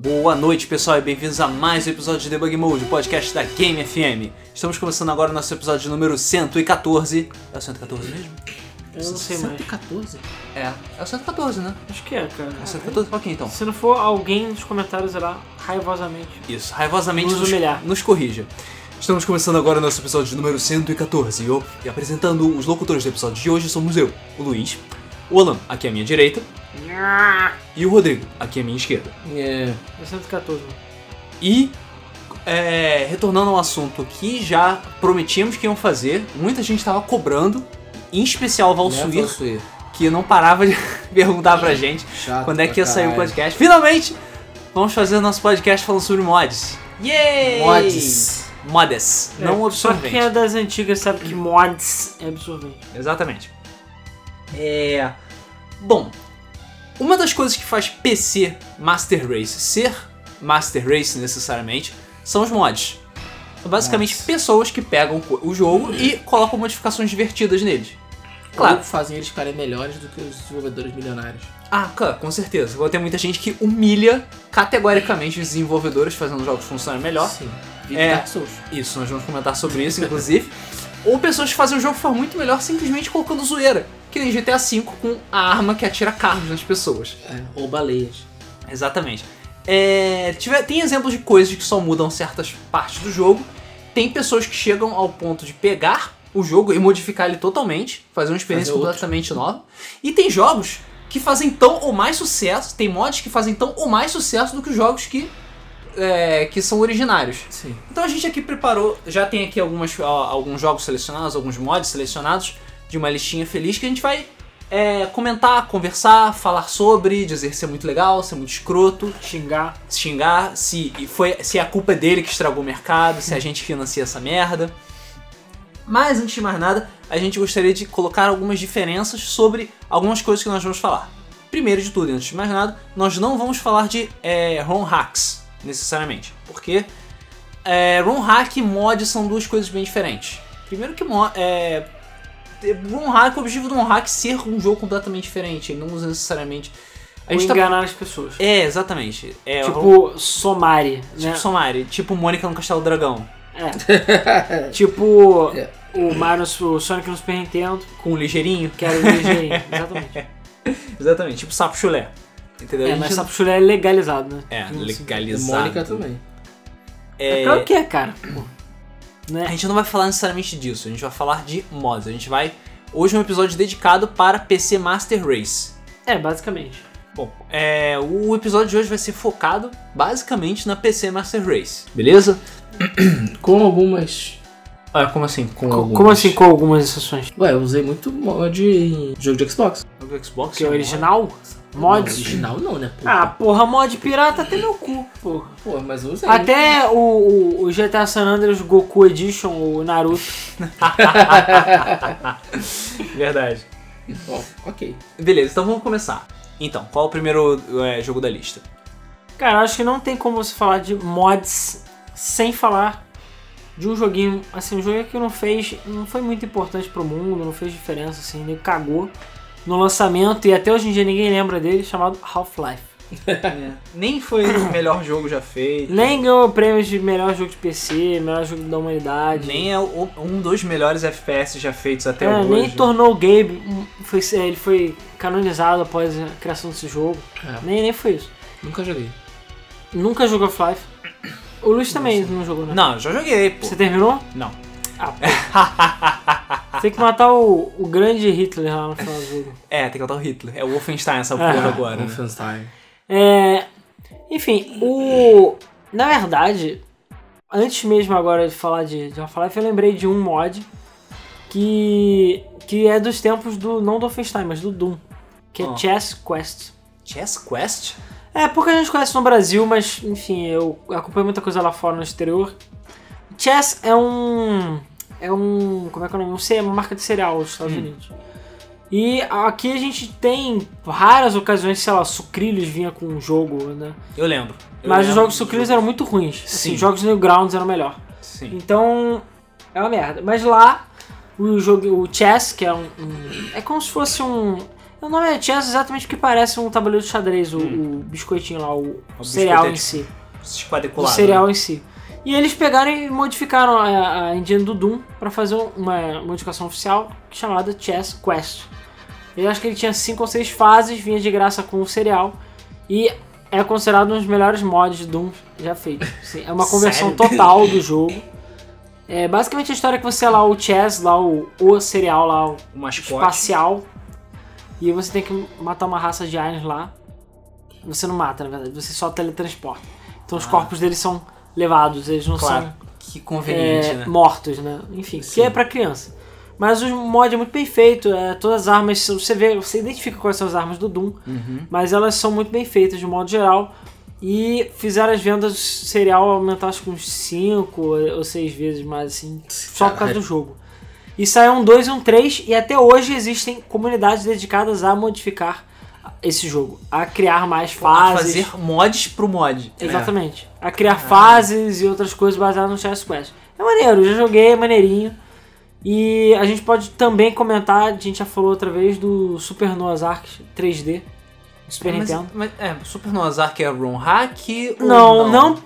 Boa noite, pessoal, e bem-vindos a mais um episódio de Debug Mode, o podcast da Game FM. Estamos começando agora o nosso episódio número 114. É o 114 mesmo? Eu não sei mais. 114? É, é o 114, né? Acho que é, cara. É o 114? Ok, então. Se não for alguém nos comentários irá raivosamente. Isso, raivosamente Nos humilhar. nos corrija. Estamos começando agora o nosso episódio de número 114 e, eu, e apresentando os locutores do episódio de hoje somos eu, o Luiz, o Alan, aqui à minha direita, e o Rodrigo, aqui à minha esquerda. É. É 114. mano. E é, retornando ao assunto que já prometíamos que iam fazer, muita gente estava cobrando, em especial o né, Valsuir, Valsuir. que não parava de perguntar pra gente Chato. quando é que ia Ah, pra sair o caralho. podcast. Finalmente, vamos fazer o nosso podcast falando sobre mods. Yay! Mods. Mods, É, não Só quem é absorvente. das antigas sabe que mods é absorvente. Exatamente. É. Bom, uma das coisas que faz PC Master Race ser Master Race necessariamente são os mods. São basicamente Nossa. pessoas que pegam co- o jogo e colocam modificações divertidas neles. Claro. Claro. que fazem eles ficarem melhores do que os desenvolvedores milionários. Ah, claro, com certeza. Vai ter muita gente que humilha categoricamente os desenvolvedores fazendo jogos funcionarem melhor. Sim. Vídeo É. Dark Souls. Isso, nós vamos comentar sobre isso, inclusive. Ou pessoas que fazem o jogo ficar muito melhor simplesmente colocando zoeira. Que nem GTA V com a arma que atira carros nas pessoas. É. Ou baleias. Exatamente. É, tiver- tem exemplos de coisas que só mudam certas partes do jogo. Tem pessoas que chegam ao ponto de pegar o jogo e modificar ele totalmente, fazer uma experiência Fazer outro. completamente nova. E tem jogos que fazem tão ou mais sucesso, tem mods que fazem tão ou mais sucesso do que os jogos que, é, que são originários. Sim. Então a gente aqui preparou, já tem aqui algumas, ó, alguns jogos selecionados, alguns mods selecionados de uma listinha feliz que a gente vai é, comentar, conversar, falar sobre, dizer se é muito legal, se é muito escroto, Xingar. xingar, se e foi se a culpa é dele que estragou o mercado, se a gente financia essa merda. Mas antes de mais nada, a gente gostaria de colocar algumas diferenças sobre algumas coisas que nós vamos falar. Primeiro de tudo, e antes de mais nada, nós não vamos falar de é, ROM hacks, necessariamente. Porque é, ROM hack e mod são duas coisas bem diferentes. Primeiro que mo- é, é, ROM hack, o objetivo do ROM hack é ser um jogo completamente diferente, ele não usa necessariamente... A Ou gente tá- enganar as pessoas. É, exatamente. É, ROM- Tipo, somare, Tipo né? Somari, tipo Mônica no Castelo do Dragão, É. tipo É. o Mario, o Sonic no Super Nintendo, com o ligeirinho. que era o DG, exatamente. Exatamente, tipo Sapo Chulé. Entendeu? É, A mas gente- Sapo Chulé é legalizado, né? É, Não sei. E legalizado. Mônica também. É É, claro que é, cara. Pô. a Né? gente não vai falar necessariamente disso, a gente vai falar de mods. A gente vai... Hoje é um episódio dedicado para PC Master Race. É, basicamente. Bom, é, o episódio de hoje vai ser focado basicamente na PC Master Race, beleza? Com algumas. Ah, como assim? Com Co- Como assim com algumas exceções? Ué, eu usei muito mod em jogo de Xbox. O Xbox? Que é é original? Mod Mods? original não, né? Pô, Ah, porra, mod pirata até meu cu, porra. Pô, mas eu usei. Até o, o, o GTA San Andreas Goku Edition, o Naruto. mod. Verdade. Ó, ok. Beleza, então vamos começar. Então, qual é o primeiro é, jogo da lista? Cara, eu acho que não tem como você falar de mods sem falar de um joguinho, assim, um jogo que não fez, não foi muito importante pro mundo, não fez diferença, assim, nem cagou no lançamento e até hoje em dia ninguém lembra dele, chamado Half-Life. Nem foi o melhor jogo já feito. Nem ganhou prêmios de melhor jogo de PC, melhor jogo da humanidade. Nem é o- um dos melhores FPS já feitos até É, hoje. nem tornou o Gabe. um- Foi, ele foi canonizado após a criação desse jogo. É, Nem, nem foi isso. nunca joguei. Nunca jogou Half-Life. O Luiz também não jogou, né? Não, já joguei, pô. Você terminou? Não. Ah, pô. Tem que matar o, o grande Hitler lá no final do jogo. É, tem que botar o Hitler. É o Wolfenstein essa Ah, porra agora. né? Wolfenstein. É, enfim, o. Na verdade, antes mesmo agora de falar de, de Half-Life, eu lembrei de um mod que. que é dos tempos do. não do Wolfenstein, mas do Doom. Que é Ah. Chess Quest. Chess Quest? É, pouca gente conhece no Brasil, mas enfim, eu acompanho muita coisa lá fora no exterior. Chess é um. É um. Como é que é o nome? Um ce- Uma marca de cereal dos Estados Hum. Unidos. E aqui a gente tem raras ocasiões, sei lá, sucrilhos vinha com um jogo, né? Eu lembro. Eu Mas lembro os jogos do sucrilhos é jogo. eram muito ruins. Assim, Sim. os jogos Newgrounds eram melhor. Sim. Então, é uma merda. Mas lá, o jogo, o Chess, que é um, um- É como se fosse um. O nome é Chance exatamente porque parece um tabuleiro de xadrez, o, o biscoitinho lá, o, Hum. O biscoito cereal é em si. O Esquadriculado. cereal em si. E eles pegaram e modificaram a, a engine do Doom pra fazer um, uma modificação oficial chamada Chess Quest. Eu acho que ele tinha cinco ou seis fases, vinha de graça com o cereal e é considerado um dos melhores mods de Doom já feito. Assim, é uma conversão Sério? total do jogo. É basicamente a história é que você é lá o chess, lá o, o cereal lá, o né? O mascote. espacial. E você tem que matar uma raça de aliens lá. Você não mata, na verdade, você só teletransporta. Então os Ah. corpos deles são levados, eles não Claro. são Que conveniente, é, né? mortos, né? Enfim, que é pra criança. Mas o mod é muito bem feito, é, todas as armas, são- você vê, você identifica quais são as armas do Doom, Uhum. mas elas são muito bem feitas de modo geral. E fizeram as vendas do cereal aumentar acho que uns 5 ou 6 vezes mais, assim, só por causa Caralho. do jogo. E saiu um 2 e um 3, e até hoje existem comunidades dedicadas a modificar esse jogo, a criar mais A fases. fazer mods pro mod. né? Exatamente. A criar fases e outras coisas baseadas no Chess Quest. É maneiro, eu já joguei, é maneirinho. E a gente pode também comentar, a gente já falou outra vez, do Super Noah's Ark 3D. Super Mas, Nintendo. mas, é, Super Nozark é Ron Hack? ou Não, não.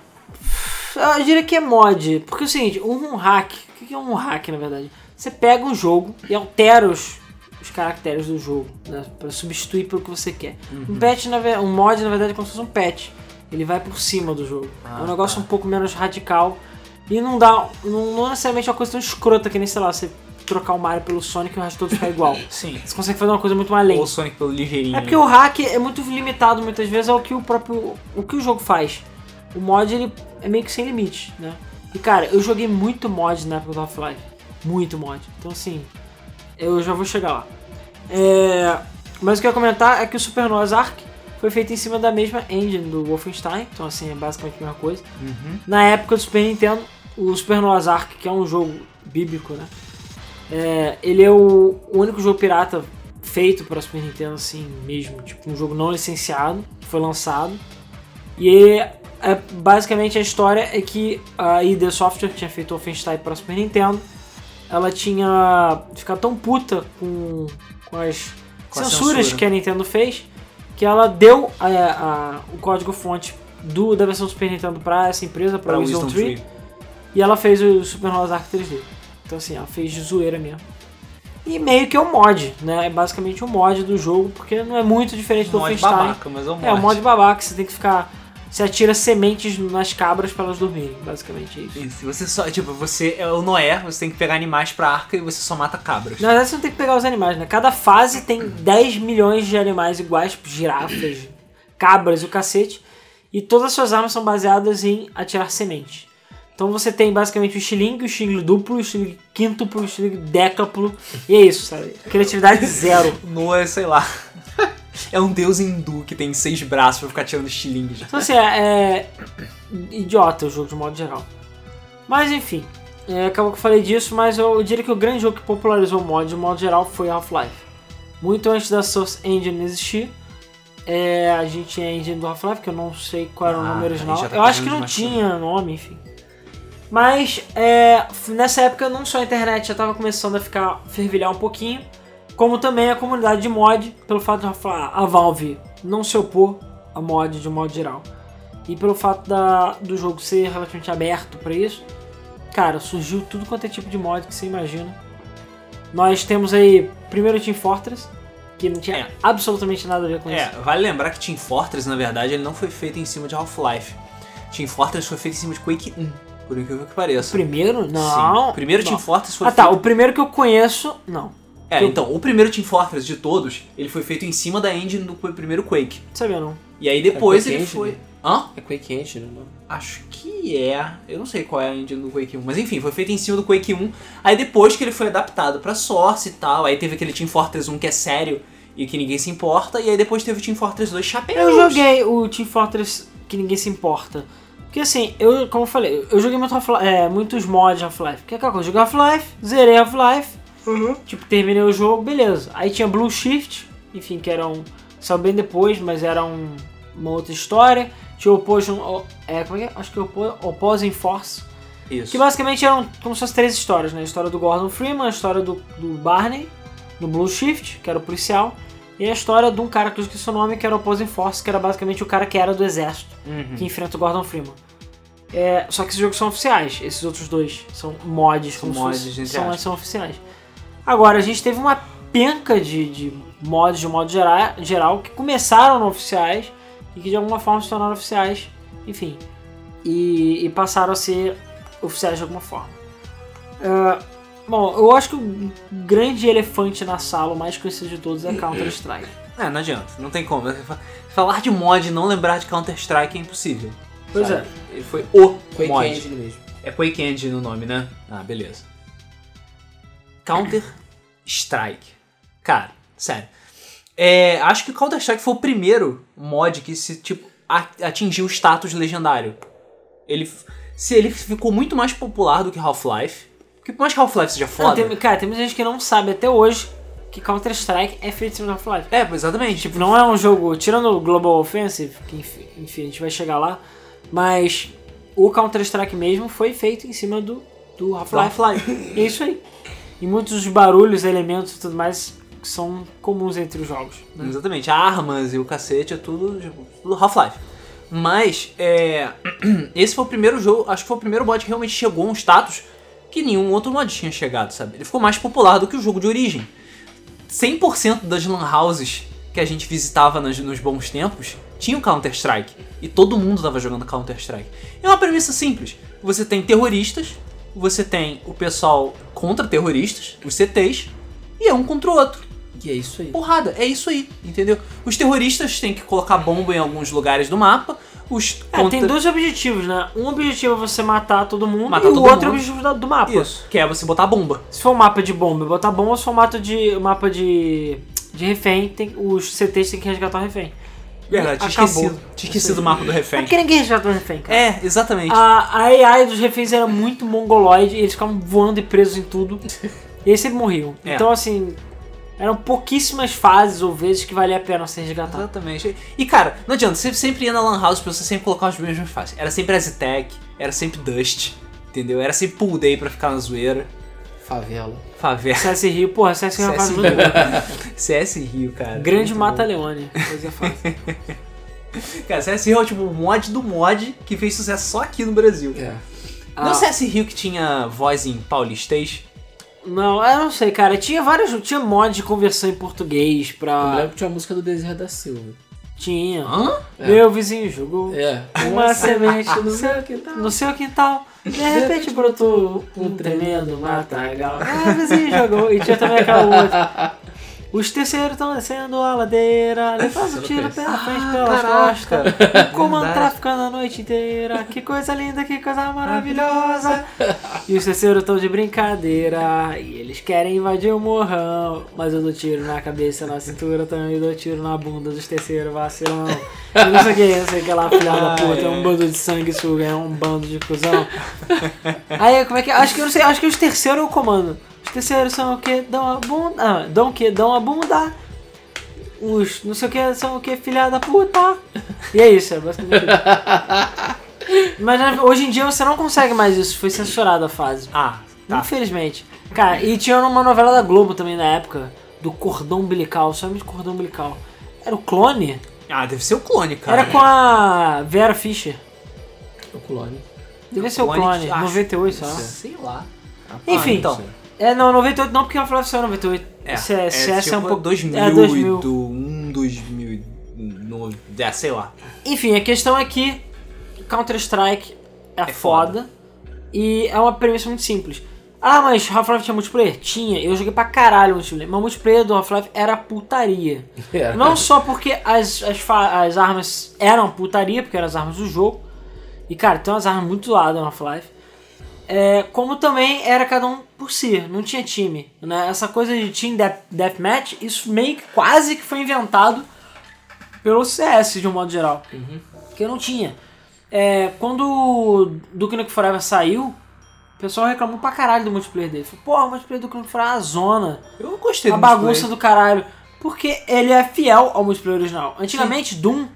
Eu diria que é mod. Porque é o seguinte, um hack. O que é um hack, na verdade? Você pega um jogo e altera os, os caracteres do jogo, né? Pra substituir pelo que você quer. Uhum. Um patch, na ve- um mod, na verdade, é como se fosse um patch. Ele vai por cima do jogo. Ah, é um negócio tá. um pouco menos radical. E não dá. Não, não é necessariamente uma coisa tão escrota que nem, sei lá, você trocar o Mario pelo Sonic e o resto todo ficar igual. Sim. Você consegue fazer uma coisa muito mais Ou lenta. o Sonic pelo ligeirinho. É porque o hack é muito limitado muitas vezes ao que o próprio. o que o jogo faz. O mod ele é meio que sem limite, né? E cara, eu joguei muito mod na época do Half-Life. Muito mod. Então assim, eu já vou chegar lá. É, Mas o que eu ia comentar é que o Super Nós Arc foi feito em cima da mesma engine do Wolfenstein, então assim, é basicamente a mesma coisa. Uhum. Na época do Super Nintendo, o Super Noah's Ark, que é um jogo bíblico, né? É, ele é o único jogo pirata feito para Super Nintendo, assim mesmo. Tipo, um jogo não licenciado, que foi lançado. E é, basicamente a história é que a ID Software, que tinha feito Wolfenstein para Super Nintendo, ela tinha ficado tão puta com, com as Com a censuras censura. que a Nintendo fez que ela deu a- a- o código-fonte do- da versão Super Nintendo para essa empresa, para Pra a Wisdom Wisdom Tree, Tree. e ela fez o Super Mario Arc 3D. Então assim, ela fez de zoeira mesmo. E meio que é um mod, né? É basicamente um mod do jogo, porque não é muito diferente do Um Mod Wolfenstein. babaca, mas é um mod. É, um mod babaca, você tem que ficar... Você atira sementes nas cabras para elas dormirem, basicamente é isso. Isso, você só, tipo, você é o Noé, você tem que pegar animais pra arca e você só mata cabras. Na verdade, você não tem que pegar os animais, né? Cada fase tem 10 milhões de animais iguais, tipo, girafas, cabras, o cacete. E todas as suas armas são baseadas em atirar semente. Então você tem basicamente o estilingue, o estilingue duplo, o estilingue quíntuplo, o estilingue décaplo. E é isso, sabe? Criatividade zero. Noé, sei lá. é um deus hindu que tem seis braços pra ficar tirando estilingues. Então assim, é, é idiota o jogo de modo geral. Mas enfim, é, acabou que eu falei disso, mas eu diria que o grande jogo que popularizou o mod de modo geral foi Half-Life. Muito antes da Source Engine existir, é, a gente tinha a engine do Half-Life, que eu não sei qual era o Ah, nome aí original. já tá eu acho que pegando não demais tinha nome, enfim. Mas é, f- nessa época não só a internet já estava começando a ficar fervilhar um pouquinho, como também a comunidade de mod, pelo fato de Rafa- a Valve não se opor a mod de um modo geral. E pelo fato da, do jogo ser relativamente aberto pra isso, cara, surgiu tudo quanto é tipo de mod que você imagina. Nós temos aí primeiro Team Fortress, que não tinha É. absolutamente nada a ver com É, isso. vale lembrar que Team Fortress, na verdade, ele não foi feito em cima de Half-Life. Team Fortress foi feito em cima de Quake 1, por incrível que pareça. Primeiro? Sim. Não. O primeiro não. Team Fortress foi Ah tá, feito... o primeiro que eu conheço, não. É, então, o primeiro Team Fortress de todos, ele foi feito em cima da engine do primeiro Quake. Não sabia não. E aí depois É Quake ele Engine? foi... Hã? É Quake Engine, não? Acho que é. Eu não sei qual é a engine do Quake 1, mas enfim, foi feito em cima do Quake 1. Aí depois que ele foi adaptado pra Source e tal, aí teve aquele Team Fortress 1 que é sério e que ninguém se importa, e aí depois teve o Team Fortress 2 chapéus. Eu joguei o Team Fortress que ninguém se importa. Porque assim, eu, como eu falei, eu joguei muito Half-Li- é, muitos mods de Half-Life. Que é aquela coisa, joguei Half-Life, zerei Half-Life, tipo, terminei o jogo, beleza. Aí tinha Blue Shift, enfim, que era um. Saiu bem depois, mas era um- uma outra história. Tinha Opposition. o- É, como é que é? Acho que é Oppo- Opposing Force. Isso. Que basicamente eram como se fossem três histórias, né? A história do Gordon Freeman, a história do, do Barney, do Blue Shift, que era o policial, E é a história de um cara que eu esqueci o nome, que era o Opposing Force, que era basicamente o cara que era do exército, Uhum. que enfrenta o Gordon Freeman. É, só que esses jogos são oficiais, esses outros dois são mods, como São mods, se fosse- entre são, aspas. são oficiais. Agora, a gente teve uma penca de, de mods, de modo gera- geral, que começaram no oficiais e que de alguma forma se tornaram oficiais, enfim, e, e passaram a ser oficiais de alguma forma. Ah, bom, eu acho que o grande elefante na sala, o mais conhecido de todos, é Counter-Strike. É, não adianta, não tem como. Falar de mod e não lembrar de Counter-Strike é impossível. Pois é. sabe? Ele foi o Quake mod. Engine mesmo. É Quake Engine no nome, né? Ah, beleza. Counter Strike. Cara, sério. É, acho que o Counter Strike foi o primeiro mod que se tipo a- atingiu o status legendário. Ele f- se ele ficou muito mais popular do que Half-Life. Porque por mais que Half-Life seja Não, foda. tem, cara, tem muita gente que não sabe até hoje que Counter-Strike é feito no Half-Life. É, exatamente. Tipo, não é um jogo, tirando o Global Offensive, que enfim, enfim, a gente vai chegar lá, mas o Counter-Strike mesmo foi feito em cima do, do Half-Life. é isso aí. E muitos dos barulhos, elementos e tudo mais que são comuns entre os jogos. né? Exatamente, armas e o cacete, é tudo, tipo, tudo Half-Life. Mas, é, esse foi o primeiro jogo, acho que foi o primeiro mod que realmente chegou a um status que nenhum outro mod tinha chegado, sabe? Ele ficou mais popular do que o jogo de origem. 100% das lan houses que a gente visitava nas- nos bons tempos tinham Counter-Strike. E todo mundo tava jogando Counter-Strike. É uma premissa simples. Você tem terroristas, você tem o pessoal contra terroristas, os CTs, e é um contra o outro E é isso aí. porrada. É isso aí, entendeu? Os terroristas têm que colocar bomba em alguns lugares do mapa. Os É, tem dois objetivos, né? Um objetivo é você matar todo mundo Matar e todo o outro é mundo. o objetivo da- do mapa. Isso, que é você botar bomba. Se for um mapa de bomba e botar bomba, se for um mapa de, um mapa de, de refém, tem, os CTs têm que resgatar o refém. Verdade, tinha Acabou. esquecido. Tinha esquecido o mapa do É refém. porque ninguém resgata o refém, cara. Ah. É, exatamente. A, a AI dos reféns era muito mongoloide, eles ficavam voando e presos em tudo. E eles sempre morriam. É. Então, assim, eram pouquíssimas fases ou vezes que valia a pena você resgatar. Exatamente. E cara, não adianta, você sempre ia na Lan House pra você sempre colocar os mesmos faces. Era sempre Aztec, era sempre Dust, entendeu? Era sempre Pool Day pra ficar na zoeira. Favela. Favela, CS Rio, porra, CS Rio é uma fase CS muito boa. CS Rio, cara. Grande Muito Mata bom. Leone. coisa fácil. Cara, CS Rio é tipo o mod do mod que fez sucesso só aqui no Brasil. É. Não Ah. o CS Rio que tinha voz em paulistês? Não, eu não sei, cara. Tinha vários. Tinha mod de conversão em português Eu pra. lembro que tinha uma música do Bezerra da Silva. Tinha. Hã? É. Meu vizinho jogou É. uma semente ah, no seu quintal. No seu quintal, de repente brotou um tremendo matagal. Ah, vizinho jogou. E tinha também aquela outra. Os terceiros estão descendo a ladeira. Levando um Você não tiro fez. pela frente, pelas costas. O comando traficando a noite inteira. Que coisa linda, que coisa maravilhosa. E os terceiros estão de brincadeira. E eles querem invadir o morrão. Mas eu dou tiro na cabeça, na cintura também. Dou tiro na bunda dos terceiros, vacilão. Eu não sei o que é, eu sei que é lá, filha da puta. É um bando de sangue suga, é um bando de cuzão. Aí, como é que é? Acho que eu não sei, acho que os terceiros eu comando. Os terceiros são o que? Dão a bunda. Ah, dão o que? Dão a bunda. Os não sei o que são o que? Filha da puta. E é isso, é basicamente isso. Mas né, hoje em dia você não consegue mais isso, foi censurada a fase. Ah, tá. Infelizmente. Cara, e tinha uma novela da Globo também na época, do cordão umbilical, só de cordão umbilical. Era o clone? Ah, deve ser o clone, cara. Era com a Vera Fischer. O clone. Deve ser o clone, acho. 98, sei lá. Sei lá. Enfim. Ah, então. É, não, 98 não, porque a Flávia saiu em 98. É, CS é, CS é um tipo pouco... 2000, É, 2000. e do 1, 2009, é, sei lá. Enfim, a questão é que Counter-Strike é, É foda, e é uma premissa muito simples. Ah, mas Half-Life tinha multiplayer? Tinha, eu joguei pra caralho multiplayer, mas o multiplayer do Half-Life era putaria. É. Não só porque as, as, fa- as armas eram putaria, porque eram as armas do jogo. E cara, tem umas armas muito zoadas no Half-Life. É, como também era cada um por si, não tinha time. Né? Essa coisa de team death, deathmatch, isso meio que quase que foi inventado pelo CS de um modo geral. Porque não tinha. É, quando o Duke Nukem Forever saiu, o pessoal reclamou pra caralho do multiplayer dele. Falou, porra, o multiplayer do Duke Nukem Forever é uma zona Eu gostei a do bagunça multiplayer. do caralho. Porque ele é fiel ao multiplayer original. Antigamente, Doom,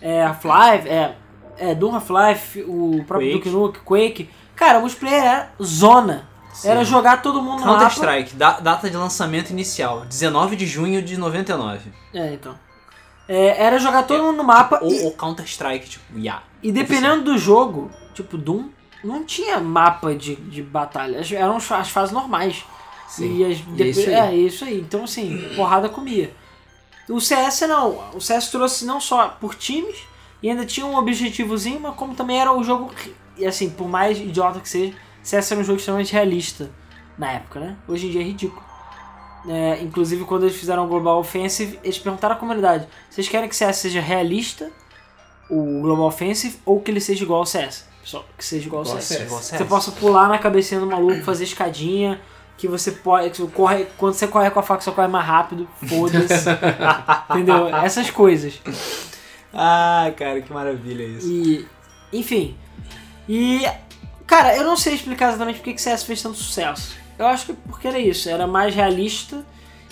é, Half-Life, é, é, Doom Half-Life, o próprio Quake. Duke Nukem, Quake. Cara, o multiplayer era zona. Era jogar todo mundo no mapa. Counter-Strike, da- data de lançamento inicial, 19 de junho de 99. É, então. É, era jogar todo mundo no mapa Ou, e, ou Counter-Strike, tipo, yeah. e dependendo do jogo, tipo Doom, não tinha mapa de, de batalha. As- Eram as, as fases normais. Sim. E as, depe- isso aí. É, isso aí. Então, assim, porrada comia. O CS não. O CS trouxe não só por times, e ainda tinha um objetivozinho, mas como também era o jogo. que- E assim, por mais idiota que seja, CS era um jogo extremamente realista na época, né? Hoje em dia é ridículo. É, inclusive, quando eles fizeram o Global Offensive, eles perguntaram à comunidade: vocês querem que o CS seja realista, o Global Offensive, ou que ele seja igual ao CS? Pessoal, que seja igual ao Igual ao CS. CS. Igual Que Você CS. possa pular na cabecinha do maluco, fazer escadinha, que você pode. que você corre, quando você corre com a faca, você corre mais rápido, foda-se. Entendeu? Essas coisas. Ah, cara, que maravilha isso. E. Enfim. E. Cara, eu não sei explicar exatamente porque que CS fez tanto sucesso. Eu acho que porque era isso, era mais realista.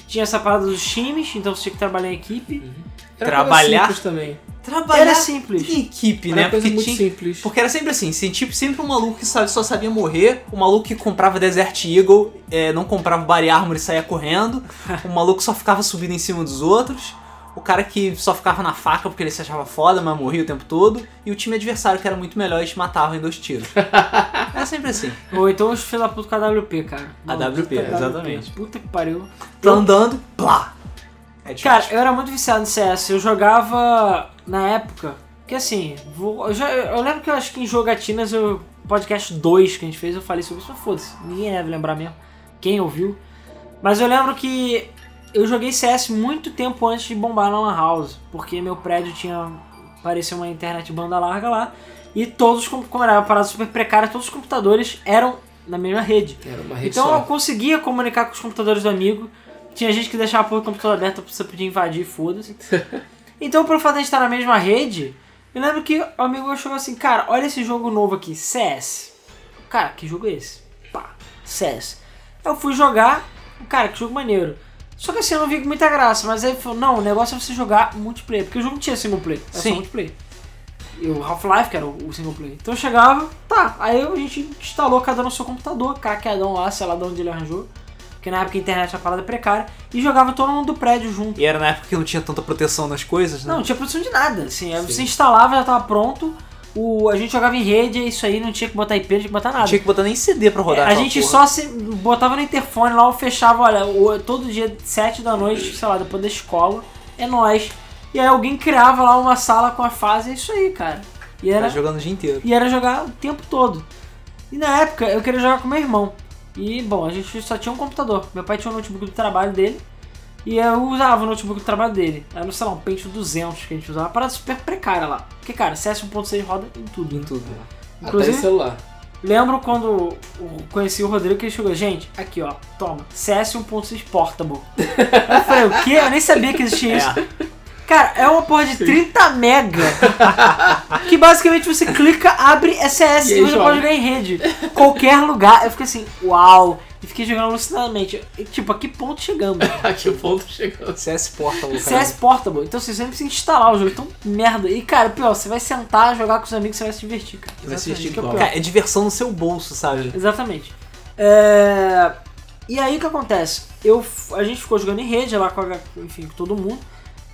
Tinha essa parada dos times, então você tinha que trabalhar em equipe. Era Trabalhar- coisa simples também. Trabalhar Era simples. em equipe, Era né? coisa Porque, muito tinha- simples. porque era sempre assim, se- tipo, sempre um maluco que sabe- só sabia morrer, o maluco que comprava Desert Eagle, é, não comprava Body Armor e saía correndo, o maluco só ficava subindo em cima dos outros, o cara que só ficava na faca porque ele se achava foda, mas morria o tempo todo, e o time adversário que era muito melhor e te matava em dois tiros. Era sempre assim. Ou então os filhos da puta com a AWP, cara. A Mano, AWP, puta exatamente. Puta que pariu. Tá andando, plá! É difícil. Cara, eu era muito viciado no CS. Eu jogava na época. Que assim, vou- eu, já- eu lembro que eu acho que em Jogatinas, eu, podcast 2 que a gente fez, eu falei sobre isso, mas foda-se, ninguém deve lembrar mesmo. Quem ouviu. Mas eu lembro que eu joguei CS muito tempo antes de bombar na Lan House, porque meu prédio tinha. parecia uma internet banda larga lá. E todos, os compu- como era uma parada super precária, todos os computadores eram na mesma rede. Era uma rede Então eu só. conseguia comunicar com os computadores do amigo. Tinha gente que deixava a porra do computador aberta pra você podia invadir, foda-se. então, pelo fato de a gente estar na mesma rede, eu lembro que o amigo meu chegou assim, cara, olha esse jogo novo aqui, CS. Cara, que jogo é esse? Pá, CS. Eu fui jogar, cara, que jogo maneiro. Só que assim, eu não vi com muita graça, mas aí ele falou, não, o negócio é você jogar multiplayer, porque o jogo não tinha single player, era Sim. só multiplayer. E o Half-Life, que era o o single player. Então eu chegava, tá, aí a gente instalou cada um no seu computador, craqueadão lá, sei lá de onde ele arranjou. Porque na época a internet era uma parada precária, e jogava todo mundo do prédio junto. E era na época que não tinha tanta proteção nas coisas, né? Não, não tinha produção de nada, assim, aí Sim. você instalava, já tava pronto, o, a gente jogava em rede, é isso aí, não tinha que botar IP, não tinha que botar nada. tinha que botar nem CD pra rodar. É, A aquela gente porra. só se botava no interfone lá, ou fechava, olha, o- todo dia, sete da noite, sei lá, depois da escola, é nóis. E aí alguém criava lá uma sala com a fase, é isso aí, cara. E Tá era, jogando o dia inteiro. e era jogar o tempo todo. E na época eu queria jogar com meu irmão. E bom, a gente só tinha um computador. Meu pai tinha um notebook do trabalho dele. E eu usava o notebook do trabalho dele. Era, sei lá, um Pentium 200 que a gente usava. Uma parada super precária lá. Porque, cara, CS 1.6 roda em tudo. Em tudo. Até em Inclusive- celular. Lembro quando eu conheci o Rodrigo que ele chegou, gente, aqui ó, toma, CS 1.6 Portable. Eu falei, o quê? Eu nem sabia que existia isso. Cara, é uma porra de 30 mega. que basicamente você clica, abre, é CS E e, aí você joga. pode jogar em rede. Qualquer lugar. Eu fiquei assim, uau. E fiquei jogando alucinadamente. E, tipo, a que ponto chegamos? A que ponto chegou? CS Portal, CS Portable. Então assim, você sempre precisa instalar o jogo. Então, merda. E cara, pior, você vai sentar, jogar com os amigos, você vai se divertir, cara. Vai se divertir Exatamente, que é o igual. pior. Cara, é diversão no seu bolso, sabe? Exatamente. É, E aí o que acontece? Eu, f- a gente ficou jogando em rede lá com, a, enfim, com todo mundo.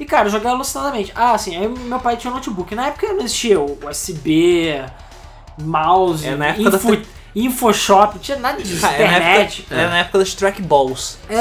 E cara, eu joguei alucinadamente. Ah, assim, aí meu pai tinha um notebook. Na época não existia o USB, mouse, É, na época da info, Infoshop, não tinha nada disso, Ah, era, na internet. época, era na época das trackballs. É,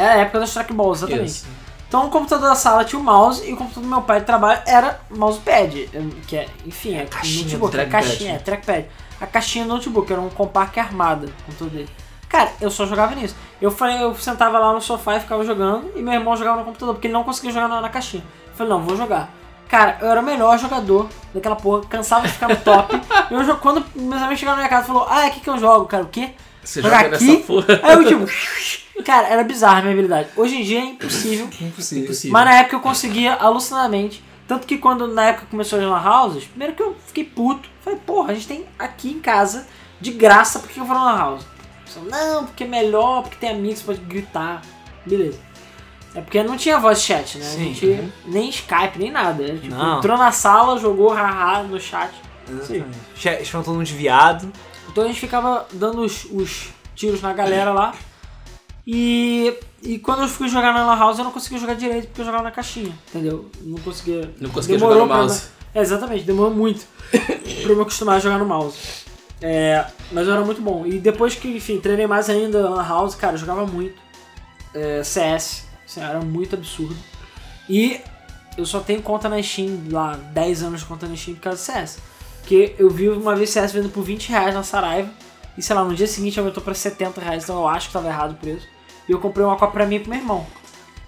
é a época dos trackballs, exatamente. Isso. Então o computador da sala tinha o mouse e o computador do meu pai de trabalho era mousepad, que é, enfim, é caixinha notebook, do é trackpad, caixinha, né? é trackpad. A caixinha do notebook era um compacto armada, com tudo dele. Cara, eu só jogava nisso. Eu falei, eu sentava lá no sofá e ficava jogando e meu irmão jogava no computador, porque ele não conseguia jogar na, na caixinha. Eu falei, não, vou jogar. Cara, eu era o melhor jogador daquela porra, cansava de ficar no top. eu, jo- quando meus amigos chegaram na minha casa, falou, ah, é aqui que eu jogo, cara, o quê? Você Jogar joga aqui? nessa porra. Aí eu tipo, cara, era bizarra a minha habilidade. Hoje em dia é impossível. Impossível. Impossível. né? Mas na época eu conseguia alucinadamente. Tanto que quando na época começou as lan houses, primeiro que eu fiquei puto. Falei, porra, a gente tem aqui em casa, de graça, por que eu vou na lan house? Pessoal, não, porque é melhor, porque tem amigos, pode gritar. Beleza. É porque não tinha voice chat, né? Sim. Uhum. A gente, nem Skype, nem nada. Era, tipo, Não. entrou na sala, jogou haha no chat. Exatamente. Che- Chamam todo mundo de viado. Então a gente ficava dando os, os tiros na galera lá. E, e quando eu fui jogar na Lan House, eu não conseguia jogar direito porque eu jogava na caixinha, entendeu? Não conseguia. Não conseguia jogar no pra- mouse. É, exatamente, demorou muito pra eu me acostumar a jogar no mouse. É, mas eu era muito bom. E depois que, enfim, treinei mais ainda na Lan House, cara, eu jogava muito. É, CS, assim, era muito absurdo. E eu só tenho conta na Steam, lá, 10 anos de conta na Steam por causa do CS. Porque eu vi uma vez CS vendo por 20 reais na Saraiva. E sei lá, no dia seguinte aumentou pra 70 reais, então eu acho que tava errado o preço. E eu comprei uma copa pra mim e pro meu irmão.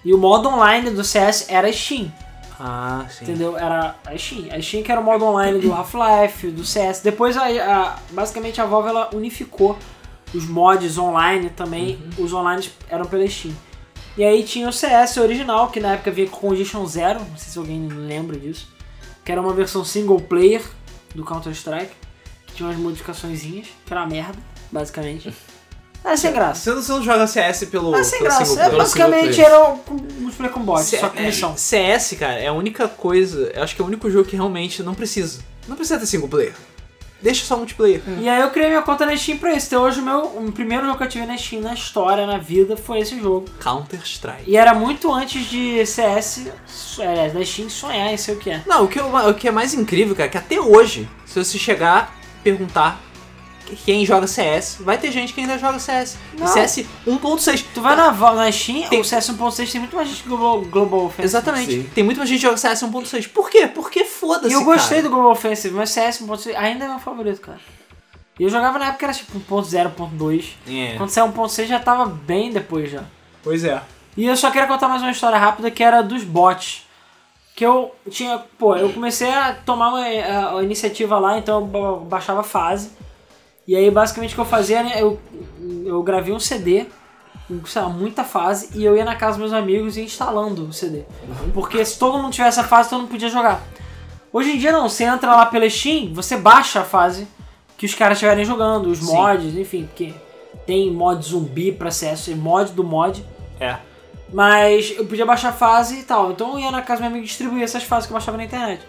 E o modo online do CS era Steam. Ah, sim. Entendeu? Era a Steam. A Steam que era o modo online do Half-Life, do CS. Depois, a, a- basicamente, a Valve ela unificou os mods online também. Uhum. Os online eram pela Steam. E aí tinha o CS original, que na época vinha com Condition Zero. Não sei se alguém lembra disso. Que era uma versão single player do Counter-Strike. Que tinha umas modificaçõezinhas. Que era uma merda, basicamente. Era sem graça. Você não, você não joga CS pelo. Era sem pelo graça. É. single É, player? pelo single basicamente player. era um multiplayer com bot, C- só com missão. é, CS, cara, é a única coisa. Eu acho que é o único jogo que realmente não precisa. Não precisa ter single player. Deixa só multiplayer. E aí eu criei minha conta na Steam pra isso. Então hoje o meu o primeiro jogo que eu tive na Steam na história, na vida, foi esse jogo. Counter-Strike. E era muito antes de CS, aliás, da Steam sonhar em sei o que é. Não, o que, eu- o que é mais incrível, cara, é que até hoje, se você chegar e perguntar quem joga CS, vai ter gente que ainda joga CS. E Não. CS 1.6. Tu vai na, va- na Steam, Tem- o CS 1.6 tem muito mais gente que Global, Global Offensive. Exatamente. Sim. Tem muito mais gente que joga CS 1.6. Por quê? Porque foda-se. E eu gostei cara. do Global Offensive, mas CS 1.6 ainda é meu favorito, cara. E eu jogava na época que era tipo 1.0, 1.2. É. Quando saiu 1.6 já tava bem depois já. Pois é. E eu só queria contar mais uma história rápida que era dos bots. Que eu tinha. Pô, eu comecei a tomar uma, eh, a, a iniciativa lá, então eu ba- baixava a fase. E aí basicamente o que eu fazia era. Eu, eu gravei um CD, com, sei lá, muita fase, e eu ia na casa dos meus amigos e ia instalando o CD. Porque se todo mundo tivesse a fase, todo mundo podia jogar. Hoje em dia não, você entra lá pela Steam, você baixa a fase que os caras estiverem jogando, os Sim. mods, enfim, porque tem mod zumbi pra CS, mod do mod. É. Mas eu podia baixar fase e tal. Então eu ia na casa do meu amigo e distribuía essas fases que eu baixava na internet.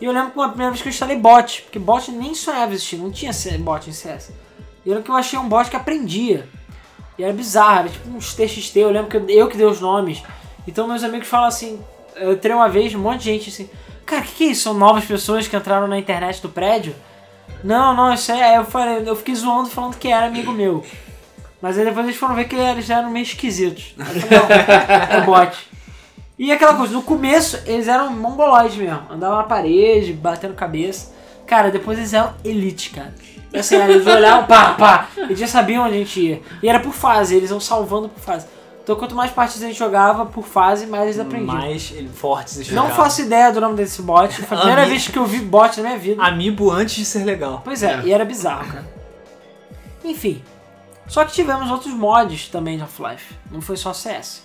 E eu lembro que uma primeira vez que eu instalei bot, porque bot nem sonhava existir, não tinha C- bot em CS. E eu lembro que eu achei um bot que aprendia. E era bizarro, era tipo uns TXT, eu lembro que eu, eu que dei os nomes. Então meus amigos falam assim, eu entrei uma vez, um monte de gente assim, cara, o que, que é isso? São novas pessoas que entraram na internet do prédio? Não, não, isso é. Eu, falei, eu fiquei zoando falando que era amigo meu. Mas aí depois eles foram ver que eles eram meio esquisitos. Aí eu falei, não, é bot. E aquela coisa, no começo eles eram mongoloides mesmo. Andavam na parede, batendo cabeça. Cara, depois eles eram elite, cara. É sério, eles olhavam, pá, pá. Eles já sabiam onde a gente ia. E era por fase, eles iam salvando por fase. Então quanto mais partidas a gente jogava por fase, mais eles aprendiam. Mais ele- fortes e Não chegados. faço ideia do nome desse bot. Foi a primeira Ami- vez que eu vi bot na minha vida. Amiibo antes de ser legal. Pois é, É. e era bizarro, cara. Enfim. Só que tivemos outros mods também de Half-Life. Não foi só CS.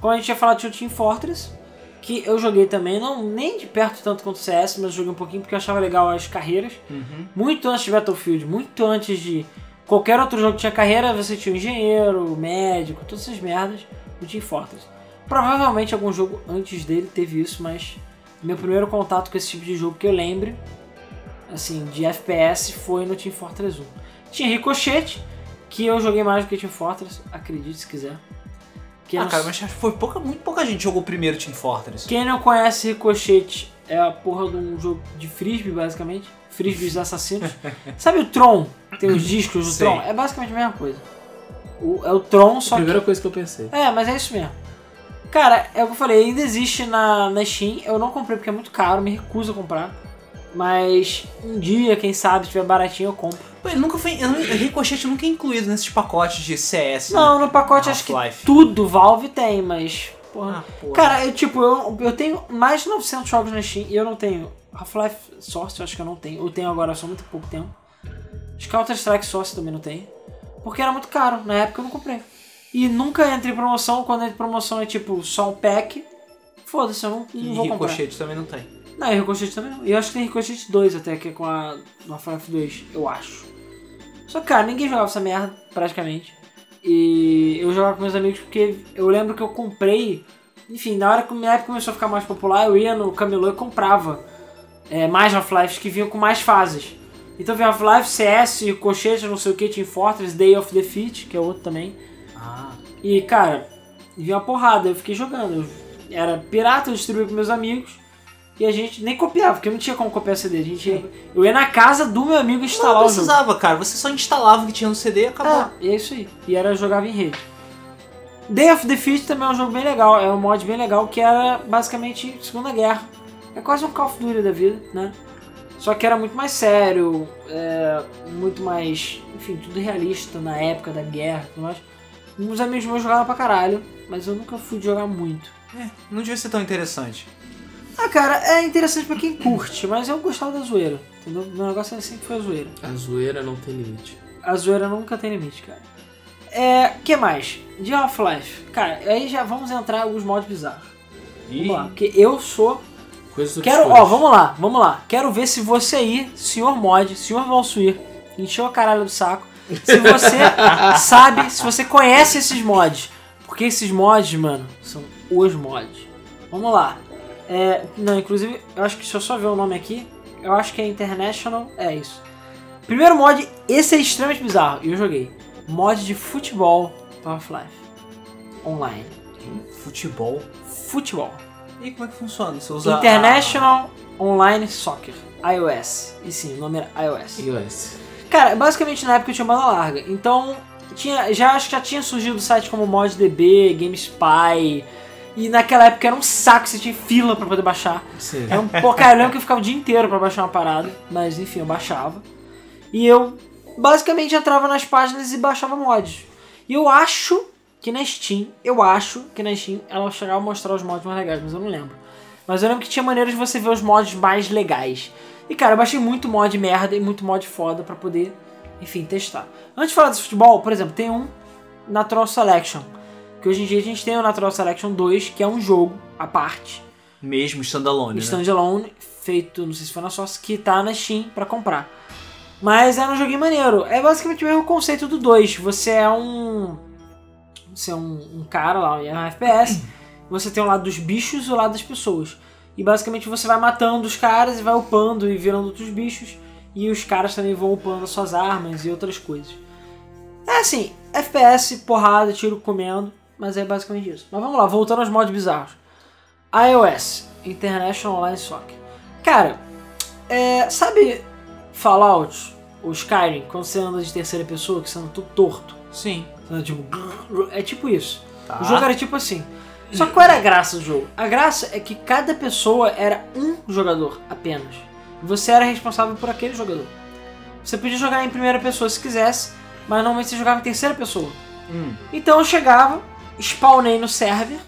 Quando a gente ia falar de Team Fortress, que eu joguei também, não nem de perto tanto quanto CS, mas eu joguei um pouquinho porque eu achava legal as carreiras. Muito antes de Battlefield, muito antes de qualquer outro jogo que tinha carreira, você tinha o engenheiro, o médico, todas essas merdas do Team Fortress. Provavelmente algum jogo antes dele teve isso, mas meu primeiro contato com esse tipo de jogo que eu lembro, assim, de FPS foi no Team Fortress 1. Tinha Ricochete, que eu joguei mais do que Team Fortress, acredite se quiser. Que Ah, era um cara, mas acho que foi pouca, muito pouca gente jogou o primeiro Team Fortress. quem não conhece Ricochete é a porra de um jogo de frisbee, basicamente. Frisbees assassinos. Sabe o Tron? Tem os discos do Sei. Tron? É basicamente a mesma coisa. O- é o Tron, só que. Primeira coisa que eu pensei. É, mas é isso mesmo. Cara, é o que eu falei, ainda existe na, na Steam. Eu não comprei porque é muito caro, me recuso a comprar. Mas um dia, quem sabe, se tiver baratinho, eu compro. Pô, ele nunca foi. eu não- Ricochete nunca é incluído nesses pacotes de CS. né? Não, no pacote acho que Half-Life. tudo Valve tem, mas. Porra, Ah, porra. Cara, eu, tipo, eu, eu tenho mais de 900 jogos na Steam e eu não tenho Half-Life Source, eu acho que eu não tenho. Eu tenho agora só muito pouco tempo. Acho que Counter-Strike Source também não tem. Porque era muito caro, na época eu não comprei. E nunca entra em promoção, quando entra em promoção é tipo só um pack. Foda-se, eu não, não e vou comprar. Ricochete também não tem. Não, e Ricochete também não. E Eu acho que tem Ricochete 2 até, que é com a no Half-Life 2, eu acho. Só que, cara, ninguém jogava essa merda, praticamente. E eu jogava com meus amigos porque eu lembro que eu comprei. Enfim, na hora que minha época começou a ficar mais popular, eu ia no Camelô e comprava é, mais Half-Life que vinham com mais fases. Então vem Half-Life, CS, Cochete, não sei o que, Team Fortress, Day of Defeat, que é outro também. Ah, E, cara, vi uma porrada, eu fiquei jogando. Eu era pirata, eu distribuía pros meus amigos. E a gente nem copiava, porque não tinha como copiar CD. A gente ia- eu ia na casa do meu amigo instalar não o jogo. precisava, cara. Você só instalava o que tinha no CD e acabou. É, é isso aí. E era jogava em rede. Day of Defeat também é um jogo bem legal, é um mod bem legal que era basicamente Segunda Guerra. É quase um Call of Duty da vida, né? Só que era muito mais sério, é, muito mais, enfim, tudo realista na época da guerra e tudo mais. Uns amigos meus jogaram pra caralho, mas eu nunca fui de jogar muito. É, não devia ser tão interessante. Ah, cara, é interessante pra quem curte, mas eu gostava da zoeira, entendeu? Meu negócio sempre foi a zoeira. A zoeira não tem limite. A zoeira nunca tem limite, cara. É, que mais? De Half-Life. Cara, aí já vamos entrar em alguns mods bizarros. Ih, Vamos lá, porque eu sou... Coisas Quero, ó, obscuras. vamos lá, vamos lá. Quero ver se você aí, senhor mod, senhor Valsuir, encheu a caralho do saco, se você sabe, se você conhece esses mods. Porque esses mods, mano, são os mods. Vamos lá. É, não, inclusive, eu acho que se eu só ver o nome aqui, eu acho que é International, é isso. Primeiro mod, esse é extremamente bizarro, e eu joguei. Mod de futebol para Half-Life. Online. Futebol. Futebol. E como é que funciona? Você usa. a- International Online Soccer, iOS. E sim, o nome era iOS. iOS. Cara, basicamente na época eu tinha banda larga, então tinha, já acho que já tinha surgido site como ModDB, GameSpy, e naquela época era um saco, você tinha fila pra poder baixar. Sim. Era um, pô, cara, eu lembro que eu ficava o dia inteiro pra baixar uma parada, mas enfim, eu baixava. E eu basicamente entrava nas páginas e baixava mods. E eu acho que na Steam, eu acho que na Steam ela chegava a mostrar os mods mais legais, mas eu não lembro. Mas eu lembro que tinha maneira de você ver os mods mais legais. E cara, eu baixei muito mod merda e muito mod foda pra poder, enfim, testar. Antes de falar desse futebol, por exemplo, tem um Natural Selection. Que hoje em dia a gente tem o Natural Selection 2, que é um jogo à parte Mesmo standalone. Né? standalone feito, não sei se foi na Source, que tá na Steam pra comprar. Mas é um joguinho maneiro. É basicamente o mesmo conceito do 2. Você é um. Você é um, um cara lá, é um FPS. Você tem o lado dos bichos e o lado das pessoas. E basicamente você vai matando os caras e vai upando e virando outros bichos. E os caras também vão upando as suas armas e outras coisas. É assim, FPS, porrada, tiro comendo. Mas é basicamente isso. Mas vamos lá, voltando aos mods bizarros iOS, International Online Soccer. Cara, é, sabe Fallout ou Skyrim, quando você anda de terceira pessoa, que você anda tudo torto? Sim. Você anda tipo... É tipo isso. Tá. O jogo era tipo assim. Só que qual era a graça do jogo? A graça é que cada pessoa era um jogador apenas. E Você era responsável por aquele jogador. Você podia jogar em primeira pessoa se quisesse, mas normalmente você jogava em terceira pessoa. Hum. Então eu chegava, spawnei no server,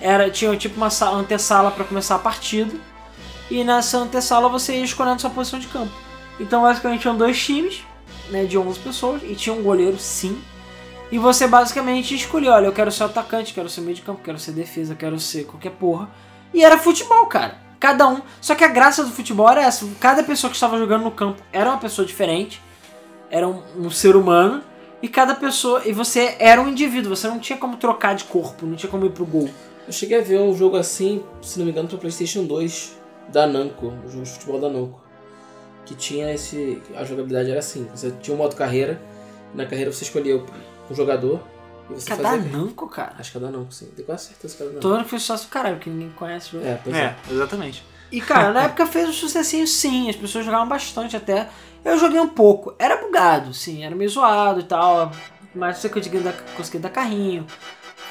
era, tinha tipo uma sa- antessala pra começar a partida, e nessa antessala você ia escolhendo sua posição de campo. Então basicamente tinham dois times, né, de 11 pessoas, e tinha um goleiro sim, e você basicamente escolhia, olha, eu quero ser atacante, quero ser meio de campo, quero ser defesa, quero ser qualquer porra. E era futebol, cara. Cada um. Só que a graça do futebol era essa. Cada pessoa que estava jogando no campo era uma pessoa diferente. Era um, um ser humano. E cada pessoa. E você era um indivíduo. Você não tinha como trocar de corpo. Não tinha como ir pro gol. Eu cheguei a ver um jogo assim, se não me engano, pro Playstation 2, da Namco, um jogo de futebol da Namco. Que tinha esse. A jogabilidade era assim. Você tinha um modo carreira, e na carreira você escolhia o- um jogador e você Cada fazia. Namco, cara. Acho que é da Namco, sim. Tenho quase certeza que é da Namco. Todo ano foi sucesso do caralho, porque ninguém conhece o jogo. É, pois é. É, exatamente. E cara, na época fez um sucessinho sim, as pessoas jogavam bastante até. Eu joguei um pouco, era bugado, sim, era meio zoado e tal, mas você conseguia dar, conseguia dar carrinho,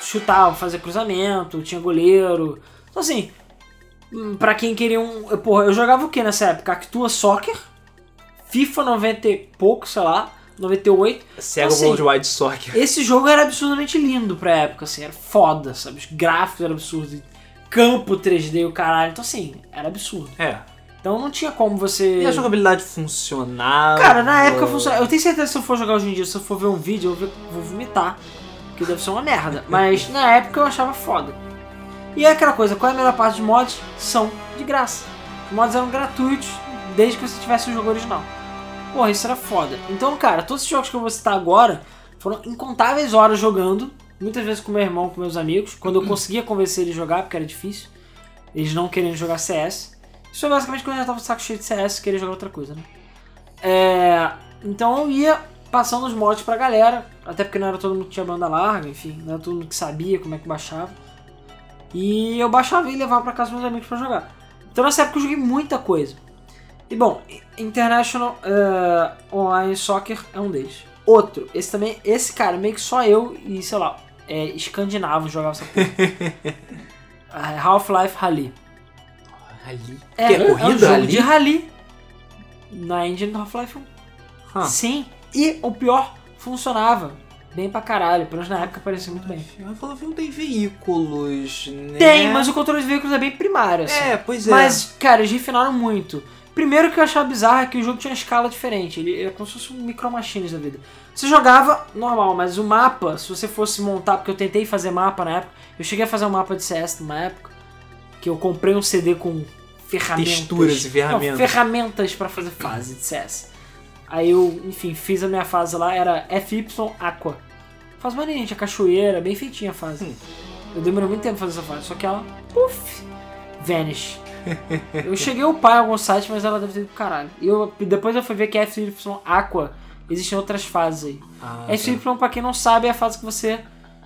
chutava, fazia cruzamento, tinha goleiro. Então assim, hum, pra quem queria um. eu, Porra, eu jogava o que nessa época? Actua Soccer, FIFA 90 e pouco, sei lá, 98. Sega Então, assim, Worldwide Soccer. Esse jogo era absurdamente lindo pra época, assim, era foda, sabe? Os gráficos eram absurdos, campo 3D e o caralho, então assim, era absurdo. É. Então não tinha como você. E a jogabilidade funcionava. Cara, na época funcionava. Eu tenho certeza que se eu for jogar hoje em dia, se eu for ver um vídeo, eu vou- vou vomitar. Porque deve ser uma merda. Mas na época eu achava foda. E é aquela coisa, qual é a melhor parte dos mods? São de graça. Os mods eram gratuitos desde que você tivesse o jogo original. Porra, isso era foda. Então, cara, todos os jogos que eu vou citar agora foram incontáveis horas jogando. Muitas vezes com meu irmão, com meus amigos. Quando eu conseguia convencer eles a jogar, porque era difícil. Eles não querendo jogar CS. Isso é basicamente quando eu já tava com o saco cheio de CS, queria jogar outra coisa, né? É, então eu ia passando os mods pra galera, até porque não era todo mundo que tinha banda larga, enfim, não era todo mundo que sabia como é que baixava. E eu baixava e levava pra casa dos meus amigos pra jogar. Então nessa época eu joguei muita coisa. E bom, International eh, Online Soccer é um deles. Outro, esse também, esse cara, meio que só eu e, sei lá, é, escandinavo jogava essa porra. Ah, Half-Life Rally. Ali. É, Que é é um corrida, jogo rally? de rally na engine do Half-Life 1. Ah. Sim, e o pior, funcionava bem pra caralho, pelo menos na época parecia muito bem. Eu falo, não tem veículos, né? Tem, mas o controle de veículos é bem primário, assim. É, pois é. Mas, cara, eles refinaram muito. Primeiro que eu achava bizarro é que o jogo tinha uma escala diferente. Ele era como se fosse um micro machines da vida. Você jogava normal, mas o mapa, se você fosse montar, porque eu tentei fazer mapa na época, eu cheguei a fazer um mapa de CS numa época, que eu comprei um CD com ferramentas. Texturas e ferramentas. Não, ferramentas pra fazer fase de CS. Aí eu, enfim, fiz a minha fase lá, era FY Aqua. Faz maneira, tinha cachoeira, bem feitinha a fase. Hum. Eu demorei muito tempo pra fazer essa fase, só que ela, puff, vanish. Eu cheguei a upar em algum site, mas ela deve ter ido pro caralho. E eu, depois eu fui ver que a FY Aqua existem outras fases aí. Ah, A FY, É pra quem não sabe, é a fase que você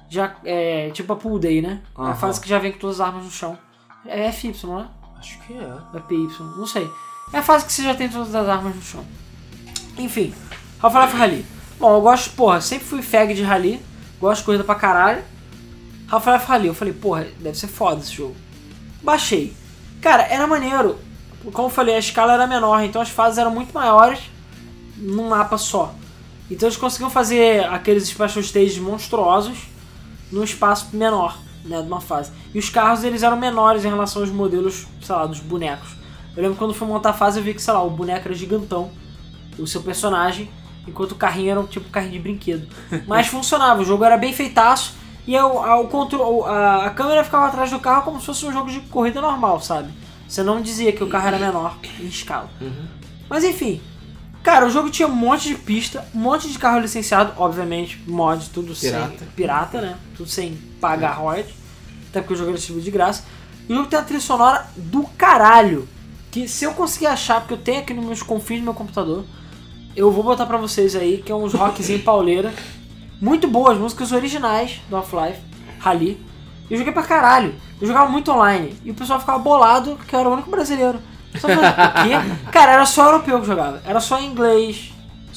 já. É, tipo a Pool Day, né? É A Aham. fase que já vem com todas as armas no chão. É FY, não é? tá. Acho que é. Ou é PY? Não sei. É a fase que você já tem todas as armas no chão. Enfim, Half-Life Rally. Bom, eu gosto, porra, sempre fui fag de rally. Gosto de corrida pra caralho. Half-Life Rally, eu falei, porra, deve ser foda esse jogo. Baixei. Cara, era maneiro. Como eu falei, a escala era menor, então as fases eram muito maiores num mapa só. Então eles conseguiam fazer aqueles special stages monstruosos num espaço menor, né, de uma fase. E os carros eles eram menores em relação aos modelos, sei lá, dos bonecos. Eu lembro quando fui montar a fase eu vi que, sei lá, o boneco era gigantão, o seu personagem, enquanto o carrinho era um tipo carrinho de brinquedo. Mas funcionava, o jogo era bem feitaço e eu, a, o contro- a, a câmera ficava atrás do carro como se fosse um jogo de corrida normal, sabe? Você não dizia que o carro era menor em escala. Mas enfim, Cara, o jogo tinha um monte de pista, um monte de carro licenciado, obviamente, mod, tudo Pirata. sem. Pirata, né? Tudo sem pagar royalties. Até porque o jogo era distribuído de graça. E o jogo tem uma trilha sonora do caralho. Que se eu conseguir achar, porque eu tenho aqui nos meus confins do meu computador, eu vou botar pra vocês aí, que é uns rockzinho pauleira. Muito boas, músicas originais do Half-Life, Rally. Eu joguei pra caralho. Eu jogava muito online. E o pessoal ficava bolado que eu era o único brasileiro. Só falando, por quê? Cara, era só europeu que jogava. Era só inglês,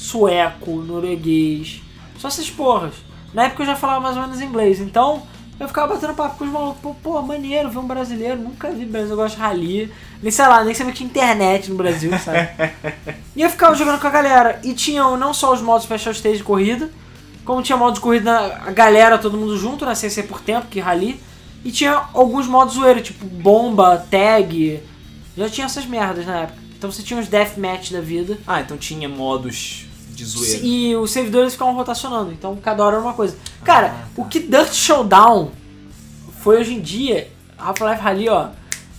sueco, norueguês. Só essas porras. Na época eu já falava mais ou menos inglês. Então eu ficava batendo papo com os malucos. Pô, pô maneiro ver um brasileiro. Nunca vi brasileiro. Eu gosto de rally. Nem sei lá, nem sabia que tinha internet no Brasil, sabe? E eu ficava jogando com a galera. E tinham não só os modos Special Stage de corrida, como tinha modo de corrida, a galera, todo mundo junto, né? Sem ser por tempo, que rally. E tinha alguns modos zoeiro, tipo bomba, tag. Já tinha essas merdas na época. Então você tinha os deathmatch da vida. Ah, então tinha modos de zoeira. E os servidores ficavam rotacionando, então cada hora era uma coisa. Cara, o que Dirt Showdown foi hoje em dia, Half-Life Rally, ó,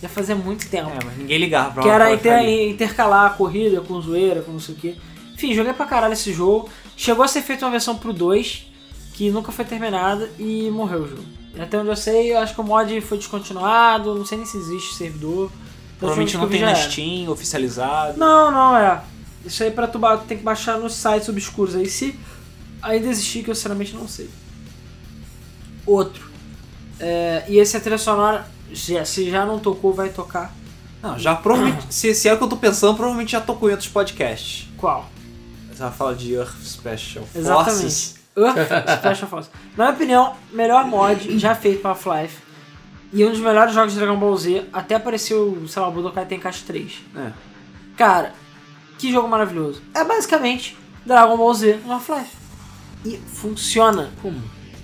já fazia muito tempo. É, mas ninguém ligava pra Que era Half-Life inter- Rally. intercalar a corrida com zoeira, com não sei o que. Enfim, joguei pra caralho esse jogo. Chegou a ser feita uma versão pro 2, que nunca foi terminada e morreu o jogo. E Até onde eu sei, eu acho que o mod foi descontinuado, não sei nem se existe servidor. Então, os Provavelmente jogos que não eu vi tem já na era. Steam oficializado. Não, não, é. Isso aí pra tu ba- tem que baixar nos sites obscuros aí. Se ainda existir, que eu sinceramente não sei. Outro. É, e esse é a trilha sonora, já- se já não tocou, vai tocar. Não, já provavelmente. se, se é o que eu tô pensando, provavelmente já tocou em outros podcasts. Qual? Você vai falar de Earth Special Exatamente. Forces. Earth Special Force. Na minha opinião, melhor mod já feito pra Half-Life. E um dos melhores jogos de Dragon Ball Z. Até apareceu, sei lá, o Budokai Tenkaichi 3. É. Cara, que jogo maravilhoso. É basicamente Dragon Ball Z no Half-Life. E funciona. Como?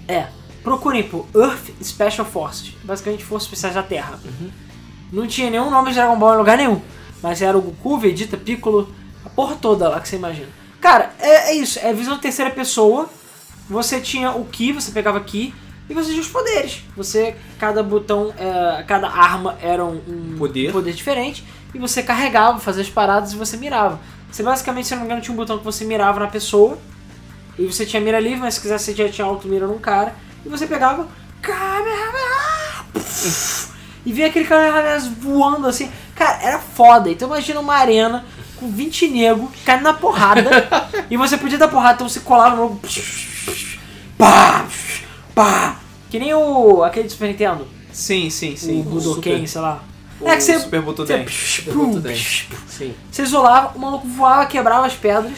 É. Procurem por Earth Special Forces. Basicamente, Forças Especiais da Terra. Não tinha nenhum nome de Dragon Ball em lugar nenhum. Mas era o Goku, Vegeta, Piccolo, a porra toda lá que você imagina. Cara, é, é isso. É visão de terceira pessoa. Você tinha o Ki, você pegava Ki. E você tinha os poderes. Você, cada botão, é, cada arma era um, um Poder. diferente. E você carregava, fazia as paradas e você mirava. Você basicamente, se eu não me engano, tinha um botão que você mirava na pessoa. E você tinha mira livre, mas se quisesse você já tinha auto-mira num cara. E você pegava. Kamehameha! Puf! E via aquele Kamehameha voando assim. Cara, era foda. Então imagina uma arena com com 20 nego caindo na porrada. e você podia dar porrada, então você colava no. Pá! Pá! Que nem o. aquele do Super Nintendo. Sim, sim, O sim. Budoken, Super. sei lá. O É que você. Super Botudem. Você, Super Butoden. Sim. você isolava, o maluco voava, quebrava as pedras.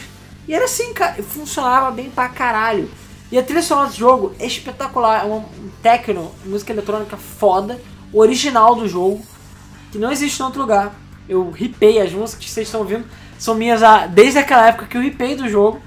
E era assim, cara. Funcionava bem pra caralho. E a trilha sonora do jogo é espetacular. É uma- um techno, música eletrônica foda, original do jogo, que não existe em outro lugar. Eu ripei as músicas que vocês estão ouvindo. São minhas ah, desde aquela época que eu ripei do jogo.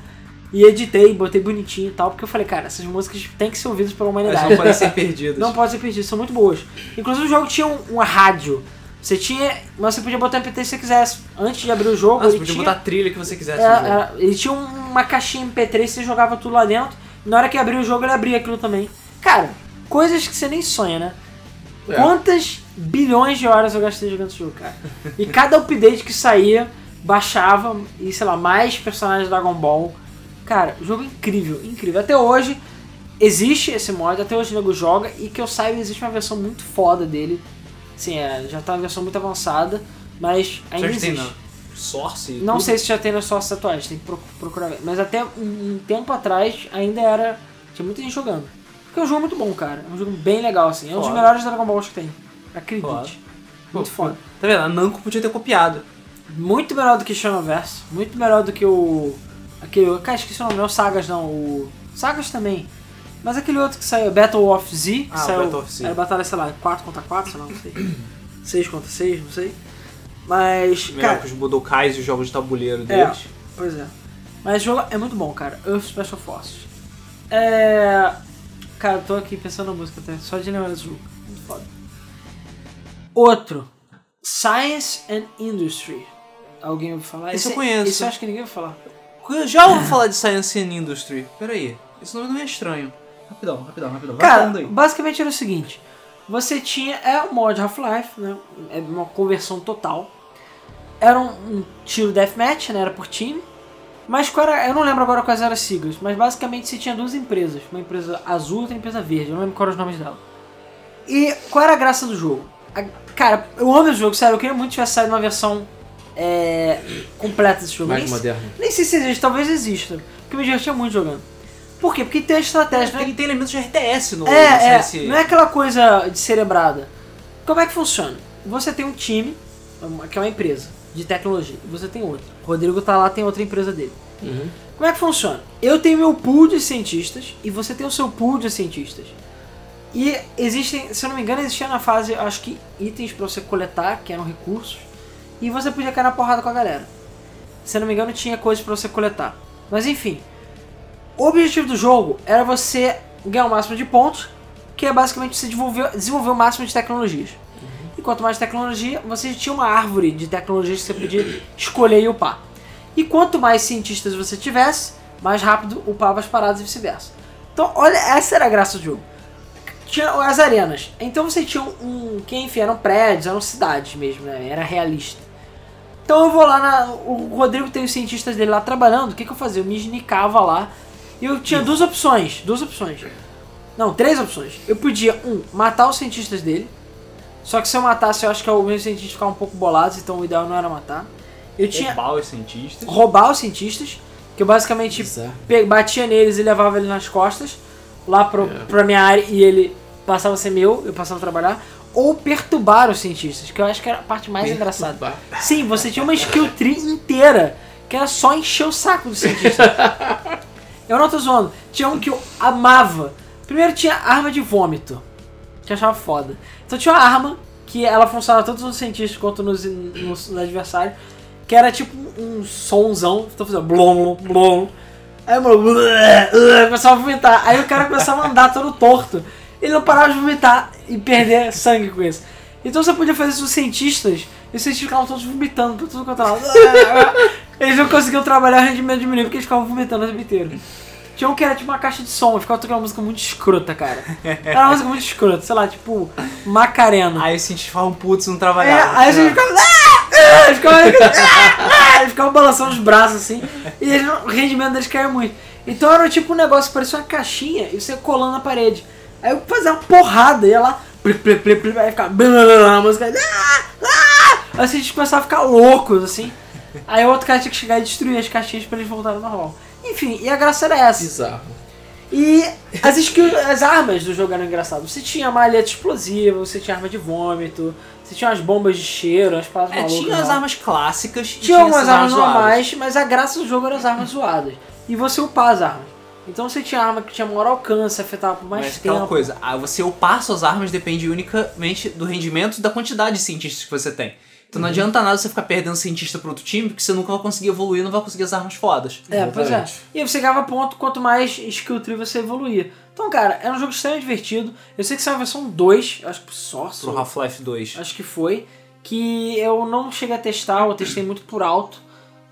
E editei, botei bonitinho e tal, porque eu falei, cara, essas músicas têm que ser ouvidas pela humanidade. Elas não podem ser perdidas. Ah, Não pode ser perdido, são muito boas. Inclusive o jogo tinha um, uma rádio. Você tinha. Mas você podia botar MP3 se você quisesse. Antes de abrir o jogo, Ah, você ele, podia tinha, botar a trilha que você quisesse. era- no jogo. era- É, ele tinha um- uma caixinha MP3, você jogava tudo lá dentro. E na hora que abria o jogo, ele abria aquilo também. Cara, coisas que você nem sonha, né? É. Quantas bilhões de horas eu gastei jogando esse jogo, cara? E cada update que saía, baixava, e sei lá, mais personagens de Dragon Ball. Cara, jogo é incrível, incrível. Até hoje existe esse mod, até hoje o nego joga, e que eu saiba, existe uma versão muito foda dele. Assim, é, já tá uma versão muito avançada, mas ainda Será que tem existe. na Source? e Não tudo? sei se já tem nas suas atuais, tem que proc- procurar ver. Mas até um, um tempo atrás ainda era. Tinha muita gente jogando. Porque é um jogo muito bom, cara. É um jogo bem legal, assim. É um dos Foda. melhores Dragon Balls que tem. Acredite. Foda. Pô, Muito foda. Tá vendo? A Namco podia ter copiado. Muito melhor do que Xenoverse. Muito melhor do que o. Aquele. Cara, esqueci o nome, não é o Sagas, não. O. Sagas também. Mas aquele outro que saiu, Battle of Z. Que Ah, saiu, Battle of Z. Era batalha, sei lá, 4 contra 4, sei lá, não sei. 6 contra 6, não sei. Mas. Melhor Cara, que os Budokais e os jogos de tabuleiro É. deles. Pois é. Mas o jogo é muito bom, cara. Earth Special Forces. É. Cara, eu tô aqui pensando na música até, só de lembrar desse jogo. Muito foda. Outro. Science and Industry. Alguém ouviu falar? Esse eu conheço. Esse eu acho que ninguém ouviu falar. Eu já ouvi falar de Science and Industry. Peraí, esse nome não é estranho. Rapidão, rapidão, rapidão. Vai Cara, falando aí. basicamente era o seguinte: você tinha. É um mod Half-Life, né? É uma conversão total. Era um, um tiro deathmatch, né? Era por time. Mas qual era, eu não lembro agora quais eram as siglas, mas basicamente você tinha duas empresas. Uma empresa azul e outra empresa verde. Eu não lembro quais eram os nomes dela. E qual era a graça do jogo? A- cara, eu amo esse jogo, sério. Eu queria muito que tivesse saído uma versão é, completa desse jogo. Mais nem, moderno. nem sei se existe, talvez exista. Porque eu me divertia muito jogando. Por quê? Porque tem a estratégia, né? É, Tem, tem elementos de RTS no, É, no é, Science. não é aquela coisa de cerebrada. Como é que funciona? Você tem um time, uma- que é uma empresa de tecnologia, e você tem outra. O Rodrigo tá lá, tem outra empresa dele. Uhum. Como é que funciona? Eu tenho meu pool de cientistas e você tem o seu pool de cientistas. E existem, se eu não me engano, existia na fase, acho que itens pra você coletar, que eram recursos, e você podia cair na porrada com a galera. Se eu não me engano, tinha coisas pra você coletar. Mas enfim, o objetivo do jogo era você ganhar o máximo de pontos, que é basicamente você desenvolver, desenvolver o máximo de tecnologias. E quanto mais tecnologia, você tinha uma árvore de tecnologias que você podia escolher e upar. E quanto mais cientistas você tivesse, mais rápido upava as paradas e vice-versa. Então, olha, essa era a graça do jogo. Tinha as arenas. Então você tinha um. um- Que enfim, eram prédios, eram cidades mesmo, né? Era realista. Então eu vou lá na. O Rodrigo tem os cientistas dele lá trabalhando. O que, que eu fazia? Eu me esnicava lá. E eu tinha duas opções. Duas opções. Não, três opções. Eu podia, um, matar os cientistas dele. Só que se eu matasse, eu acho que alguns cientistas ficavam um pouco bolados, então o ideal não era matar. Eu tinha Roubar os cientistas. roubar os cientistas, que eu basicamente Bizarro. pe- batia neles e levava ele nas costas, lá pro, É. pra minha área, e ele passava a ser meu, eu passava a trabalhar, ou perturbar os cientistas, que eu acho que era a parte mais engraçada. Perturbar. Sim, você tinha uma skill tree inteira, que era só encher o saco do cientista. eu não tô zoando, tinha um que eu amava. Primeiro tinha arma de vômito, que eu achava foda. Então tinha uma arma que ela funcionava tanto nos cientistas quanto nos, nos, nos adversários, que era tipo um sonzão, então fazia blom, blom. Aí o maluco "Ué, ué", começava a vomitar. Aí o cara começava a andar todo torto. Ele não parava de vomitar e perder sangue com isso. Então você podia fazer isso com os cientistas, e os cientistas ficavam todos vomitando por tudo quanto era lado. Eles não conseguiam trabalhar o rendimento diminuiu porque eles ficavam vomitando o tempo inteiro. Tinha um que era tipo uma caixa de som, e ficava tocando uma música muito escrota, cara. Era uma música muito escrota, sei lá, tipo Macarena. Aí os cientistas falam, putz, não É, trabalharam. aí a gente ficava. "Ah! Ah!" Eles ficavam, "Ah! Ah!" Eles ficavam balançando os braços assim. E eles não- o rendimento deles caiu muito. Então era tipo um negócio, que parecia uma caixinha e você colando na parede. Aí eu fazia uma porrada, ia lá. Plim, plim, plim, plim, aí ficava. blá, blá, blá, A música. "Ah! Ah!" Aí a gente começava a ficar loucos assim. Aí o outro cara tinha que chegar e destruir as caixinhas pra eles voltarem ao normal. Enfim, e a graça era essa. Bizarro. E as, skills, as armas do jogo eram engraçadas. Você tinha maleta explosiva, você tinha arma de vômito, você tinha umas bombas de cheiro, as paradas É, malucas. tinha as lá. armas clássicas e Tinha algumas essas armas zoadas. normais, mas a graça do jogo eram as armas zoadas. E você upar as armas. Então você tinha arma que tinha maior alcance, afetava por mais Mas aquela tempo. coisa, ah, você upar suas armas depende unicamente do rendimento e da quantidade de cientistas que você tem. Então não Uhum. adianta nada você ficar perdendo cientista pro outro time, porque você nunca vai conseguir evoluir, não vai conseguir as armas fodas. É, pois é. Exatamente. E aí você ganhava ponto quanto mais skill tree você evoluía. Então, cara, era um jogo extremamente divertido. Eu sei que saiu a versão 2, acho que Pro pro Sorcerer, Half-Life 2. acho que foi, que eu não cheguei a testar, eu testei muito por alto.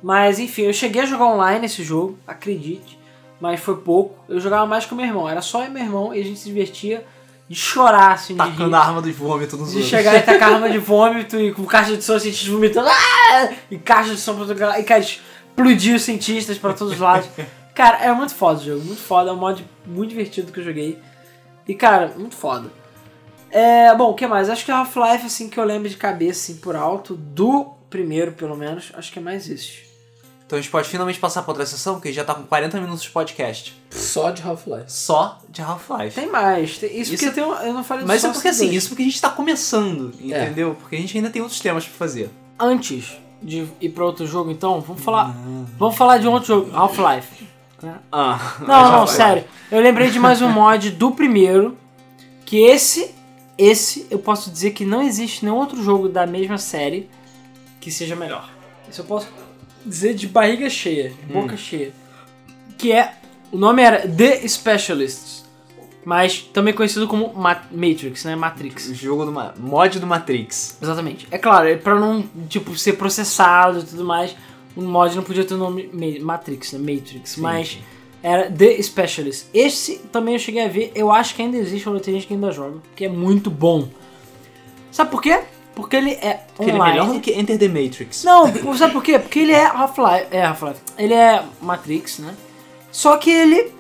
Mas, enfim, eu cheguei a jogar online esse jogo, acredite, mas foi pouco. Eu jogava mais com meu irmão, era só eu e meu irmão e a gente se divertia de chorar, assim, de rir. Tacando a arma do vômito nos De outros. chegar e tacar arma de vômito e com caixa de som, os cientistas vomitando. "Ah!" E caixa de som pra todo lado. E, cara, explodiu os cientistas pra todos os lados. Cara, é muito foda o jogo, muito foda. É um mod muito divertido que eu joguei. E, cara, muito foda. É, bom, o que mais? Acho que Half-Life, assim, que eu lembro de cabeça, assim, por alto, do primeiro, pelo menos, acho que é mais isso. Então a gente pode finalmente passar pra outra sessão, porque já tá com 40 minutos de podcast. Só de Half-Life. Só de Half-Life. Tem mais. tem- isso, Isso- porque eu, tenho, eu não falei do Mas é Source porque assim, 2. isso porque a gente tá começando, É. entendeu? Porque a gente ainda tem outros temas pra fazer. Antes de ir pra outro jogo, então, vamos falar... Vamos falar de um outro jogo, Half-Life. Ah, Não, já não, foi. sério. Eu lembrei de mais um mod do primeiro. Que esse, esse, eu posso dizer que não existe nenhum outro jogo da mesma série que seja melhor. Isso eu posso dizer de barriga cheia, de boca cheia. Que é. O nome era The Specialists. Mas também conhecido como Ma- Matrix, né? Matrix. O jogo do Ma- mod do Matrix. Exatamente. É claro, é pra não, tipo, ser processado e tudo mais, o mod não podia ter o nome Ma- Matrix, né? Matrix, mas era The Specialist. Esse também eu cheguei a ver, eu acho que ainda existe, ou tem gente que ainda joga, que é muito bom. Sabe por quê? Porque ele é Porque ele é online. melhor do que Enter the Matrix. Não, sabe por quê? Porque ele é Half-Life. É Half-Life. Ele é Matrix, né? Só que ele.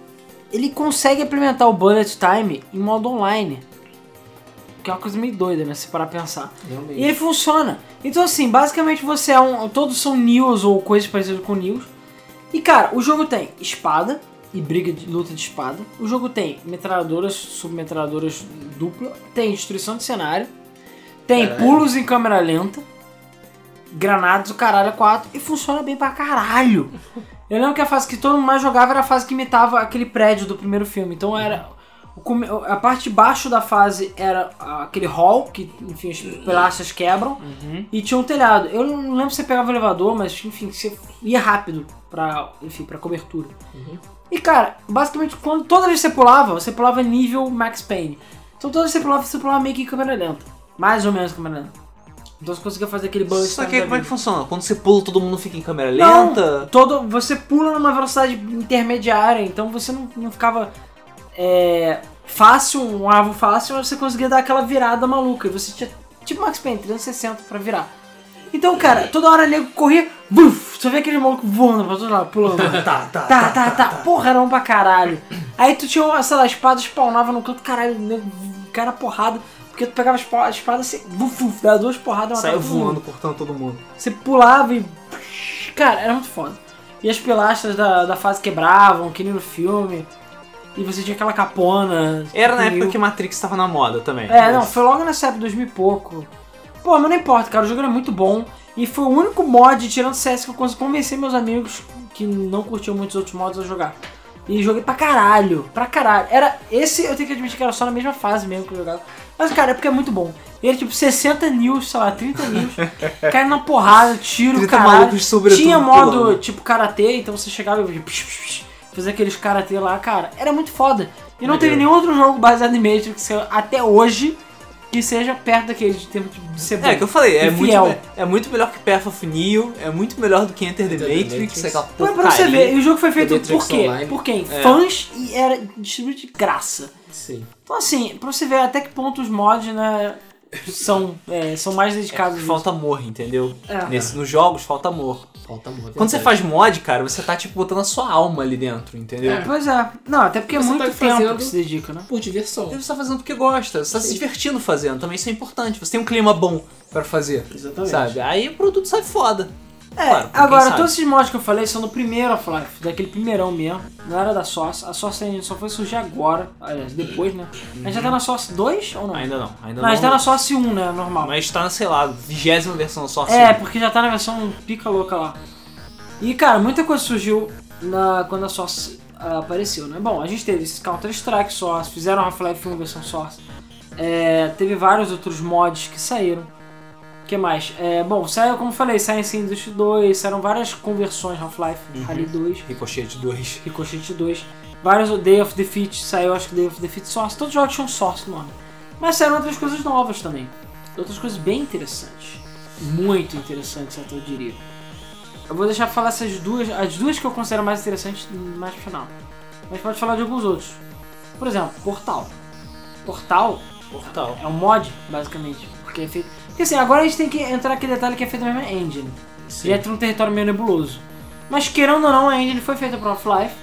Ele consegue implementar o Bullet Time em modo online. Que é uma coisa meio doida, né? Se parar pra pensar. Realmente. E ele funciona. Então, assim, basicamente você é um. Todos são News ou coisas parecidas com News. E, cara, o jogo tem espada e briga de luta de espada. O jogo tem metralhadoras, submetralhadoras dupla. Tem destruição de cenário. Tem Caralho. pulos em câmera lenta. Granadas, o caralho, é 4. E funciona bem pra caralho. Eu lembro que a fase que todo mundo mais jogava era a fase que imitava aquele prédio do primeiro filme. Então era. o come- A parte de baixo da fase era aquele hall, que, enfim, os pilastras quebram. Uhum. E tinha um telhado. Eu não lembro se você pegava o elevador, mas, enfim, você ia rápido pra, enfim, pra cobertura. Uhum. E, cara, basicamente, quando, toda vez que você pulava, você pulava nível Max Payne. Então toda vez que você pulava, você pulava meio que em câmera lenta. Mais ou menos câmera lenta. Então você conseguia fazer aquele bug. Só que aí como é que funciona? Quando você pula, todo mundo fica em câmera Não. lenta? todo você pula numa velocidade intermediária, então você não, não ficava é, fácil, um alvo fácil, mas você conseguia dar aquela virada maluca. E você tinha tipo Max Payne 360 pra virar. Então, É. cara, toda hora nego corria, buf, só vê aquele maluco voando pra todos lados, pulando. Tá, tá, Tá, tá, tá. Porra, não pra caralho. Aí tu tinha, uma, sei lá, a espada spawnava no canto, caralho, nego, cara porrada. Porque tu pegava a espa- a espada, você, buf, buf, dava duas porradas, tá. matava Saiu Tá todo mundo. voando, cortando todo mundo. Você pulava e. Cara, era muito foda. E as pilastras da, da fase quebravam, que nem no filme. E você tinha aquela capona. Era na vinil. época que Matrix tava na moda também. É, não, foi logo nessa época, 2000 e pouco. Pô, mas não importa, cara, o jogo era muito bom. E foi o único mod, tirando CS, que eu consegui convencer meus amigos que não curtiam muitos outros mods a jogar. E joguei pra caralho, pra caralho. Era, esse eu tenho que admitir que era só na mesma fase mesmo que eu jogava. Mas, cara, é porque é muito bom. E era tipo 60 news, sei lá, 30 news. caindo na porrada, tiro, 30 caralho. malucos sobretudo Tinha modo pulando. tipo karatê, então você chegava e psh, psh, psh, fazia aqueles karatê lá, cara. Era muito foda. E não teve nenhum outro jogo baseado em Matrix até hoje que seja perto daquele de tempo de ser bom. É, que eu falei, é E muito, fiel. me- é muito melhor que Path of Neo, é muito melhor do que Enter the Enter the Matrix, Matrix. aquela Mas porcaria. pra você ver, e o jogo foi feito Matrix por quê? Online. Por quem? É. Fãs e era distribuído de graça. Sim. Então assim, pra você ver até que ponto os mods, né, são, é, são mais dedicados. nisso. Falta amor, entendeu? É. Nesse, nos jogos, falta amor. Falta muito. Quando você faz mod, cara, você tá, tipo, botando a sua alma ali dentro, entendeu? É. Pois é. Não, até porque é Você muito tá tempo fazendo- que se dedica, né? Por diversão. Você tá fazendo porque gosta, você tá se divertindo fazendo, também isso é importante. Você tem um clima bom pra fazer, Exatamente. sabe? Aí o produto sai foda. É, Claro, quem agora, sabe? todos esses mods que eu falei são do primeiro Half-Life, daquele primeirão mesmo, não era da Source. A Source ainda só foi surgir agora, aliás, depois, né? A gente já tá na Source 2 ou não? Ainda não, ainda não, a gente tá não. na Source 1, né? Normal. Mas tá, sei lá, vigésima versão assim. da Source. É, porque já tá na versão pica louca lá. E, cara, muita coisa surgiu na, quando a Source ah, apareceu, né? Bom, a gente teve esse Counter-Strike Source, fizeram Half-Life 1 versão Source. É, teve vários outros mods que saíram. O que mais? É, bom, saiu, como eu falei, Science Industry 2, saíram várias conversões Half-Life, Ali 2, Ricochete 2. Ricochet 2, vários o Day of Defeat, saiu acho que Day of Defeat Source, todos os jogos tinham Source no nome. Mas saíram outras coisas novas também. Outras coisas bem interessantes. Muito interessantes, até eu diria. Eu vou deixar falar essas duas, as duas que eu considero mais interessantes mais pro final. Mas pode falar de alguns outros. Por exemplo, Portal. Portal Portal. é um mod, basicamente. Porque é feito. Porque assim, agora a gente tem que entrar naquele detalhe que é feito na mesma engine. Sim. Já entra num território meio nebuloso. Mas querendo ou não, a engine foi feita pro Half-Life.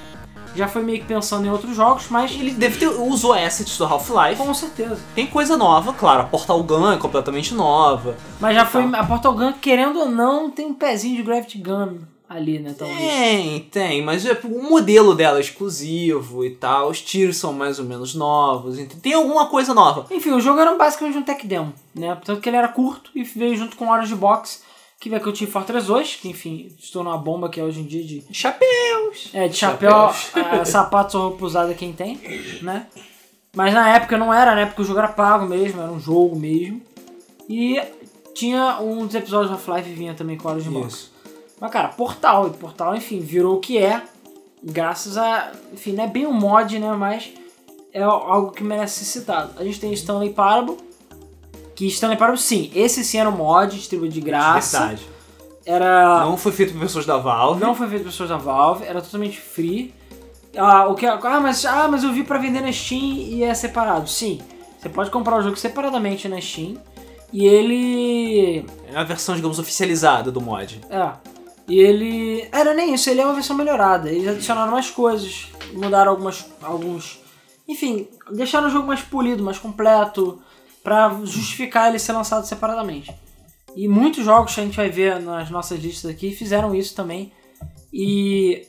Já foi meio que pensando em outros jogos, mas Ele deve ter usou assets do Half-Life. com certeza. Tem coisa nova, claro. A Portal Gun é completamente nova. Mas já foi. A Portal Gun, querendo ou não, tem um pezinho de Gravity Gun ali, né? Talvez. Tem, tem, mas é- o modelo dela é exclusivo e tal. Os tiros são mais ou menos novos. Então, tem alguma coisa nova. Enfim, o jogo era basicamente um tech demo, né? Portanto que ele era curto e veio junto com horas de box, que veio com o Team Fortress 2, que enfim, se tornou a bomba que é hoje em dia de Chapéus! É, de chapéu, a- sapatos ou roupa usada quem tem, né? Mas na época não era, né? Porque o jogo era pago mesmo, era um jogo mesmo. E tinha um dos episódios do Half-Life vinha também com horas de box. Isso. Mas cara, Portal, e Portal, enfim, virou o que é, graças a. Enfim, não é bem um mod, né? Mas é algo que merece ser citado. A gente tem Stanley Parable, que Stanley Parable, sim, esse sim era um mod, distribuído de graça. Verdade. Era. Não foi feito por pessoas da Valve. Não foi feito por pessoas da Valve, era totalmente free. Ah, o que, ah, mas, ah, mas eu vi pra vender na Steam e é separado. Sim, você pode comprar o jogo separadamente na Steam e ele. É a versão, digamos, oficializada do mod. É. E ele. Era nem isso, ele é uma versão melhorada. Eles adicionaram mais coisas, mudaram algumas. alguns. Enfim, deixaram o jogo mais polido, mais completo, pra justificar ele ser lançado separadamente. E muitos jogos que a gente vai ver nas nossas listas aqui fizeram isso também. E.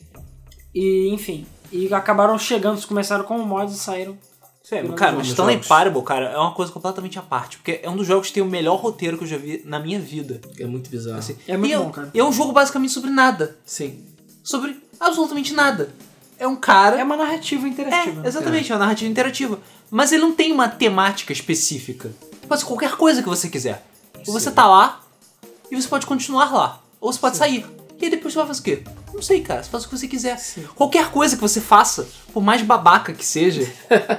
E, enfim. E acabaram chegando, começaram como mods e saíram. Sério, Pelo é, cara, mas menos nos Stanley jogos. Parable, cara, é uma coisa completamente à parte. Porque é um dos jogos que tem o melhor roteiro que eu já vi na minha vida. É muito bizarro. Assim, É muito e bom, cara. E é um jogo basicamente sobre nada. Sim. Sobre absolutamente nada. É um cara. É uma narrativa interativa. É, exatamente, é uma narrativa interativa. Mas ele não tem uma temática específica. Pode ser qualquer coisa que você quiser. Ou você tá lá e você pode continuar lá. Ou você pode sair. E aí depois você vai fazer o quê? Não sei, cara. Você faz o que você quiser. Qualquer coisa que você faça, por mais babaca que seja,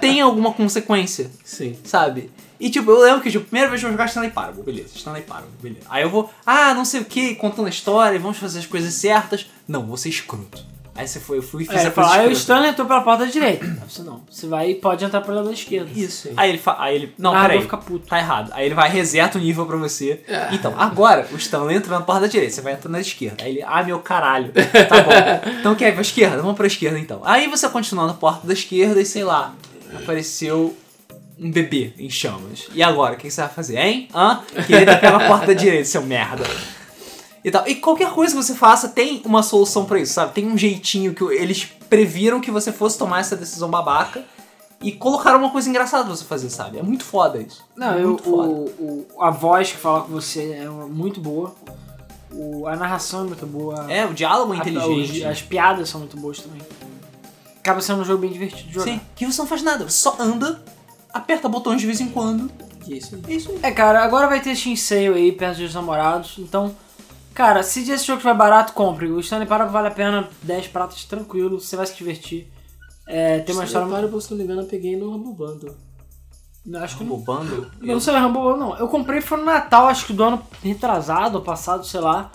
tem alguma consequência Sim. sabe? E tipo, eu lembro que tipo, a primeira vez que eu jogar Stanley Parable, beleza, Stanley Parable, beleza. Aí eu vou, ah, não sei o que, contando a história, vamos fazer as coisas certas. Não, vou ser escroto. Aí você foi, eu fui e fiz É, a ele coisa fala, ah, o escrota. Stanley entrou pela porta da direita. Você não. Você vai e pode entrar pela da esquerda. Isso. Aí ele fala, aí ele, não, Ah, peraí, vou ficar puto. tá errado. Aí ele vai, reseta o nível pra você. Então, agora, o Stanley entra na porta da direita, você vai entrar na esquerda. Aí ele, ah, meu caralho, tá bom. Então quer ir pra esquerda? Vamos pra esquerda então. Aí você continua na porta da esquerda e sei lá, apareceu um bebê em chamas. E agora, o que você vai fazer, hein? Hã? Queria ir pela porta da direita, seu merda. E, tal. e qualquer coisa que você faça tem uma solução pra isso, sabe? Tem um jeitinho que eles previram que você fosse tomar essa decisão babaca e colocaram uma coisa engraçada pra você fazer, sabe? É muito foda isso. Não, é eu, muito foda. o, o- a voz que fala com você é uma- muito boa. O, a narração é muito boa. É, o diálogo é A- inteligente. os- as piadas são muito boas também. Acaba sendo um jogo bem divertido de jogar. Sim, que você não faz nada, você só anda, aperta botões de vez em quando. E é isso aí. É isso aí. É, cara, agora vai ter Shinsei aí perto dos namorados. Então, cara, se esse jogo estiver barato, compre. O Stanley Parable vale a pena 10 pratas tranquilo, você vai se divertir. É, tem uma história. Stanley Parable, se não me engano, eu peguei no Rumble Bundle. Não, acho que não. O bando. Eu Não sei, Rambo, não. Eu comprei foi no Natal, acho que do ano retrasado, ou passado, sei lá.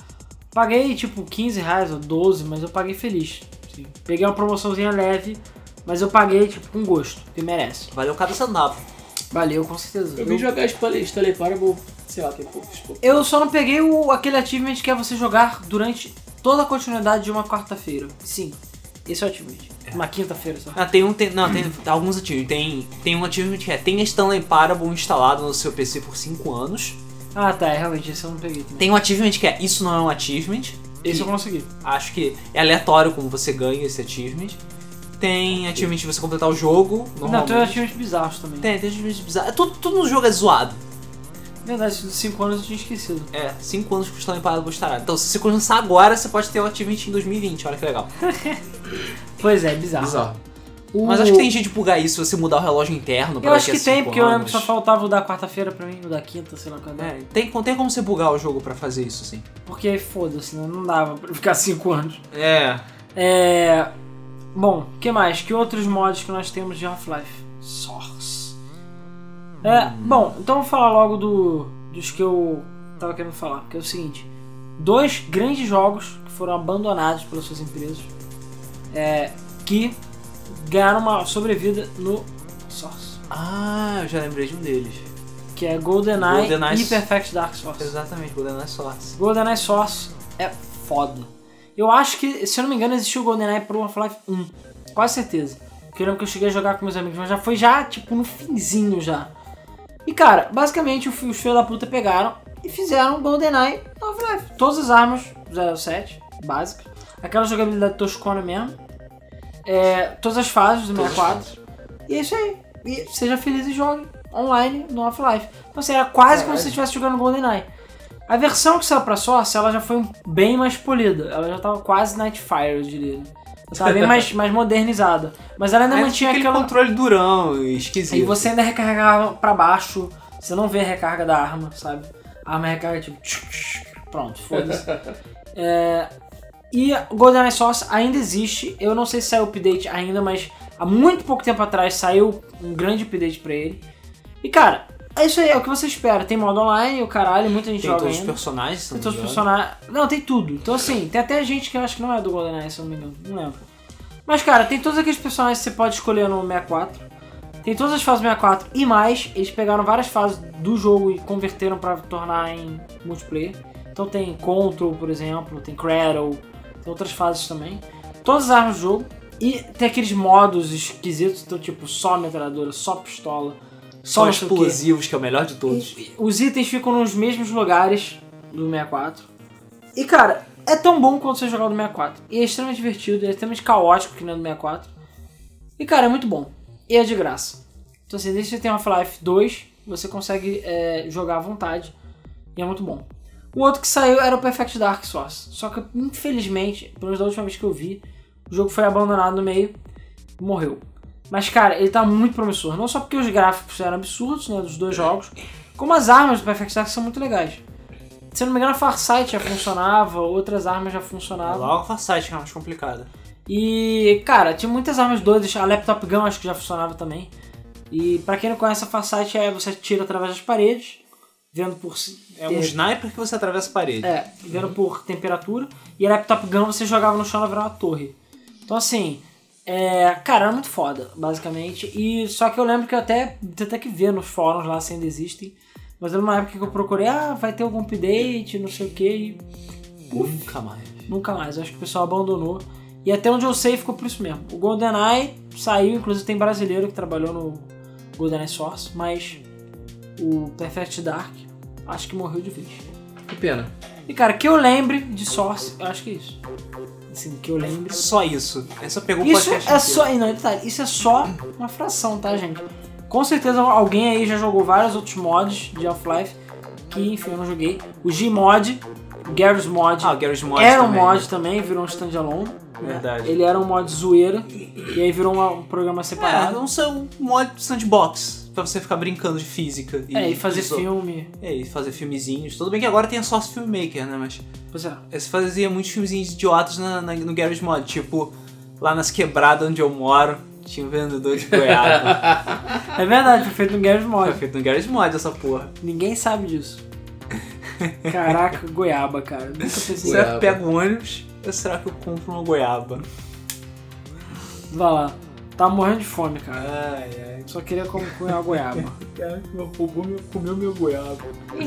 Paguei tipo 15 reais ou 12, mas eu paguei feliz. Sim. Peguei uma promoçãozinha leve, mas eu paguei tipo com gosto, que merece. Valeu cada centavo. Valeu, com certeza. Eu vim Eu, jogar Stanley Stanley Parable, sei lá, tem poucos. poucos. eu só não peguei o, aquele achievement que é você jogar durante toda a continuidade de uma quarta-feira. Sim, esse é o achievement. Uma quinta-feira só. Ah, tem um. Tem, não, tem alguns ativos. Tem, tem um ativo que é. Tem a Stanley Parable instalado no seu PC por 5 anos. Ah, tá, é, realmente, esse eu não peguei também. Tem um achievement que é Isso Não É um Achievement. que- Esse eu consegui. acho que é aleatório como você ganha esse achievement. Tem achievement de você completar o jogo, Não, tem uns normalmente. times bizarros também. Tem, tem achievement bizarro. Tudo, tudo no jogo é zoado. Verdade, isso dos 5 anos eu tinha esquecido. É, 5 anos custando em parada Bustarada. Então, se você começar agora, você pode ter o achievement em 2020, olha que legal. Pois é, bizarro. Bizarro. O- Mas acho que tem gente bugar isso, se você mudar o relógio interno pra Eu acho daqui que a tem, cinco porque eu lembro anos. que só faltava o da quarta-feira pra mim, o da quinta, sei lá quando é. É, tem, tem como você bugar o jogo pra fazer isso, assim. Porque aí foda-se, né? não dava pra ficar 5 anos. É. É. Bom, que mais? Que outros mods que nós temos de Half-Life? Source. É, Hum. bom, então vou falar logo do, dos que eu tava querendo falar, que é o seguinte: dois grandes jogos que foram abandonados pelas suas empresas é, que ganharam uma sobrevida no Source, Ah, eu já lembrei de um deles. que é GoldenEye, GoldenEye e Perfect Dark Source. Exatamente, é GoldenEye Source. GoldenEye Source é foda. Eu acho que, se eu não me engano, existiu o GoldenEye pro Half-Life 1. Quase certeza. Porque eu lembro que eu cheguei a jogar com meus amigos, mas já foi já, tipo, no finzinho já. E, cara, basicamente o fi- os filhos da puta pegaram e fizeram o GoldenEye no Half-Life. Todas as armas 07, básicas. Aquela jogabilidade toscona mesmo. É, todas as fases do 64. E é isso aí. E seja feliz e jogue online no Half-Life. Então, assim, era quase como se você estivesse jogando GoldenEye. A versão que saiu pra Source, ela já foi um bem mais polida. Ela já tava quase Nightfire, eu diria. Ela tava bem mais, mais modernizada. Mas ela ainda Aí mantinha fica aquele aquela... controle durão e esquisito. E você ainda recarregava pra baixo, você não vê a recarga da arma, sabe? A arma recarga tipo. tch, tch, Pronto, foda-se. É, e GoldenEye Source ainda existe. Eu não sei se saiu update ainda, mas há muito pouco tempo atrás saiu um grande update pra ele. E cara, é isso aí, é o que você espera. Tem modo online, o caralho, muita gente tem joga todos os ainda. personagens, se não Tem me todos os engano. personagens. Não, tem tudo. Então assim, tem até gente que eu acho que não é do GoldenEye, se eu não me engano. Não lembro. Mas cara, tem todos aqueles personagens que você pode escolher no 64. Tem todas as fases do 64 e mais. Eles pegaram várias fases do jogo e converteram pra tornar em multiplayer. Então tem Control, por exemplo, tem Cradle, tem outras fases também. Todas as armas do jogo. E tem aqueles modos esquisitos, então tipo só metralhadora, só pistola, só Só não sei o quê. explosivos, que é o melhor de todos. Os itens ficam nos mesmos lugares do 64. E cara, é tão bom quanto você jogar o do 64. E é extremamente divertido, é extremamente caótico que nem o do 64. E cara, é muito bom. E é de graça. Então assim, desde que você tem Half-Life 2, você consegue é, jogar à vontade. E é muito bom. O outro que saiu era o Perfect Dark Source. Só que, infelizmente, pelo menos da última vez que eu vi, o jogo foi abandonado no meio e morreu. Mas, cara, ele tá muito promissor. Não só porque os gráficos eram absurdos, né, dos dois jogos, como as armas do Perfect Dark são muito legais. Se eu não me engano, a Farsight já funcionava, outras armas já funcionavam. Logo a site que é mais complicada. E, cara, tinha muitas armas doidas. A Laptop Gun acho que já funcionava também. E pra quem não conhece, a Farsight é você tira através das paredes, vendo por... si- É um sniper que você atravessa a parede. é, vendo por temperatura. E a laptop gun você jogava no chão, ela virava uma torre. Então assim, é, cara, era muito foda, basicamente. E só que eu lembro que eu até tenho até que ver nos fóruns lá se ainda existem. Mas era uma época que eu procurei, ah, vai ter algum update, não sei o que, e Nunca mais. nunca mais. Eu acho que o pessoal abandonou. E até onde eu sei ficou por isso mesmo. O GoldenEye saiu, inclusive tem brasileiro que trabalhou no GoldenEye Source, mas o Perfect Dark acho que morreu de vez. Que pena. E cara, que eu lembre de Source, eu acho que é isso. Assim, que eu lembre. Só isso. Essa pegou o Isso podcast é inteiro. só. e Não, detalhe, isso é só uma fração, tá, gente? Com certeza alguém aí já jogou vários outros mods de Half-Life que, enfim, eu não joguei. O Gmod, o Garry's Mod, Ah, o Garry's Mod era um também, mod né? também, virou um standalone. né? Verdade. Ele era um mod zoeira, e aí virou uma- um programa É, separado. não são um mod sandbox. Pra você ficar brincando de física. E, É, e fazer isso. filme. É, e fazer filmezinhos. Tudo bem que agora tem a Source Filmmaker, né? Mas Pois é. você fazia muitos filmezinhos idiotas na, na- no Garage Mod. Tipo, lá nas quebradas onde eu moro, tinha um vendedor de goiaba. É verdade, foi feito no Garry's Mod. Foi feito no Garage Mod essa porra. Ninguém sabe disso. Caraca, goiaba, cara. Nunca pensei Será que Goiaba. eu pego um ônibus ou será que eu compro uma goiaba? Vai lá. Tá morrendo de fome, cara. Ai, ai. Só queria com- comer uma goiaba. Cara, meu robô meu- comeu meu goiaba.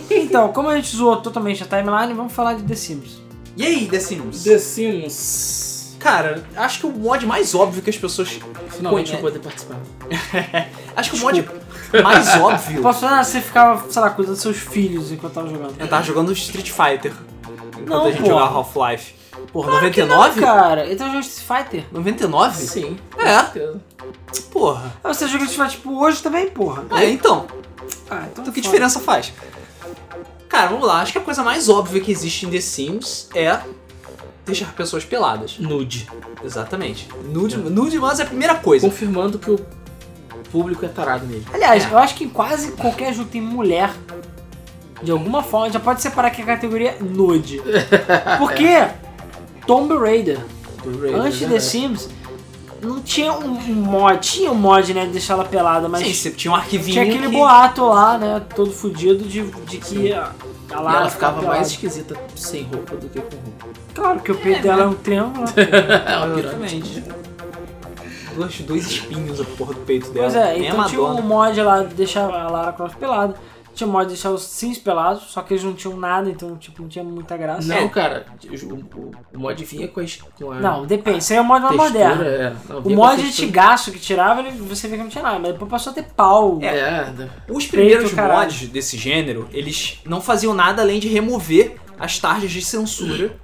Então, como a gente zoou totalmente a timeline, vamos falar de The Sims. E aí, The Sims? The Sims. Cara, acho que o mod mais óbvio que as pessoas. Finalmente conhe- eu vou poder participar. Acho que o mod mais óbvio. é Posso falar, você ficava, sei lá, cuidando dos seus filhos enquanto tava jogando. Eu tava jogando Street tá Fighter. Enquanto Não, a gente pô. jogava Half-Life. Porra, 99? Cara, então joga Street Fighter. 99? Ah, Sim, com É. certeza. Porra. Ah, você joga Street Fighter tipo hoje também, porra. É, então. Ah, então Então que foda. diferença faz? Cara, vamos lá. Acho que a coisa mais óbvia que existe em The Sims é deixar pessoas peladas. Nude. Exatamente. Nude, nude mas é a primeira coisa. Confirmando que o público é tarado mesmo. Aliás, É. eu acho que em quase qualquer jogo tem mulher. De alguma forma, já pode separar que é a categoria nude. Porque Tomb Raider, Do Raider, antes de né? The Sims, não tinha um um mod. Tinha um mod, né, de deixar ela pelada, mas Sim, você tinha um arquivinho tinha aquele que... boato lá, né, todo fudido de, de que a, a E Lara ela ficava pelada. mais esquisita sem roupa do que com roupa. Claro, porque o peito É, dela é um triângulo. É uma pirâmide. Exatamente. né? Dois, dois espinhos a porra do peito dela. Pois é, Nem a então tinha um Madonna. mod lá de deixar a Lara Croft pelada. Tinha um mod de deixar os Sims pelados, só que eles não tinham nada, então tipo, não tinha muita graça. Não, cara, o, o, o mod vinha com a, es- com a Não, depende. Isso aí é o mod mais textura, moderno. é. Não, O vinha com a mod de textura. tigaço que tirava, ele, você vê que não tinha nada. Mas depois passou a ter pau. É, né? Os primeiros Peito, caralho. mods desse gênero, eles não faziam nada além de remover as tarjas de censura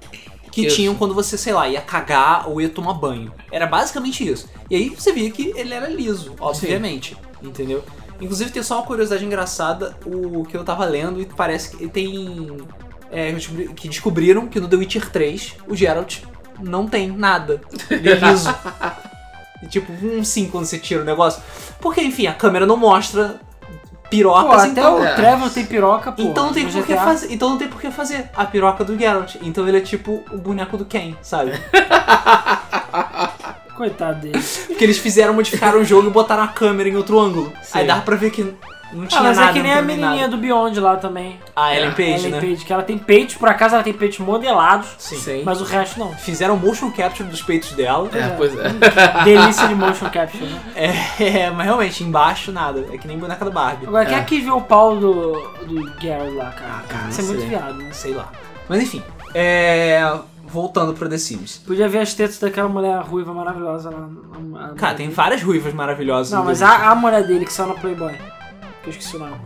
que Isso. tinham quando você, sei lá, ia cagar ou ia tomar banho. Era basicamente isso. E aí você via que ele era liso, obviamente, entendeu? Inclusive tem só uma curiosidade engraçada, o que eu tava lendo e parece que tem é, eu descobri- que descobriram que no The Witcher 3 o Geralt não tem nada. Ele é liso. E, tipo, um sim quando você tira o negócio. Porque, enfim, a câmera não mostra Pô, pirocas, até então. o Trevor tem piroca, pô. Então não, tem no por que GTA. fazer, então não tem por que fazer a piroca do Geralt. Então ele é tipo o boneco do Ken, sabe? Coitado dele. Porque eles fizeram, modificaram o jogo e botaram a câmera em outro ângulo. Sim. Aí dá pra ver que não tinha Ah, mas nada. é que não nem a tem menininha nada. do Beyond lá também. A Ellen Page, Ellen né? Page, que ela é tem peitos, por acaso ela tem peitos modelados, Sim. Sim. mas o resto não. Fizeram motion capture dos peitos dela. É, pois é. Delícia de motion capture. Né? É, mas realmente, embaixo nada. É que nem boneca da Barbie. Agora, quem É. é que viu o pau do, do Geralt lá, Ah, cara? cara, Isso é não muito sei. viado, né? Sei lá. Mas enfim, é... voltando pra The Sims. Podia ver as tetas daquela mulher ruiva maravilhosa lá. a- a- Cara, tem várias ruivas maravilhosas. Não, no mas The Sims. a, a mulher dele que saiu na Playboy. Que eu esqueci o nome.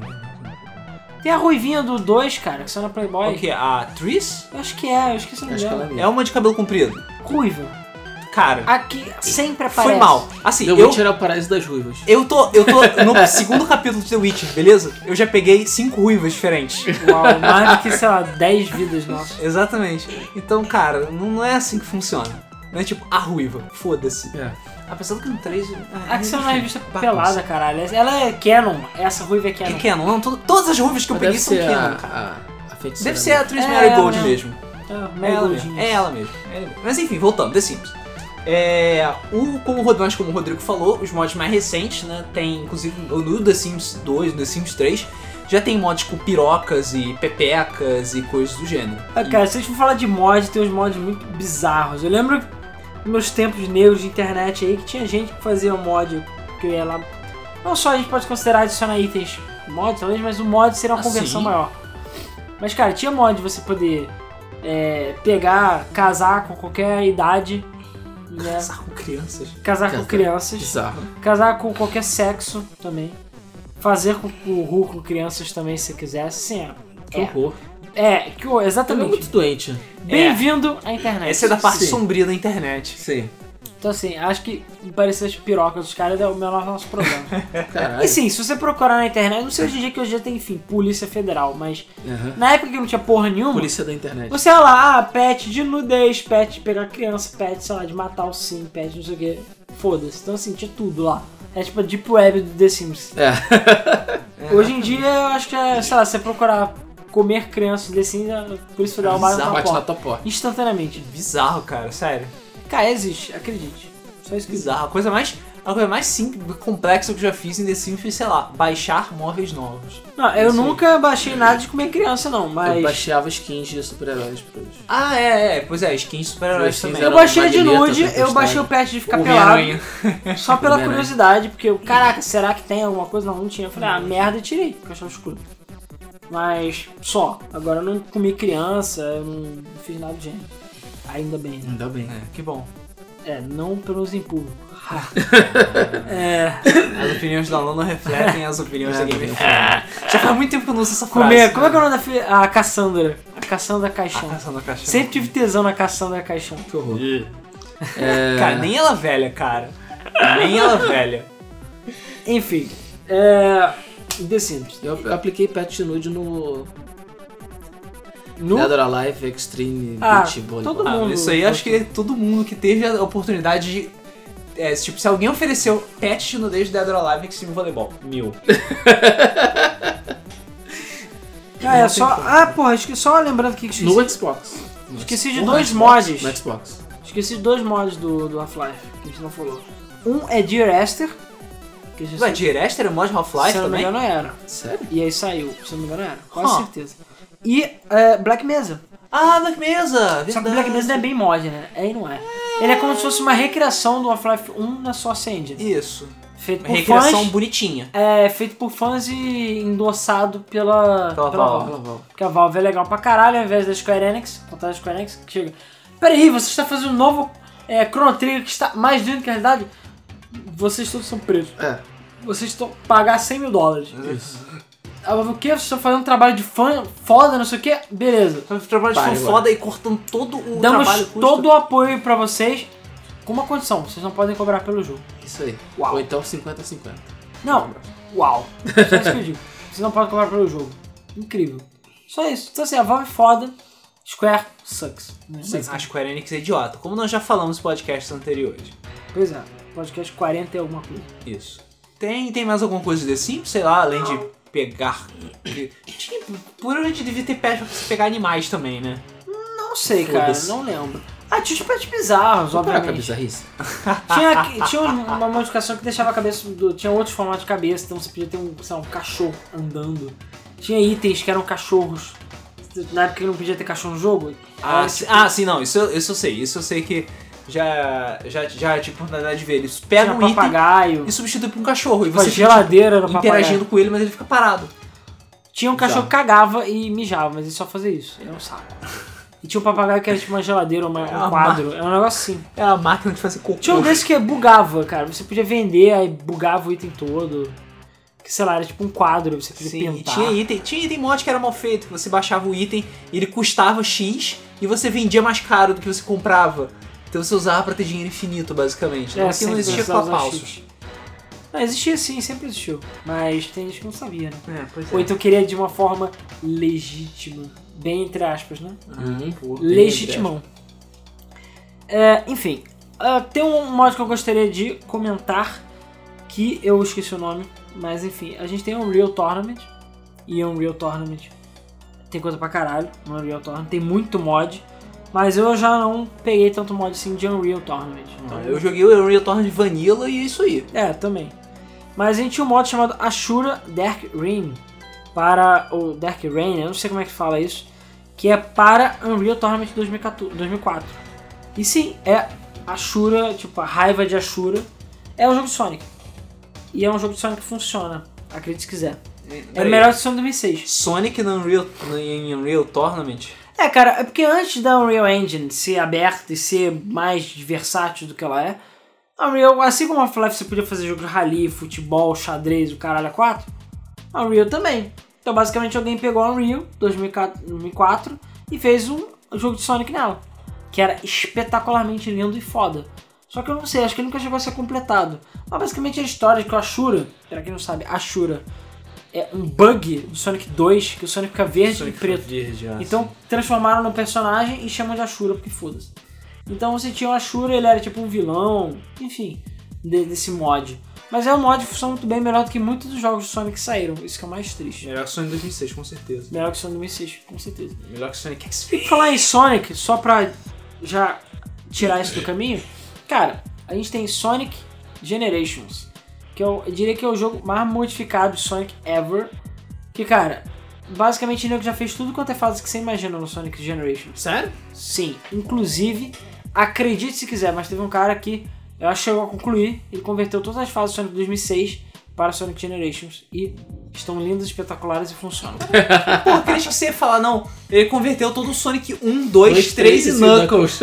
Tem a ruivinha do 2, cara, que saiu na Playboy. O que? é? A Tris? Eu acho que é, eu esqueci o nome Acho que ela dela. É uma de cabelo comprido. Ruiva. Cara, Aqui sempre aparece. é. foi mal. Assim, um- Eu eu, vou tirar o paraíso das ruivas. eu tô. Eu tô no segundo capítulo de The Witcher, beleza? Eu já peguei cinco ruivas diferentes. Uau, mais do que, sei lá, 10 vidas nossas. Exatamente. Então, cara, não não é assim que funciona. Não é tipo, a ruiva. Foda-se. É. Apesar do que no 3. A É que saiu na revista Bagunça. pelada, caralho. Ela é canon. Essa ruiva é É canon. Canon, não. todo- Todas as ruivas que eu Mas peguei deve são ser Canon, a, cara. a, a feiticeira. Deve ser a atriz É Mary ela Gold mesmo. mesmo. Ah, É ela mesmo. Goldinhas. É ela mesmo. É ela mesmo. Mas enfim, voltando, The Sims. É, o, como, o Rod- mas como o Rodrigo falou, os mods mais recentes, né? Tem, inclusive, no The Sims 2, no The Sims 3, já tem mods com pirocas e pepecas e coisas do gênero. Ah, E- cara, se a gente for falar de mod, tem uns mods muito bizarros. Eu lembro dos meus tempos negros de internet aí que tinha gente que fazia um mod que ia lá. Não só a gente pode considerar adicionar itens mod, talvez, mas o mod seria uma Ah, conversão sim. maior. Mas, cara, tinha mod de você poder é, pegar, casar com qualquer idade, né? Casar com crianças. casar com Casar. crianças, Bizarro. casar com qualquer sexo também, fazer com o Hulk com crianças também se quisesse, sim. Que É, horror. é, que- Ela é exatamente. muito doente. Bem-vindo à internet. Essa é da parte Sim. sombria da internet. Sim. Então assim, acho que parecer as pirocas dos caras é o menor nosso problema. Caralho. e sim, se você procurar na internet, não sei hoje em dia que hoje em dia tem, enfim, Polícia Federal, mas Aham. na época que não tinha porra nenhuma, Polícia da internet. você ia lá, ah, pet de nudez, pet de pegar criança, pet, sei lá, de matar o sim, pet não sei o que. Foda-se. Então assim, tinha tudo lá. É tipo a Deep Web do The Sims. É. Uhum. Hoje em dia, eu acho que é, sei lá, você procurar comer assim, criança do The Sims, a Polícia Federal bate na Bate na porta. tua porta. Instantaneamente. Bizarro, cara, sério. Cara, existe, acredite. Só isso que existe. Bizarro. A coisa mais, a coisa mais simples, complexa que eu já fiz em The Sims foi, sei lá, baixar móveis novos. Não, eu Isso aí. nunca baixei nada de comer criança, não, mas. Eu Eu, baixeava skins de super-heróis pros. Ah, é, é. Pois é, skins de super-heróis Os skins também. eram- baixei de Magneto, nude, eu Tempestade. baixei o patch de ficar Homem-Aranha. pelado. Só pela Homem-Aranha. curiosidade, porque eu, caraca, será que tem alguma coisa? Não, não tinha. Eu falei, ah, merda, eu tirei, porque eu achava escuro. Mas só. Agora eu não comi criança, eu não fiz nada de gênero. Ainda bem, né? Ainda bem. É, que bom. É, não pelo menos em público. é. As opiniões da Lana refletem as opiniões É, da Game Já faz muito tempo que eu não uso essa frase. é Comer. Como é que é o nome da filha? A Cassandra. é? Cassandra A Caixão. Cassandra Caixão. Sempre tive tesão na Cassandra Caixão. Que horror. É, Cara, nem ela velha, cara. Nem ela velha. Enfim, é... The Sims. Eu apliquei patch nude no No... Dead or Alive Extreme Ah, Beach Volleyball. todo Ah, mundo- isso aí acho que todo mundo que teve a oportunidade de. é, tipo, se alguém ofereceu patch no desde Dead or Alive Extreme Volleyball, mil. Ah, é só... Ah, porra, acho que só lembrando que esqueci, No Xbox. esqueci de No dois Xbox, mods. No Xbox. Esqueci de dois mods do, do Half-Life, que a gente não falou. Um é Dear Esther, que a gente Ué, Direst era mod Half-Life se eu não me também? engano era. Sério? E aí saiu, se eu não me engano era. Quase Huh. certeza. E é, Black Mesa. Ah, Black Mesa! Só que verdade. Black Mesa não é bem mod, né? Aí não é. Ele é como se fosse uma recriação do Half-Life 1 na Source Engine. Isso. Feito Uma por recriação fãs. bonitinha. É, feito por fãs e endossado pela, Pela Valve. Fala, Val. Porque a Valve é legal pra caralho, ao invés da Square Enix, contar a Square Enix, que chega. Peraí, você está fazendo um novo é, Chrono Trigger que está mais lindo que a realidade? Vocês todos são presos. É. Vocês estão pagar 100 mil dólares. Ah, mas o que? Vocês estão fazendo um trabalho de fã foda, não sei o que? Beleza. Os trabalhos Vai, são vai. foda e cortando todo o trabalho Damos custo. todo o apoio pra vocês com uma condição: vocês não podem cobrar pelo jogo. Isso aí. Uau. Ou então 50-50. Não, uau. Só isso que eu digo. Vocês não podem cobrar pelo jogo. Incrível. Só isso. Então assim, a Valve é foda, Square sucks. né? Sim, a Square Enix é idiota, como nós já falamos em podcasts anteriores. Pois é, podcast 40 e alguma coisa. Isso. Tem, tem mais alguma coisa desse simples, sei lá, além de pegar. de- Tinha, provavelmente devia ter patch pra você pegar animais também, né? Não sei, cara, Foda-se. não lembro. Ah, tinha os pets bizarros, Para com a obviamente. bizarrice. Tinha, tinha um- uma modificação que deixava a cabeça do. Tinha outros formatos de cabeça, então você podia ter um, sei lá, um cachorro andando. Tinha itens que eram cachorros. Na época que não podia ter cachorro no jogo. Ah, Aí, si- tipo, ah, sim, não, isso, eu- isso eu sei, isso eu sei que já, já, já tipo, tive oportunidade de ver. Eles tinha pegam um item papagaio. e substituem por um cachorro, e Uma você fica geladeira um no papagaio. interagindo com ele, mas ele fica parado. Tinha um cachorro que cagava e mijava, mas ele só fazia isso. Era um saco. E tinha um papagaio que era tipo uma geladeira, uma- É uma um quadro. Era um negócio assim. É a máquina de fazer cocô. Tinha um desses que bugava, cara. Você podia vender, aí bugava o item todo. Que sei lá, era tipo um quadro, você podia Sim, e pintar. tinha item, tinha item mod que era mal feito, que você baixava o item, ele custava X e você vendia mais caro do que você comprava. Então você usava pra ter dinheiro infinito, basicamente. É, Não, aquilo sempre não existia com precisava a usar pausos. X. Não, existia sim, sempre existiu. Mas tem gente que não sabia, né? É, pois Ou então queria de uma forma legítima. Bem entre aspas, né? Hum, pô, bem Legitimão. É, enfim, ah, tem um mod que eu gostaria de comentar que eu esqueci o nome, mas enfim, a gente tem um Real Tournament e um Real Tournament tem coisa pra caralho no Unreal Tournament, tem muito mod, mas eu já não peguei tanto mod assim de Unreal Tournament. Então, Então, eu joguei o Unreal Tournament de Vanilla e é isso aí. É, também. Mas a gente tinha um mod chamado Ashura Dark Rain para o Dark Rain, eu não sei como é que fala isso, que é para Unreal Tournament 2014 2004. E sim, é Ashura, tipo a raiva de Ashura, é um jogo de Sonic. E é um jogo de Sonic que funciona, acredite se quiser. É Peraí. melhor que o Sonic 2006. Sonic no Unreal, no, em Unreal Tournament? É, cara, é porque antes da Unreal Engine ser aberta e ser mais versátil do que ela é, a Unreal, assim como a Half-Life você podia fazer jogo de rally, futebol, xadrez, o caralho a 4, a Unreal também. Então, basicamente, alguém pegou a Unreal 2004 e fez um jogo de Sonic nela, que era espetacularmente lindo e foda. Só que eu não sei, acho que ele nunca chegou a ser completado. Mas basicamente a história de que o Ashura, pra quem não sabe, Ashura é um bug do Sonic 2, que o Sonic fica verde e preto. Verde, ah, Então transformaram no personagem e chamam de Ashura, porque foda-se. Então você tinha o Ashura, ele era tipo um vilão, enfim, de- desse mod. Mas é um mod que funciona muito bem, melhor do que muitos dos jogos de Sonic que saíram. Isso que é o mais triste. Melhor que Sonic 2006, com certeza. Melhor que Sonic 2006, com certeza. Melhor que Sonic XP. E pra falar em Sonic, só pra já tirar isso do caminho, cara, a gente tem Sonic Generations, que eu diria que é o jogo mais modificado de Sonic ever. Que, cara, basicamente ele já fez tudo quanto é fase que você imagina no Sonic Generations. Sério? Sim, inclusive, acredite se quiser, mas teve um cara que eu acho que chegou a concluir, ele converteu todas as fases do Sonic 2006 para Sonic Generations e estão lindas, espetaculares e funcionam. Pô, queria que você ia falar, não, ele converteu todo o Sonic 1, 2, 3, Dois, três e esse Knuckles.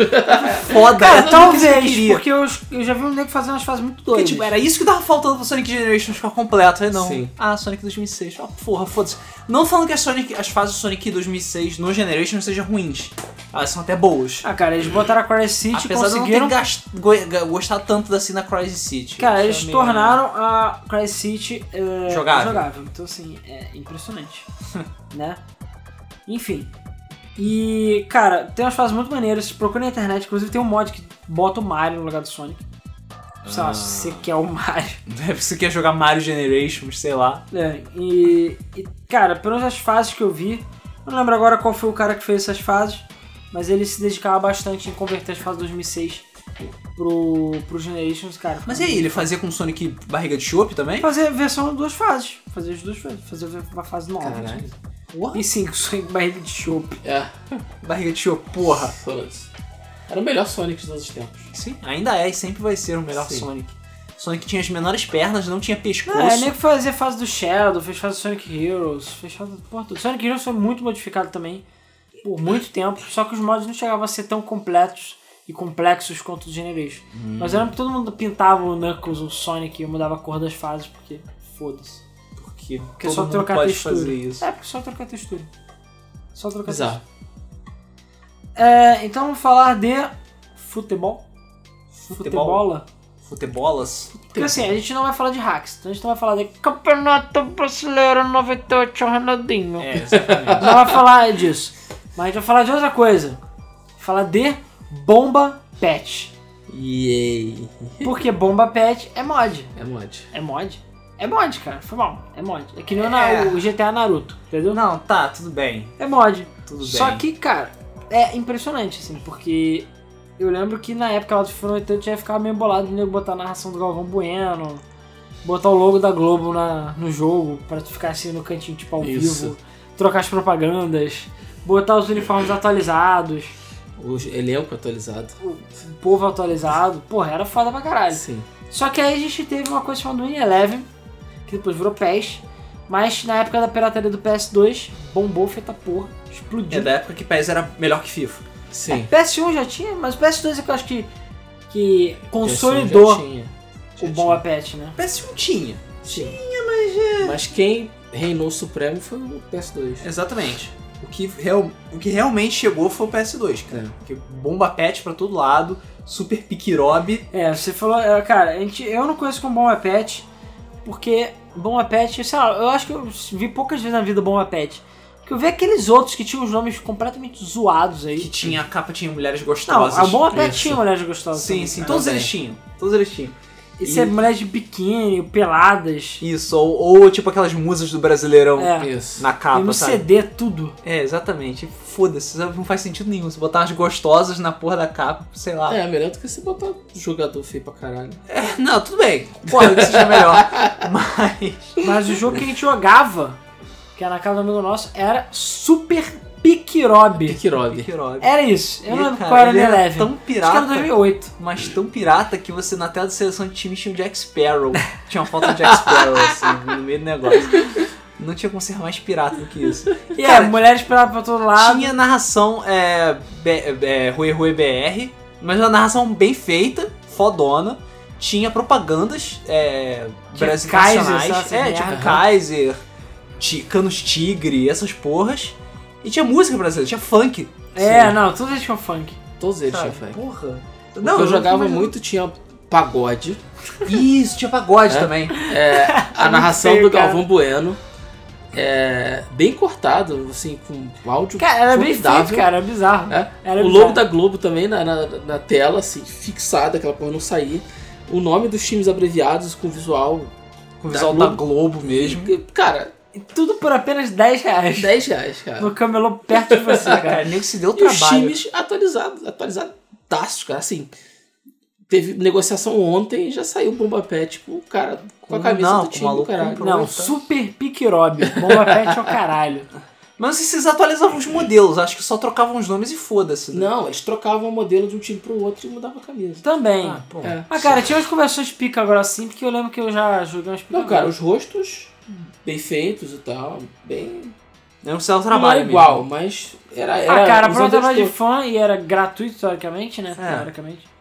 Foda, Cara, era tudo que você talvez, queria. porque eu, eu já vi um nego fazendo umas fases muito Porque, doidas. tipo, era isso que tava faltando pro Sonic Generations ficar completo. Aí não. Sim. Ah, Sonic 2006. Ah, porra, foda-se. Não falando que as, Sonic, as fases do Sonic 2006 no Generations sejam ruins. Elas são até boas. Ah, cara, eles botaram a Quarry City e Apesar de eu não ter conseguiram. gast- go- ga- gostado tanto da cena Crazy City. Cara, Isso é eles meio- tornaram a Cry City é, Jogável. Então, assim, é impressionante. né? Enfim. E, cara, tem umas fases muito maneiras. Procura na internet. Inclusive, tem um mod que bota o Mario no lugar do Sonic. Sei lá, Ah. se você quer o Mario. Se É, você quer jogar Mario Generations, sei lá. É, e, e, cara, pelas as fases que eu vi, eu não lembro agora qual foi o cara que fez essas fases, mas ele se dedicava bastante em converter as fases 2006 pro, pro Generations, cara. Mas e aí, ele fazia com Sonic barriga de chope também? Fazer versão duas fases. Fazer as duas fases. Fazer uma fase nova. Caralho. tipo. What? E sim, que sonho barriga de chope. É, Barriga de chope, porra. Sonic. Era o melhor Sonic de todos os tempos. Sim, ainda é e sempre vai ser o melhor Sim. Sonic. Sonic tinha as menores pernas, não tinha pescoço. Não, é nem que fazer fase do Shadow, fez fase do Sonic Heroes, fez fase do porra, tudo. Sonic Heroes foi muito modificado também por muito tempo, só que os mods não chegavam a ser tão completos e complexos quanto o Generation. Mas era que todo mundo pintava o Knuckles, o Sonic e eu mudava a cor das fases, porque foda-se. Porque, Porque todo é só mundo trocar pode textura. fazer isso. É, porque só trocar textura. Só trocar Bizarro. textura. É, então vamos falar de futebol. Futebola. Futebolas? Porque assim, a gente não vai falar de hacks, então a gente não vai falar de Campeonato Brasileiro 98 Ronaldinho. É, exatamente. Não vai falar disso. Mas a gente vai falar de outra coisa. Falar de bomba pet. Yay. Porque bomba pet é mod. É mod. É mod? É mod, cara. Foi mal. É mod. É que nem o Na- É. o GTA Naruto, entendeu? não, tá, tudo bem. É mod. Tudo Só bem. que, cara, é impressionante, assim, porque eu lembro que na época lá do Furo 80 eu já ficava meio bolado de nego botar a narração do Galvão Bueno, botar o logo da Globo na, no jogo, pra tu ficar assim no cantinho, tipo, ao Isso. vivo, trocar as propagandas, botar os uniformes atualizados, O elenco atualizado. o povo atualizado, porra, era foda pra caralho. Sim. Só que aí a gente teve uma coisa chamada Win Eleven, que depois virou PES, mas na época da pirataria do PS2, bombou, feita porra, explodiu. É da época que PES era melhor que FIFA. Sim. PS1 já tinha, mas o PS2 é que eu acho que, um que Já consolidou tinha. o Já Bomba Pet, né? PS1 tinha. tinha. Mas quem reinou supremo foi o PS2. Exatamente. O que, real, o que realmente chegou foi o PS2, cara. É. Porque bomba pet pra todo lado, super piquirobe. É, você falou, é, cara, a gente, eu não conheço como Bomba Pet, porque Bomba Pet, sei lá, eu acho que eu vi poucas vezes na vida Bomba Pet. Porque eu vi aqueles outros que tinham os nomes completamente zoados aí. Que tinha a capa, tinha mulheres Não, gostosas. a Bomba Pet Isso. tinha mulheres gostosas. Sim, também, sim, cara. todos Também. eles tinham. Todos eles tinham. Isso é mulheres de biquíni, peladas, Isso, ou, ou tipo aquelas musas do Brasileirão É. Isso. na Então, capa, e no sabe? CD, tudo. É, exatamente. Foda-se, sabe? não faz sentido nenhum. Você botar umas gostosas na porra da capa, sei lá. É, melhor do que você botar jogador feio pra caralho. Não, tudo bem. Concordo que seja melhor. Mas. Mas o jogo que a gente jogava, que era na casa do amigo nosso, era Super Piquirob. Piquirob. Piquirobe. Era isso. É, Eu não E, lembro cara, qual era o ele era Eleven. tão Acho que era pirata. 2008. Mas tão pirata que você na tela da seleção de time tinha o Jack Sparrow. Tinha uma foto do Jack Sparrow, assim, no meio do negócio. Não tinha como ser mais pirata do que isso. E é, Cara, mulheres peladas pra todo lado. Tinha narração é, B- é, Rui Rui BR, mas uma narração bem feita, fodona. Tinha propagandas é, Tinha brasileiras. Kaiser, nacionais. sabe, É, essas tipo merda. Kaiser, ti- Canos Tigre, essas porras. E tinha música brasileira, tinha funk. É, assim. não, todos eles tinham funk. Todos eles tinham sabe? funk. Porra. Não, eu jogava mas- muito, tinha pagode. Isso, tinha pagode É? também. É, a narração feio, do cara. Galvão Bueno. É, bem cortado, assim, com áudio. Cara, era bem formidável. feito, cara, era bizarro. É. Era bizarro. o tá- logo da Globo também na, na, na tela, assim, fixado, aquela porra não sair. O nome dos times abreviados com visual. Com o Da visual da Globo mesmo. Cara, E tudo por apenas 10 É. reais. 10 reais, cara. No camelô perto de você, cara. Cara, nego se deu E os trabalho. times atualizados, atualizadaços, cara. Assim, teve negociação ontem e já saiu o Bomba Pet com o cara com a Com- camisa não, do com o time, maluco caralho. comprou. Não, Aproveitando. super piquirob. Bomba pet é o caralho. Mas não sei se eles atualizavam os modelos, acho que só trocavam os nomes e foda-se. né? Não, eles trocavam o modelo de um time pro outro e mudavam a camisa. Também. Ah, pô. É. Mas, cara, tinha umas conversões de pica agora assim, porque eu lembro que eu já joguei umas pica. Uhum. Não, cara, os rostos bem feitos e tal, bem. Não precisava do Não era trabalho mesmo. igual, mas era. era ah, cara, pra um usando trabalho de os- fã e era gratuito, teoricamente, né? É. Teoricamente.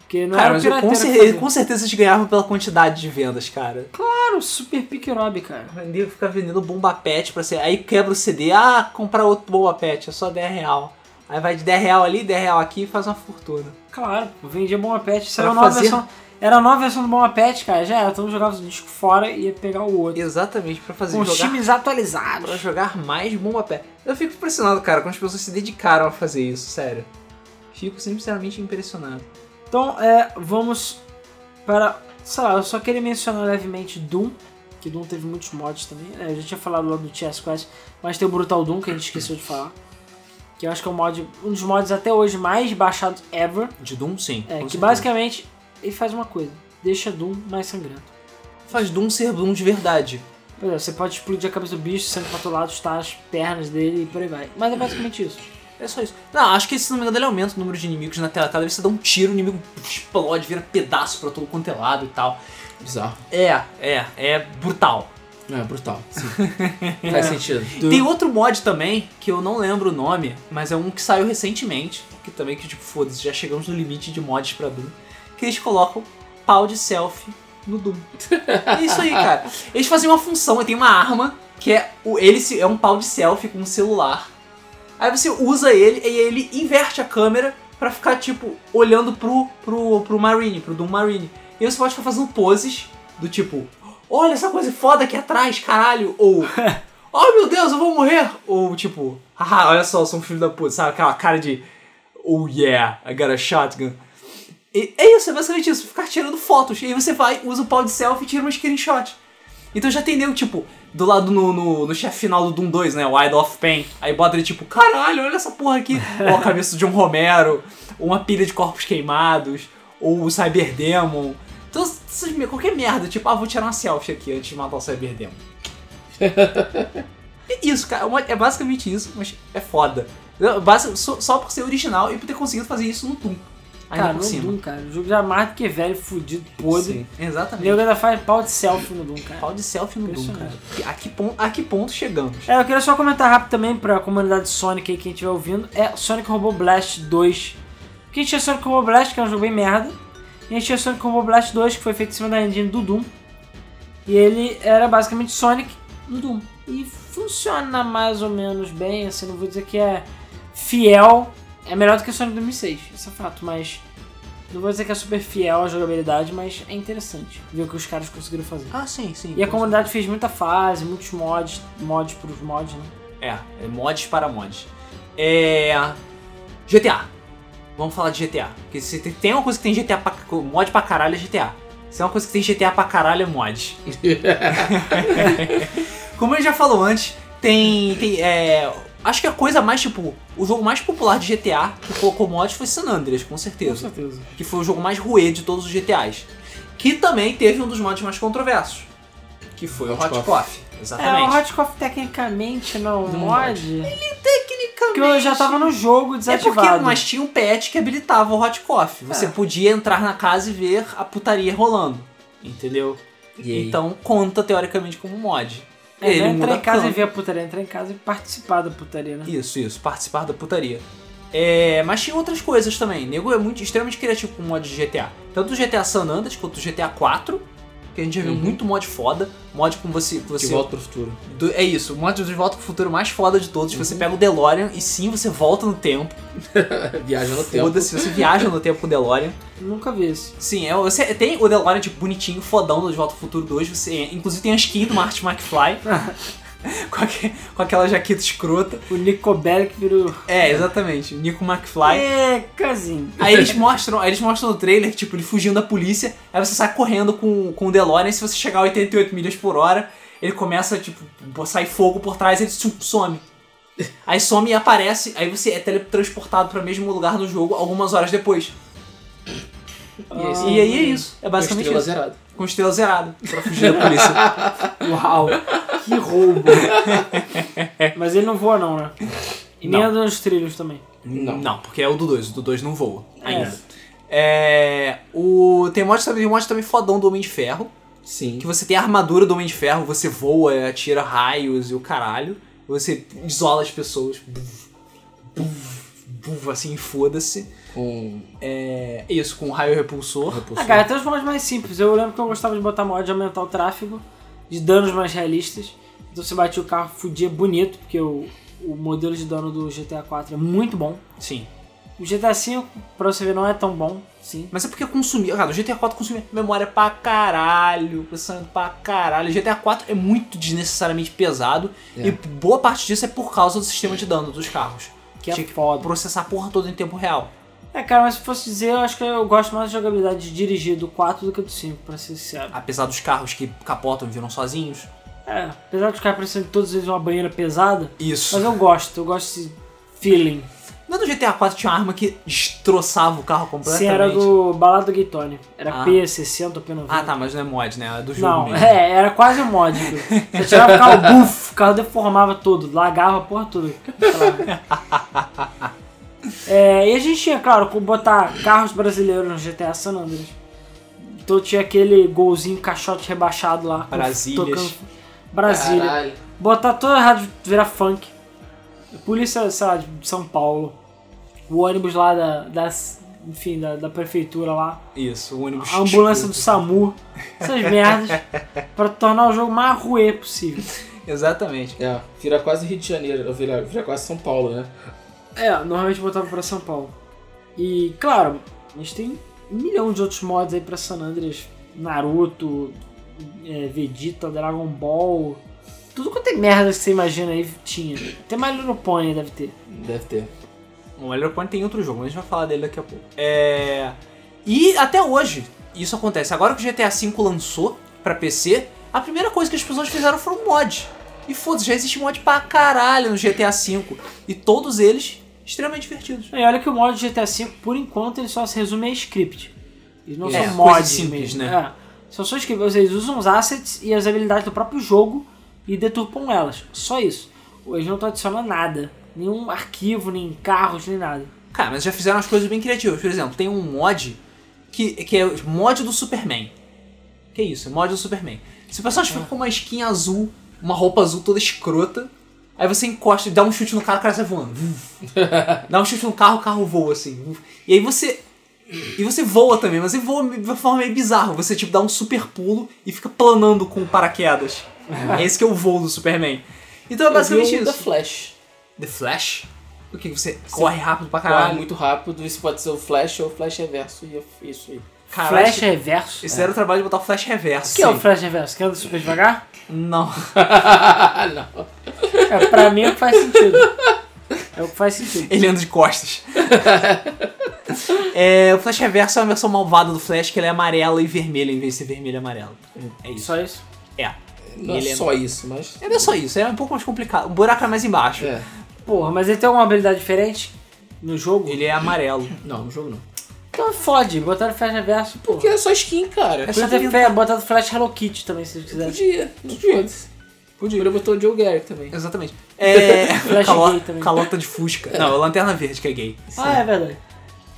Porque não Cara, era mas eu pirateiro. com, que cer- fazia. com certeza eles ganhavam pela quantidade de vendas, cara. Claro, super pique Rob, cara. Nego fica vendendo bomba pet pra ser. Aí quebra o CD, ah, comprar outro bomba pet, é só 10 real. Aí vai de 10 real ali, 10 real aqui e faz uma fortuna. Claro, pô, vendia Bom Apete. Isso Pra era a nova fazer- versão. Era a nova versão do Bom Apete, cara. Já era. Então jogava o disco fora e ia pegar o outro. Exatamente, pra fazer Com os jogar. times Pra atualizados. jogar mais bomba pet. Eu fico impressionado, cara, quando as pessoas se dedicaram a fazer isso, sério. Fico sinceramente impressionado. Então, é, vamos para. Sei lá, eu só queria mencionar levemente Doom. Que Doom teve muitos mods também. né? Eu já tinha falado lá do Chess Quest. Mas tem o Brutal Doom que a gente esqueceu de falar. Que eu acho que é um mod. Um dos mods até hoje mais baixados ever. De Doom, sim. É, com que certeza. basicamente ele faz uma coisa: deixa Doom mais sangrento. Faz Doom ser Doom de verdade. Pois é, você pode explodir a cabeça do bicho, sendo patulado, chutar as pernas dele e por aí vai. Mas é basicamente isso. É só isso. Não, acho que se não me engano ele aumenta o número de inimigos na tela. Cada vez que você dá um tiro, o inimigo explode, vira pedaço pra todo quanto é lado e tal. Bizarro. É, é, é brutal. É, brutal. Sim. Faz sentido. Tem outro mod também, que eu não lembro o nome, mas é um que saiu recentemente, que também que tipo, foda-se, já chegamos no limite de mods pra Doom, que eles colocam pau de selfie no Doom. É isso aí, cara. Eles fazem uma função, tem uma arma, que é o ele se- é um pau de selfie com um celular. Aí você usa ele e ele inverte a câmera pra ficar, tipo, olhando pro, pro, pro Marine, pro Doom Marine. E aí você pode ficar fazendo poses do tipo, olha essa coisa foda aqui atrás, caralho, ou Oh meu Deus, eu vou morrer! Ou tipo, haha, olha só, eu sou um filho da puta, sabe? Aquela cara de Oh yeah, I got a shotgun. E é isso, é basicamente isso, ficar tirando fotos. E aí você vai, usa o pau de selfie e tira um screenshot. Então já tem nego, tipo, do lado no, no, no chefe final do Doom 2, né? O Wide of Pain. Aí bota ele tipo, caralho, olha essa porra aqui. Ou a cabeça do John Romero, ou uma pilha de corpos queimados, ou o Cyberdemon. Então, essas me- qualquer merda, tipo, ah, vou tirar uma selfie aqui antes de matar o Cyberdemon. É isso, cara. é uma- É basicamente isso, mas é foda. Eu- basi- Só, só por ser original e por ter conseguido fazer isso no Doom. Ainda cara, por no cima. Doom, cara. O jogo já é mais do que velho, fudido, podre. Sim, exatamente. Nego ainda faz pau de selfie no Doom, cara. Pau de selfie no Doom, cara. Impressionante. A que, pon- a que ponto chegamos? É, eu queria só comentar rápido também pra comunidade Sonic aí, quem estiver ouvindo, é Sonic Robo Blast 2. Porque a gente tinha Sonic Robo Blast, que é um jogo bem merda. E a gente tinha Sonic Robo Blast 2, que foi feito em cima da engine do Doom. E ele era basicamente Sonic no Doom. E funciona mais ou menos bem, assim, não vou dizer que é fiel. É melhor do que Sonic 2006, isso é fato, mas... Não vou dizer que é super fiel à jogabilidade, mas é interessante ver o que os caras conseguiram fazer. Ah, sim, sim. E a comunidade fez muita fase, muitos mods, mods pros mods, né? É, é mods para mods. É. GTA. Vamos falar de GTA. Porque se tem- tem uma coisa que tem GTA pra, mod pra caralho, é GTA. Se é uma coisa que tem GTA pra caralho, é mod. Como eu já falou antes, tem. tem é, acho que a coisa mais, tipo, o jogo mais popular de GTA que colocou mod foi San Andreas, com certeza certeza. que foi o jogo mais ruê de todos os GTAs. Que também teve um dos mods mais controversos, que foi o Hot, Hot Coffee. Coffee. É, o Exatamente. Hot Coffee tecnicamente não é um Não mod. Porque Tecnicamente. eu já tava no jogo É desativado. porque, mas tinha um patch que habilitava o Hot Coffee. Você É. podia entrar na casa e ver a putaria rolando. Entendeu? E aí? Então conta teoricamente como mod. É, não é muda entrar em casa campo. e ver a putaria, entrar em casa e participar da putaria, né? Isso, isso, participar da putaria. É, mas tinha outras coisas também. Nego é muito extremamente criativo com mod de GTA. Tanto do GTA San Andreas quanto do GTA 4, que a gente já viu Uhum. muito mod foda. Mod com você. que De você volta pro futuro. do- é isso, o mod de Volta pro Futuro mais foda de todos. que Você pega o DeLorean e sim, você volta no tempo. Viaja no tempo. Foda-se, você viaja no tempo com o DeLorean. Nunca vi esse. Sim, é, você tem o DeLorean, tipo, bonitinho, fodão do De Volta ao Futuro 2. Você, é, inclusive tem a skin do Marty McFly. com, aque- com aquela jaqueta escrota. O Nico Bellic virou. É, exatamente. Nico McFly. É, casinho. Aí eles mostram, aí eles mostram no trailer, tipo, ele fugindo da polícia, aí você sai correndo com, com o DeLorean, e se você chegar a 88 milhas por hora, ele começa, tipo, sai fogo por trás, ele su- some. Aí some e aparece, aí você é teletransportado para o mesmo lugar do jogo algumas horas depois. Ah, e aí é isso, é Com basicamente estrela isso. zerada. Com estrela zerada, pra fugir da polícia. Uau. Que roubo. Mas ele não voa não, né? E nem Não. anda nos trilhos também. Não. Não, porque é o do 2, o do 2 não voa ainda. É. É, o, tem mod também, tem mod também fodão do Homem de Ferro. Sim. Que você tem a armadura do Homem de Ferro, você voa, atira raios e o caralho. Você isola as pessoas. Buf, buf, buf, assim, foda-se. Com É, isso, com raio repulsor. Ah, repulsão. cara, tem uns mods mais simples. Eu lembro que eu gostava de botar mod de aumentar o tráfego, de danos mais realistas. Então você batia o carro, fudia bonito, porque o, o modelo de dano do GTA 4 é muito bom. Sim. O GTA V, pra você ver, não é tão bom, sim. Mas é porque consumia. Cara, o GTA IV consumia memória pra caralho, processamento pra caralho. O GTA IV é muito desnecessariamente pesado. É. E boa parte disso é por causa do sistema de dano dos carros. Que é Tinha que foda. processar a porra toda em tempo real. É, cara, mas se fosse dizer, eu acho que eu gosto mais da jogabilidade de dirigir do 4 do que do 5, pra ser sincero. Apesar dos carros que capotam e viram sozinhos. É, apesar de ficar parecendo todos eles uma banheira pesada, Isso. mas eu gosto, eu gosto desse feeling. Não é do GTA IV tinha uma arma que destroçava o carro completamente? Se era do Balado Gay Tony, era Ah. P60 ou P90. Ah tá, mas não é mod, né? É do jogo Não, mesmo. é, era quase um mod. viu? Você tirava o carro, buf, o carro deformava todo, lagava a porra toda. É, e a gente tinha, claro, como botar carros brasileiros no GTA San Andreas. Então tinha aquele golzinho, caixote rebaixado lá. com- Brasílias. Brasília. Caralho. Botar toda a rádio virar funk. Polícia, sei lá, de São Paulo. O ônibus lá da, das- enfim, da, da prefeitura lá. Isso, o ônibus. A ambulância do SAMU. Essas merdas. pra tornar o jogo mais ruê possível. Exatamente. É, vira quase Rio de Janeiro, vira, vira quase São Paulo, né? É, normalmente botava pra São Paulo. E, claro, a gente tem um milhão de outros mods aí pra San Andreas. Naruto, é, Vegeta, Dragon Ball. Tudo quanto é merda que você imagina aí tinha. Até My Little Pony deve ter. Deve ter. O Aeroporto tem outro jogo, mas a gente vai falar dele daqui a pouco. É... E até hoje, isso acontece. Agora que o GTA V lançou pra PC, a primeira coisa que as pessoas fizeram foi um mod. E foda-se, já existe mod pra caralho no GTA V. E todos eles extremamente divertidos. E olha que o mod de GTA V, por enquanto, ele só se resume a script. Eles não É, são coisas mods simples, mesmo. né? É. São só scripts. Eles usam os assets e as habilidades do próprio jogo e deturpam elas. Só isso. Eles não estão adicionando nada. Nenhum arquivo, nem carros, nem nada. Cara, mas já fizeram as coisas bem criativas. Por exemplo, tem um mod que, que é o mod do Superman. Que isso, é mod do Superman. Se o personagem fica com uma skin azul, uma roupa azul toda escrota, aí você encosta e dá um chute no cara, o cara sai voando. dá um chute no carro, o carro voa assim. E aí você. E você voa também, mas você voa de uma forma meio bizarra. Você tipo dá um super pulo e fica planando com o paraquedas. É esse que é o voo do Superman. Então é basicamente Eu vi o da isso. Flash. The Flash? O que? Você corre rápido pra Caralho. caralho. é muito rápido, isso pode ser o Flash ou o Flash Reverso e é isso aí. Caralho, Flash reverso. Eles é- fizeram o trabalho de botar o flash reverso. O que é o Flash reverso? Que anda super devagar? Não. não. É, pra mim é o que faz sentido. É o que faz sentido. Ele anda de costas. É, o Flash Reverso é uma versão malvada do Flash, que ele é amarela e vermelha em vez de ser vermelho e amarelo. É isso. Só isso. É. Não é Ele é- só isso, mas. É só isso, é um pouco mais complicado. O buraco é mais embaixo. É. Porra, mas ele tem alguma habilidade diferente no jogo? Ele é amarelo. Não, no jogo não. Então fode, botaram Flash reverso, porra. Porque é só skin, cara. É só Podia ter fe- botado Flash Hello Kitty também, se vocês quiserem. Podia. Podia. Podia. Ele botou o Joe Garrick também. Exatamente. É. Flash calo- gay também. Calota de Fusca. Não, é Lanterna Verde que é gay. Ah, é verdade.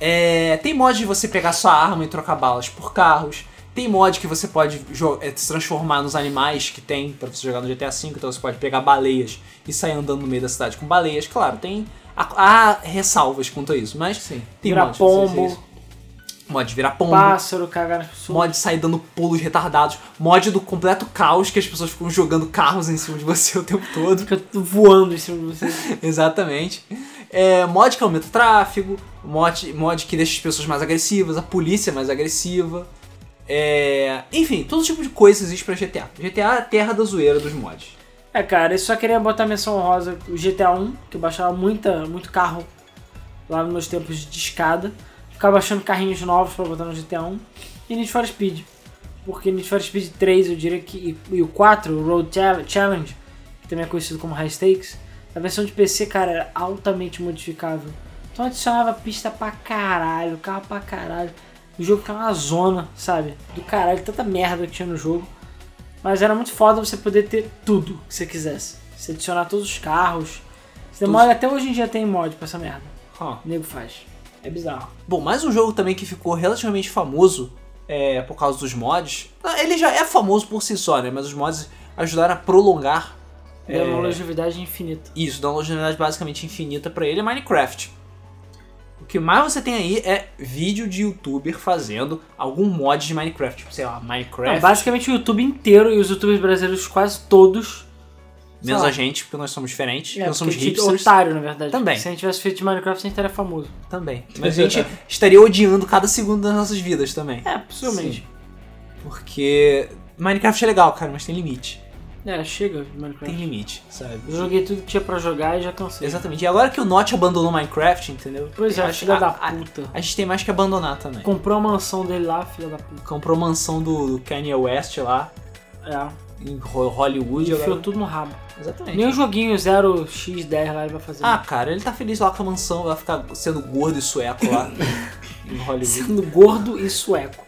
É, tem mod de você pegar sua arma e trocar balas por carros. Tem mod que você pode jo- é, se transformar nos animais que tem pra você jogar no GTA V. Então você pode pegar baleias e sair andando no meio da cidade com baleias. Claro, tem. Há, há ressalvas quanto a isso, mas sim. Tem Virar mod. de você fazer pombo. isso. Mod de virar pombo. Pássaro, cagar nas pessoas. Mod de sair dando pulos retardados. Mod do completo caos que as pessoas ficam jogando carros em cima de você o tempo todo. Fica voando em cima de você. Exatamente. É, mod que aumenta o tráfego, mod, mod que deixa as pessoas mais agressivas, a polícia mais agressiva. É, enfim, todo tipo de coisa existe pra GTA. GTA é a terra da zoeira dos mods. É, cara, eu só queria botar menção rosa o GTA 1, que eu baixava muita, muito carro lá nos meus tempos de escada. Ficava baixando carrinhos novos pra botar no GTA 1. E Need for Speed. Porque Need for Speed 3, eu diria que. E, e o 4, o Road Chal- Challenge, que também é conhecido como High Stakes. A versão de PC, cara, era altamente modificável. Então adicionava pista pra caralho, carro pra caralho. O jogo ficava uma zona, sabe? Do caralho, tanta merda que tinha no jogo. Mas era muito foda você poder ter tudo que você quisesse. Você adicionar todos os carros. Você demora até hoje em dia tem mod pra essa merda. Hã. O nego faz. É bizarro. Bom, mais um jogo também que ficou relativamente famoso é, por causa dos mods. Ah, Ele já é famoso por si só, né? Mas os mods ajudaram a prolongar Deu É uma longevidade infinita. isso, dá uma longevidade basicamente infinita pra ele, é Minecraft. O que mais você tem aí é vídeo de youtuber fazendo algum mod de Minecraft. Tipo, sei lá, Minecraft, Não, basicamente o YouTube inteiro e os youtubers brasileiros quase todos. sei menos lá. a gente, porque nós somos diferentes, nós somos É, porque, tipo, hipsters otário, na verdade. Também. Se a gente tivesse feito Minecraft, a gente estaria famoso. também. Mas a gente estaria odiando cada segundo das nossas vidas também. É, possivelmente. Porque Minecraft é legal, cara, mas tem limite. É, chega de Tem Minecraft. limite, sabe? Eu joguei tudo que tinha pra jogar e já cansei. Exatamente. E agora que o Notch abandonou Minecraft, entendeu? Pois é, A- filha a- da a- puta. A gente tem mais que abandonar também. Comprou a mansão dele lá, filha da puta. Comprou mansão do, do Kanye West lá, É. em Ho- Hollywood. Enfiou Agora... tudo no rabo. Exatamente. Nem o joguinho 0x10 lá ele vai fazer. Ah, cara, ele tá feliz lá com a mansão, vai ficar sendo gordo e sueco lá em Hollywood. sendo gordo e sueco.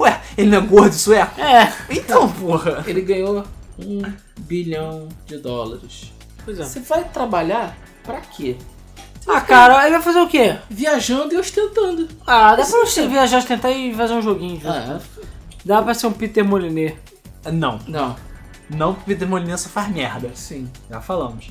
Ué, ele não é gordo e sueco? É, Então, porra. Ele ganhou um bilhão de dólares. pois é. Você vai trabalhar pra quê? Ah, cara, ele vai fazer o quê? Viajando e ostentando. Ah, dá pra você viajar, tentar e fazer um joguinho. viu? Ah, Dá pra ser um Peter Molyneux. Não, não. não porque Demolina só faz merda. Sim. Já falamos.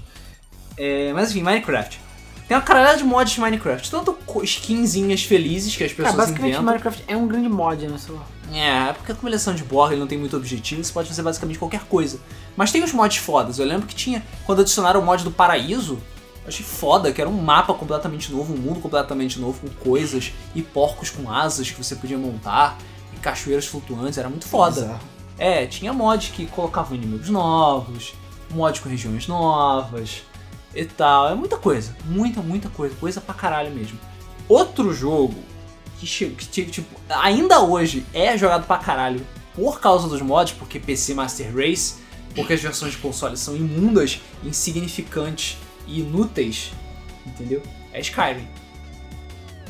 É, mas enfim, Minecraft. Tem uma caralhada de mods de Minecraft. Tanto co- skinzinhas felizes que as Cara, pessoas basicamente inventam. Minecraft é um grande mod no celular. É, porque como ele é de borra, ele não tem muito objetivo, você pode fazer basicamente qualquer coisa. Mas tem os mods fodas, eu lembro que tinha, quando adicionaram o mod do paraíso, eu achei foda, que era um mapa completamente novo, um mundo completamente novo, com coisas, e porcos com asas que você podia montar, e cachoeiras flutuantes, era muito foda. É, tinha mod que colocava inimigos novos, mod com regiões novas e tal. É muita coisa, muita, muita coisa, coisa pra caralho mesmo. Outro jogo que, che- que ti- tipo, ainda hoje é jogado pra caralho por causa dos mods, porque PC Master Race, porque as versões de console são imundas, insignificantes e inúteis, entendeu? É Skyrim.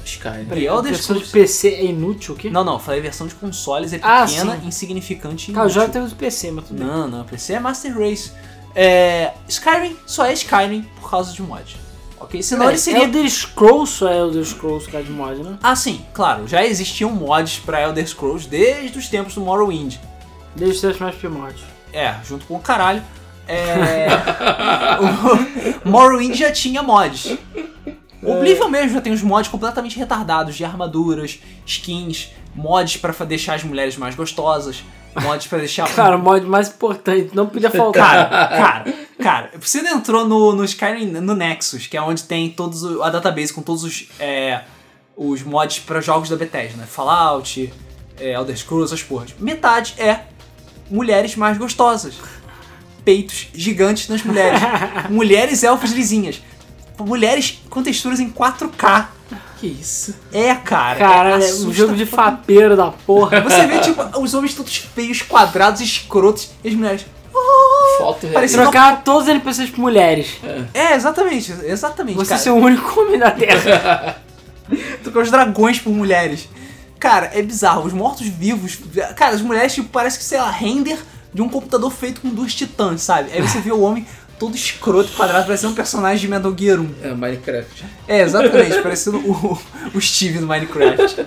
Sky. né? E A Elder versão de Scrolls... PC é inútil, o quê? Não, não, falei versão de consoles, é Ah, pequena, sim. insignificante e Cara, eu inútil. jogo até do PC, mas tudo bem. Não, não, PC é Master Race. É, Skyrim só é Skyrim por causa de mod. Ok? É, Senão ele seria. Elder Scrolls só é Elder Scrolls, cara, de mod, né? Ah, sim, claro, já existiam mods pra Elder Scrolls desde os tempos do Morrowind. Desde os seus mais primórdios. É, junto com o caralho. É, o Morrowind já tinha mods. O Oblivion mesmo já tem uns mods completamente retardados de armaduras, skins, mods pra fa- deixar as mulheres mais gostosas, mods pra deixar Cara, o mod mais importante, não podia faltar. Cara, cara, cara, você não entrou no, no Skyrim, no Nexus, que é onde tem todos o- a database com todos os, é, os mods pra jogos da Bethesda, né? Fallout, é, Elder Scrolls, as porras. Metade é mulheres mais gostosas. Peitos gigantes nas mulheres. mulheres elfos lisinhas. Mulheres com texturas em 4K. Que isso? É, cara. Cara, é um assusta- jogo de fapeiro da porra. Você vê, tipo, os homens todos feios, quadrados, escrotos, e as mulheres. Foto Parecendo- Trocar todos os NPCs por mulheres. É, exatamente, exatamente. Você cara. ser o único homem da Terra. Trocar os dragões por mulheres. Cara, é bizarro. Os mortos-vivos. Cara, as mulheres, tipo, parece que, sei lá, render de um computador feito com duas titãs, sabe? Aí você vê o homem todo escroto, quadrado, parecendo um personagem de Metal Gear 1. É, Minecraft. É, exatamente, parecendo o, o Steve do Minecraft.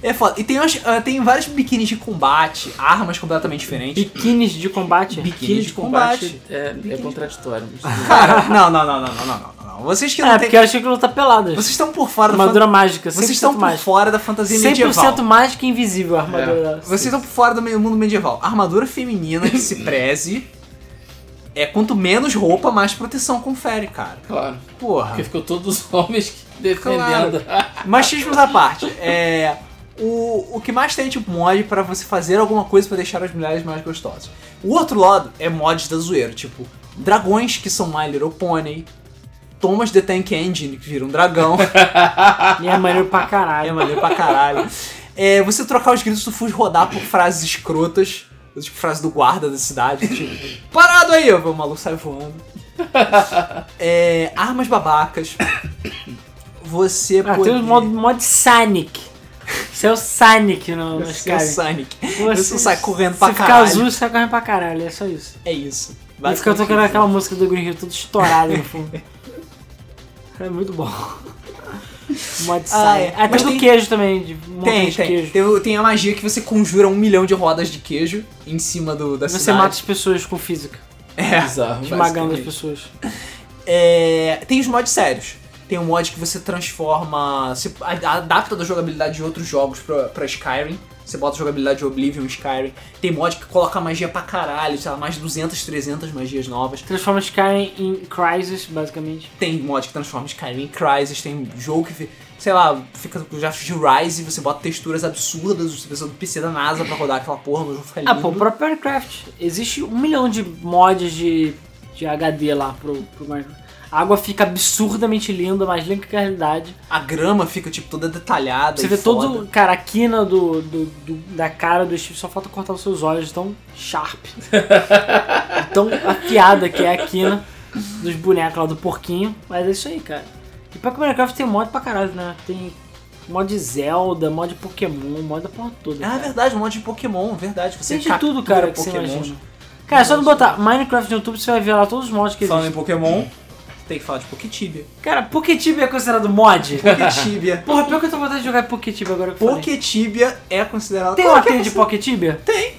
É foda. E tem, umas- ah, tem vários biquínis de combate, armas completamente diferentes. Biquínis de combate. Biquíni de combate. É, é contraditório. mas tudo bem. Cara, não, não, não, não, não, não, não, não. Vocês que não É, tem. porque eu achei que luta pelada. Vocês estão por fora da Armadura fan... mágica, 100% Vocês estão por mágica. fora da fantasia 100% medieval. É. mágica e invisível a armadura dela. Vocês estão por fora do meio- mundo medieval. Armadura feminina que se preze. É quanto menos roupa, mais proteção confere, cara. Claro. Porra. Porque ficou todos os homens que defendendo. Machismos à parte. É. O, o que mais tem é tipo mod pra você fazer alguma coisa pra deixar as mulheres mais gostosas. O outro lado é mods da zoeira, tipo dragões que são My Little Pony, Thomas the Tank Engine que vira um dragão, E é maneiro pra é caralho. maneiro pra caralho. É, você trocar os gritos do Fus rodar por frases escrotas, tipo frase do guarda da cidade, tipo, parado aí, ó, o maluco sai voando. É, armas babacas. Você Ah, poder- tem o modo, modo Sonic. Você é o Sonic no, no Você é o Skyrim. Sonic. Você- Você sai correndo pra se ficar caralho. azul, você sai correndo pra caralho. É só isso. É isso. E fica tocando aquela música do Green Hill toda estourada no fundo. É muito bom. Mod Ah, é. Sonic. Ah, Mas tem do tem- queijo também, de um Tem, monte de tem. queijo. Tem, o- tem a magia que você conjura um milhão de rodas de queijo em cima do, da Você cidade. mata as pessoas com física, É. Bizarro. esmagando as basicamente. pessoas. É, Tem os mods sérios. Tem um mod que você transforma. Você a- adapta da jogabilidade de outros jogos pra, pra Skyrim. Você bota a jogabilidade de Oblivion e Skyrim. Tem mod que coloca magia pra caralho, sei lá, mais de 200, 300 magias novas. Transforma Skyrim em Crisis, basicamente. Tem mod que transforma Skyrim em Crysis. Tem jogo que, fi- sei lá, fica com gráficos de Rise e você bota texturas absurdas. Você precisa do PC da NASA pra rodar aquela porra, mas o jogo fica lindo. Ah, pô, o próprio Minecraft. Existe um milhão de mods de, de HD lá pro, pro Minecraft. A água fica absurdamente linda, mais linda que a realidade. A grama fica, tipo, toda detalhada. Você e vê foda. todo, cara, a quina do, do- do- da cara do Steve, só falta cortar os seus olhos, tão sharp. tão afiada que é a quina dos bonecos lá do porquinho. Mas é isso aí, cara. E pra que o Minecraft tem mod pra caralho, né? Tem mod Zelda, mod Pokémon, mod da porra toda. Ah, é cara. verdade, um monte de Pokémon, verdade. Você Tem de tudo, cara, que você Pokémon. imagina. Cara, é só não botar Minecraft no YouTube, você vai ver lá todos os mods que Falando em existem. Pokémon, tem que falar de Poketibia. Cara, Poketibia é considerado mod? Poketibia. Porra, pior que eu tô com vontade de jogar Poketibia agora que eu falei. Poketibia é considerado. Tem um Claro que AT é de considerado- Poketibia? Tem.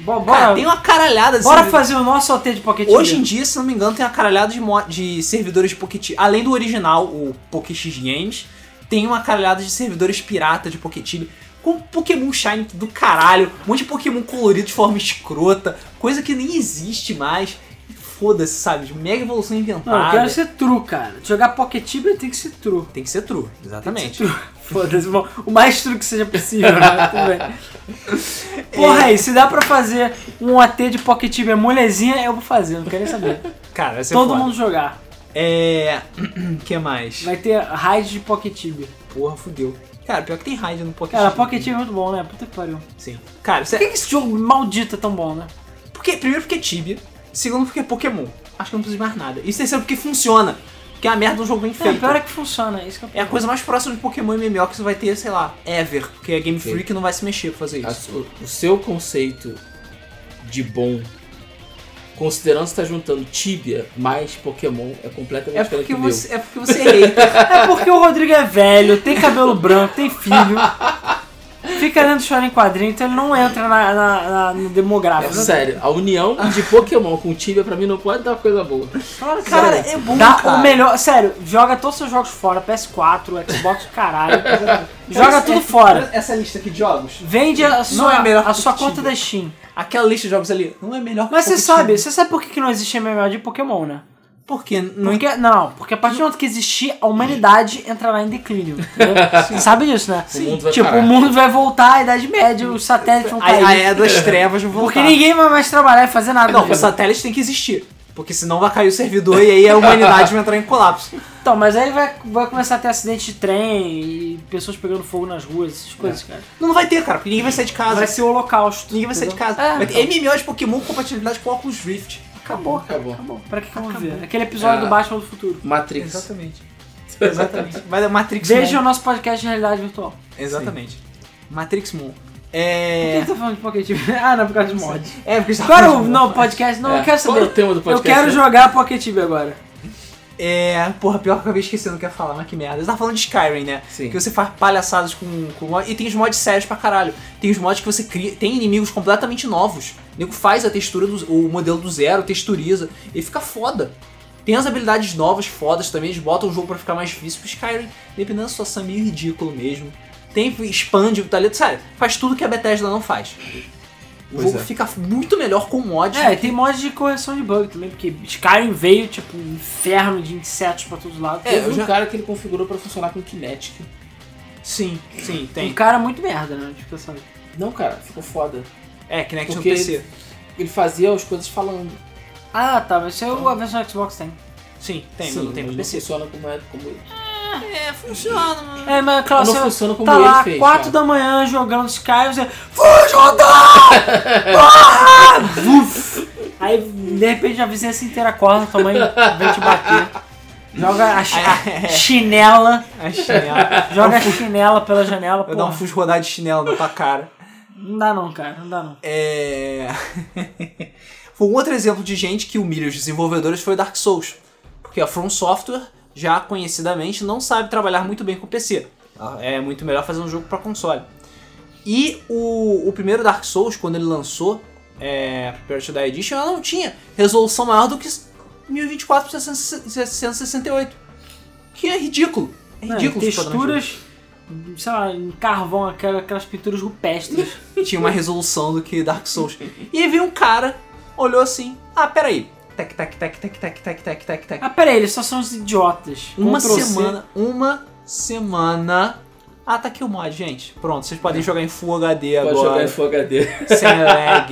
Bo- Bora, Cara, tem uma caralhada de bora servidor- fazer o nosso AT de Poketibia. Hoje em dia, se não me engano, tem uma caralhada de, mo- de servidores de Poketibia. Além do original, o Pokex Games, tem uma caralhada de servidores pirata de Poketibia. Com Pokémon Shine do caralho, um monte de Pokémon colorido de forma escrota, coisa que nem existe mais. Foda-se, sabe? Mega evolução inventada. Não, eu quero ser true, cara. Jogar Poketibia tem que ser true. Tem que ser true, exatamente. Foda-se, bom, o mais true que seja possível, né? Tudo bem. Porra, É. aí, se dá pra fazer um AT de Poketibia molezinha, eu vou fazer, não quero nem saber. Cara, vai ser Todo foda. mundo jogar. É. que mais? Vai ter raid de Poketibia. Porra, fudeu. Cara, pior que tem raid no Pocket. Cara, Poketibia é muito bom, né? Puta que pariu. Sim. Cara, Por que, você... que esse jogo maldito é tão bom, né? porque, primeiro porque é Tibia. Segundo porque é Pokémon. Acho que não precisa de mais nada. E terceiro porque funciona. Que é a merda de um jogo bem É, feito. pior é que funciona, é isso que eu É a coisa mais próxima de Pokémon e MMO que você vai ter, sei lá, ever. Porque a Game Freak não vai se mexer pra fazer A isso. su- o seu conceito de bom, considerando que você tá juntando Tibia mais Pokémon, é completamente É diferente porque, do meu. você, é porque você é hater. É porque o Rodrigo é velho, tem cabelo branco, tem filho. Fica lendo chorar em quadrinho, então ele não entra na, na- na- no É demográfico. sério, a união de Pokémon com Tibia pra mim não pode dar coisa boa. Fala, Cara, sério. é bom, Dá cara. o melhor, sério, joga todos os seus jogos fora, PS4, Xbox, caralho. joga tudo fora. Essa lista aqui de jogos. Vende a sua, é melhor a sua competitivo. conta da Steam. Aquela lista de jogos ali não é melhor que Mas você Pocket sabe, Tibia. você sabe por que que não existe MMO de Pokémon, né? Porque não Não, porque, não, porque a partir do momento que existir, a humanidade entrará em declínio. entendeu? Você sabe disso, né? O mundo vai tipo, parar. o mundo vai voltar à Idade Média, os satélites vão A, cair. a é das trevas vão voltar. Porque ninguém vai mais trabalhar e fazer nada. Não, o satélite tem que existir. Porque senão vai cair o servidor e aí a humanidade vai entrar em colapso. Então, mas aí vai, vai começar a ter acidente de trem e pessoas pegando fogo nas ruas, essas coisas, cara. Não, não vai ter, cara, porque ninguém vai sair de casa. Vai ser o holocausto. É. Ninguém vai sair de casa. É, vai ter MMO de Pokémon com compatibilidade com Oculus Rift. Acabou, Acabou. acabou. Então, Pra que que eu vou ver? Aquele episódio É. Ah. do Batman do Futuro. Matrix. É, Exatamente. Exatamente. Vai dar Matrix Veja Moon. o nosso podcast de realidade virtual. Exatamente. Matrix Moon. Por que É. ele tá falando de Pocket Tibia? Ah, não, por causa de mod. É, porque isso- Agora o não, podcast, não, É, eu quero qual saber. é o tema do podcast, eu quero né? jogar Pocket Tibia agora. É. Porra, pior que eu acabei esquecendo o que eu ia falar, mas que merda. Você tá falando de Skyrim, né? Sim. Que você faz palhaçadas com, com mod. E tem os mods sérios pra caralho. Tem os mods que você cria. Tem inimigos completamente novos. O nego faz a textura, do, o modelo do zero, texturiza. E fica foda. Tem as habilidades novas, fodas também. Eles botam o jogo pra ficar mais difícil. Pro Skyrim, dependendo da situação, é meio ridículo mesmo. Tem, expande o talento. Sério, faz tudo que a Bethesda não faz. O Pois jogo é. fica muito melhor com mods. É, e tem mod de correção de bug também, porque Skyrim veio, tipo, um inferno de insetos pra todos os lados. É, Teve eu um já- cara que ele configurou pra funcionar com Kinetic. Sim, sim, Um tem. cara muito merda, né? Tipo, sabe? Não, cara, ficou foda. É, Kinect no Porque- PC. Ele fazia as coisas falando. Ah, tá, mas isso é o- Então. a versão Xbox tem. Sim, tem, mas Sim, não tem pro mas não PC. funciona como, é, como ele. É, funciona, mano. É, mas Não claro, você funciona como tá ele lá, fez. 4 cara. da manhã, jogando Skyrim, você... Fuja, Aí, de repente, a vizinhança inteira acorda, tua mãe vem te bater. Joga a, chi- É. a chinela. A chinela. Joga a chinela pela janela. Vai dar um Porra, fuso rodar de chinelo na tua cara. não dá não, cara. Não dá não. É. Foi um outro exemplo de gente que humilha os desenvolvedores foi o Dark Souls. Porque a From Software, já conhecidamente, não sabe trabalhar muito bem com PC. Ah. É muito melhor fazer um jogo para console. E o, o primeiro Dark Souls, quando ele lançou, é, Prepare to Die Edition, ela não tinha resolução maior do que 1024 por 668. Que é ridículo. É Não, ridículo. os padrões dele. texturas, sei lá, em carvão, aquelas, aquelas pinturas rupestres. tinha uma resolução do que Dark Souls. E aí veio um cara, olhou assim, ah, peraí. Tec, tec, tec, tec, tec, tec, tec, tec, tec. ah, peraí, eles só são uns idiotas. Uma Ctrl C. semana, uma semana. Ah, tá aqui o mod, gente. Pronto, vocês podem jogar em Full HD Pode jogar agora, em Full HD. sem lag.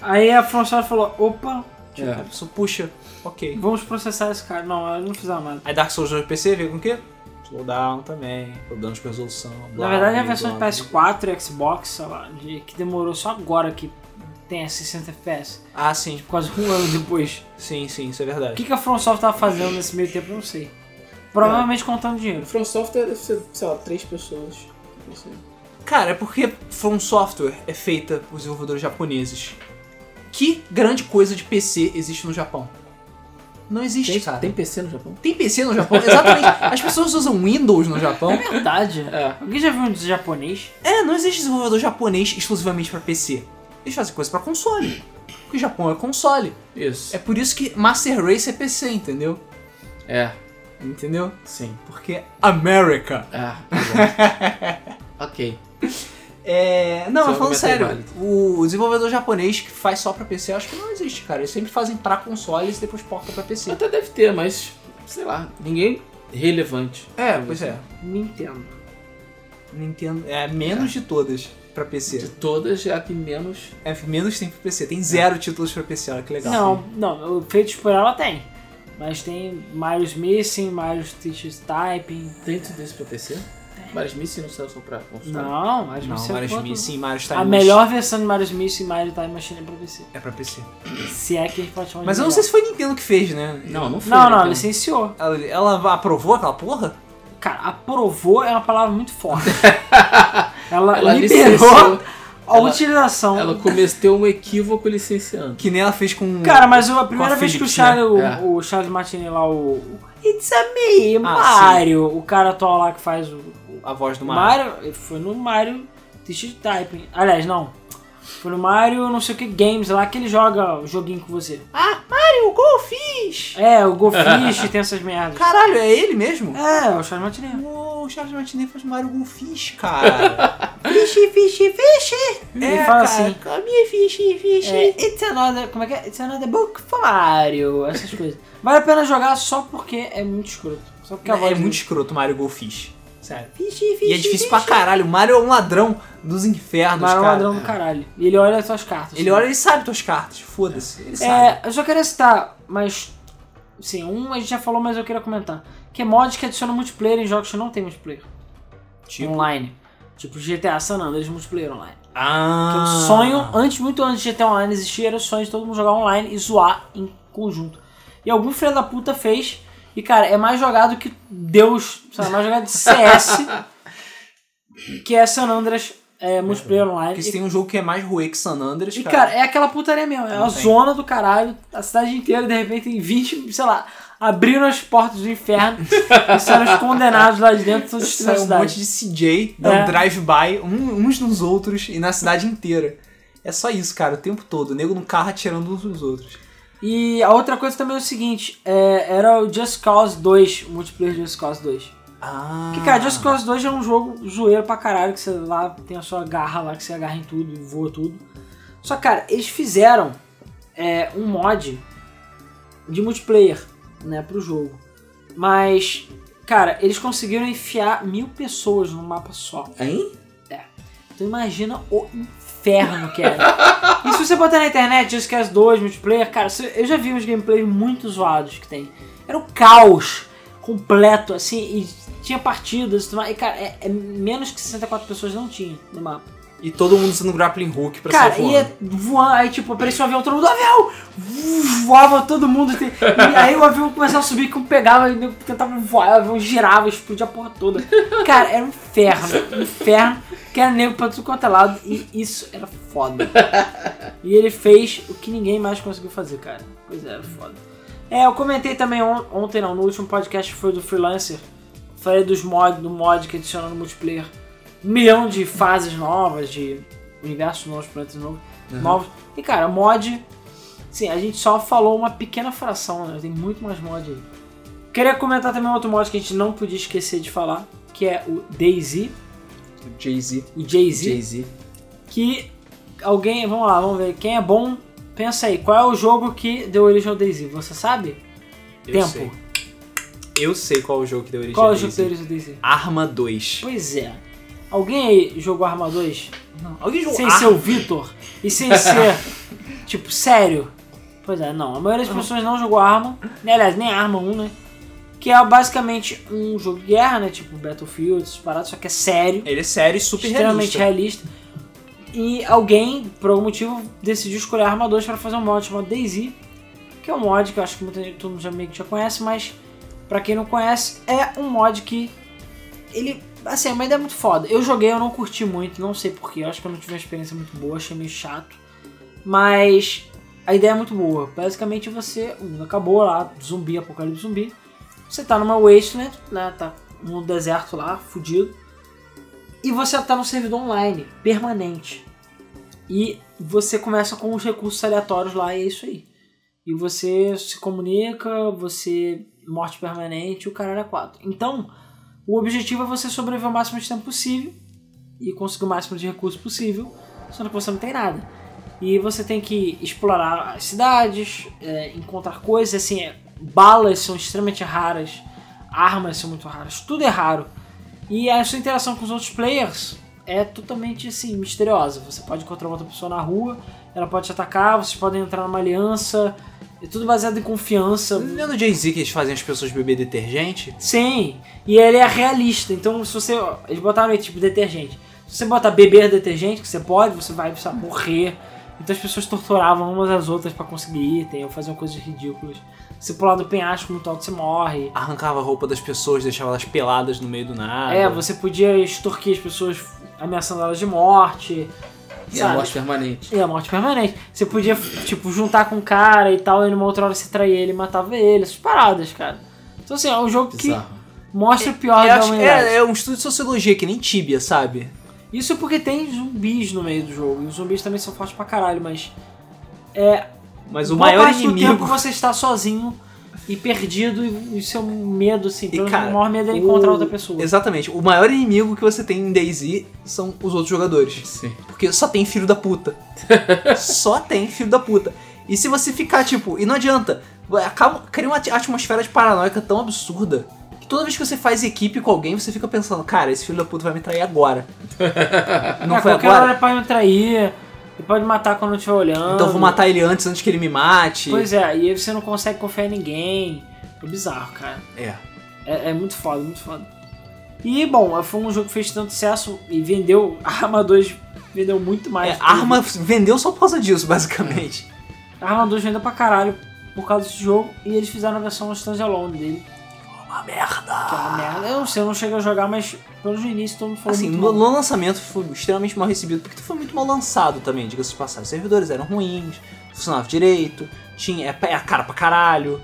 Aí a François falou, opa, É. Isso, puxa, ok. vamos processar esse cara. Não, eles não fizeram nada. Aí Dark Souls 2 PC veio com o quê? Slowdown também, problemas com resolução, blá, Na verdade, é blá, a versão de blá. PS4 e Xbox, sei lá, de- que demorou só agora que tem a 60 FPS. Ah, sim, Quase um ano depois. sim, sim, isso é O verdade. que, que a FromSoft tava fazendo nesse meio tempo, eu não sei. Provavelmente contando dinheiro. From Software deve ser, sei lá, três pessoas. Não sei. Cara, é porque From Software é feita por desenvolvedores japoneses. Que grande coisa de PC existe no Japão? Não existe, Tem, cara. tem PC no Japão? Tem PC no Japão? Exatamente. As pessoas usam Windows no Japão. É verdade. É. Alguém já viu um japonês? É, não existe desenvolvedor japonês exclusivamente pra PC. Eles fazem coisa pra console. Porque o Japão é console. Isso. É por isso que Master Race é PC, entendeu? É, Entendeu? sim. Porque America. Ah, tá bom. ok. É. Não, mas Seu falando argumento é sério, válido. o desenvolvedor japonês que faz só pra PC, eu acho que não existe, cara. Eles sempre fazem pra consoles e depois porta pra PC. Até deve ter, mas sei lá, ninguém relevante. É, pois é. Nintendo. Nintendo é a menos de todas pra PC. De todas, é a que menos. É, menos tem pra PC. Tem zero títulos pra PC, olha que legal. Não, não, feitos por ela tem. Mas tem Mario's Missing, Mario's Teacher's Typing. Tem tudo isso pra PC? Várias missões não saiu só pra console. Não, Mario's Não, Missing é Mario todo- Smith, sim, Mario Time A Machine. melhor versão de Mario's Missing e Mario Time Machine é pra PC. É pra PC. Se é que a gente pode chamar de Mas eu não melhor. sei se foi Nintendo que fez, né? Não, não foi. Não, não, Nintendo. licenciou. Ela, ela aprovou aquela porra? Cara, aprovou é uma palavra muito forte. ela, Ela liberou licenciou. a Ela- utilização. Ela cometeu um equívoco licenciando. Que nem ela fez com. Cara, mas a primeira Com a vez que o Philips, Charles, o, né? É. o Charles Martini lá, o. o It's a me, Mario! o cara atual lá que faz o, o A voz do Mario. Mario. ele foi no Mario Teach Typing. Aliás, não. Foi no Mario, não sei o que, Games lá, que ele joga o joguinho com você. Ah, Mario, Golfish! É, o Golfish tem essas merdas. Caralho, é ele mesmo? É, o Charles Martini. Uou, o Charles Martinet faz Mario com fish, cara. fish, fish, fish. É, Ele fala assim, Come fish, fish. É, it's another, como é que é? It's another book for Mario, essas coisas. Vale a pena jogar só porque é muito escroto. Só porque a voz é dele- muito escroto Mario Golfish. Sério. Fish, E é fish, difícil fish. pra caralho. O Mario é um ladrão dos infernos, Mas é um cara. ladrão do caralho. E ele olha as suas cartas. Ele olha e sabe tuas cartas. Foda-se. Ele sabe. É, eu só queria citar, mas. Sim, um a gente já falou, mas eu queria comentar. Que é mods que adicionam multiplayer em jogos que não tem multiplayer. Tipo? Online. Tipo GTA San Andreas multiplayer online. Ah. Que é um sonho, antes, muito antes de GTA Online existir, era o sonho de todo mundo jogar online e zoar em conjunto. E algum filho da puta fez. E, cara, é mais jogado que Deus, sabe? é Mais jogado de CS. que é San Andreas é, multiplayer online. Porque E, se tem um jogo que é mais ruê que San Andreas, e, cara. cara, é aquela putaria mesmo. É Não a tem. zona do caralho. A cidade inteira, de repente, tem 20, sei lá, abriram as portas do inferno. e saíram os condenados lá de dentro, todos destruindo a Sai um cidade. monte de CJ, dá É. um drive-by um- uns nos outros e na cidade inteira. É só isso, cara, o tempo todo. O nego no carro atirando uns nos outros. E a outra coisa também é o seguinte: é, era o Just Cause 2, o multiplayer de Just Cause 2. Ah. Que, cara, Just Cause 2 é um jogo zoeiro pra caralho, que você lá tem a sua garra lá, que você agarra em tudo e voa tudo. Só, cara, eles fizeram é, um mod de multiplayer, né, pro jogo. Mas, cara, eles conseguiram enfiar mil pessoas num mapa só. Hein? Então imagina o inferno que era. e se você botar na internet Just Cause 2, multiplayer, cara, se- eu já vi uns gameplays muito zoados que tem. Era um caos completo, assim, e tinha partidas e tudo mais. E, cara, é, é menos que 64 pessoas não tinha no mapa. e todo mundo usando grappling hook pra Cara, sair voando. ia voando, aí tipo, aparecia um avião, todo mundo, avião! Vu- Voava todo mundo. tem- E aí o avião começava a subir, que um pegava e nego tentava voar, o avião girava, explodia a porra toda. Cara, era um inferno, um inferno, que era nego pra tudo quanto é lado, e isso era foda. E ele fez o que ninguém mais conseguiu fazer, cara. Pois é, era foda. É, eu comentei também on- ontem, não, no último podcast que foi do Freelancer, falei dos mod, do mod que adiciona no multiplayer um milhão de fases novas, de universos novos, planetas novos. novos. E cara, mod. Sim, a gente só falou uma pequena fração, né? Tem muito mais mod aí. Queria comentar também um outro mod que a gente não podia esquecer de falar, que é o Daisy, Jay-Z. o é- Jay-Z, Jay-Z. que alguém, vamos lá, vamos ver, quem é bom, pensa aí, qual é o jogo que deu origem ao Daisy? Você sabe? Eu Tempo. sei. Eu sei qual é o jogo que deu origem Qual é ao o jogo que deu Jay-Z. origem ao Daisy? Arma 2. Pois é. Alguém aí jogou Arma 2? Alguém jogou sem Arma? ser o Vitor e sem ser, tipo, sério. Pois é, não. A maioria das pessoas não jogou Arma. Né, aliás, nem Arma 1, né? Que é basicamente um jogo de guerra, né? Tipo Battlefield, essas paradas, só que é sério. Ele é sério e super extremamente realista. realista. E alguém, por algum motivo, decidiu escolher Arma 2 para fazer um mod chamado Daisy. Que é um mod que eu acho que muita, todo mundo já meio que já conhece, mas pra quem não conhece, é um mod que ele, assim, é uma ideia muito foda. Eu joguei, eu não curti muito, não sei porquê. Eu acho que eu não tive uma experiência muito boa, achei meio chato. Mas a ideia é muito boa. Basicamente você, o mundo acabou lá, zumbi, apocalipse zumbi. Você tá numa wasteland, né? Tá no deserto lá, fudido. E você tá num servidor online, permanente. E você começa com os recursos aleatórios lá e é isso aí. E você se comunica, você morte permanente, o caralho é 4. Então, o objetivo é você sobreviver o máximo de tempo possível e conseguir o máximo de recursos possível, só que você não tem nada. E você tem que explorar as cidades, é, encontrar coisas, assim, é, balas são extremamente raras, armas são muito raras, tudo é raro. E a sua interação com os outros players é totalmente assim, misteriosa. Você pode encontrar outra pessoa na rua, ela pode te atacar, vocês podem entrar numa aliança, é tudo baseado em confiança. Não é no Jay-Z que eles fazem as pessoas beber detergente? Sim, e ele é realista. Então, se você. ó, Eles botaram aí, tipo, detergente. Se você botar beber detergente, que você pode, você vai precisar morrer. Então as pessoas torturavam umas às outras pra conseguir item, ou faziam coisas ridículas. Se pular do penhasco muito alto, você morre. Arrancava a roupa das pessoas, deixava elas peladas no meio do nada. É, você podia extorquir as pessoas ameaçando elas de morte. E a sabe? morte permanente. E a morte permanente. Você podia, tipo, juntar com um cara e tal, e numa outra hora você traía ele e matava ele, essas paradas, cara. Então assim, é um jogo Bizarro. que mostra o pior Eu da acho- humanidade. é, é um estudo de sociologia, que nem tíbia, sabe? Isso porque tem zumbis no meio do jogo. E os zumbis também são fortes pra caralho, mas. É. Mas o boa maior parte do tempo inimigo. você está sozinho e perdido e, e seu medo, assim. pelo menos cara, o maior medo é o- encontrar outra pessoa. Exatamente. O maior inimigo que você tem em DayZ são os outros jogadores. Sim. Porque só tem filho da puta. só tem filho da puta. E se você ficar, tipo, e não adianta, acaba, cria uma ati- atmosfera de paranoica tão absurda que toda vez que você faz equipe com alguém, você fica pensando, cara, esse filho da puta vai me trair agora. não É, foi qualquer agora? hora ele pode me trair, ele pode matar quando eu estiver olhando. Então eu vou matar ele antes, antes que ele me mate. Pois é, e aí você não consegue confiar em ninguém. É bizarro, cara. é. É, é muito foda, muito foda. E, bom, foi um jogo que fez tanto sucesso e vendeu. Arma 2 vendeu muito mais. É, do que- arma vendeu só por causa disso, basicamente. Arma 2 vendeu pra caralho por causa desse jogo e eles fizeram a versão standalone dele, Uma merda. que é uma merda. Eu não sei, eu não cheguei a jogar, mas pelo menos no início todo mundo falou Ah. Assim, muito no, mal. no lançamento foi extremamente mal recebido, porque foi muito mal lançado também, diga-se de passagem. Os servidores eram ruins, funcionava direito, tinha, é, é cara pra caralho.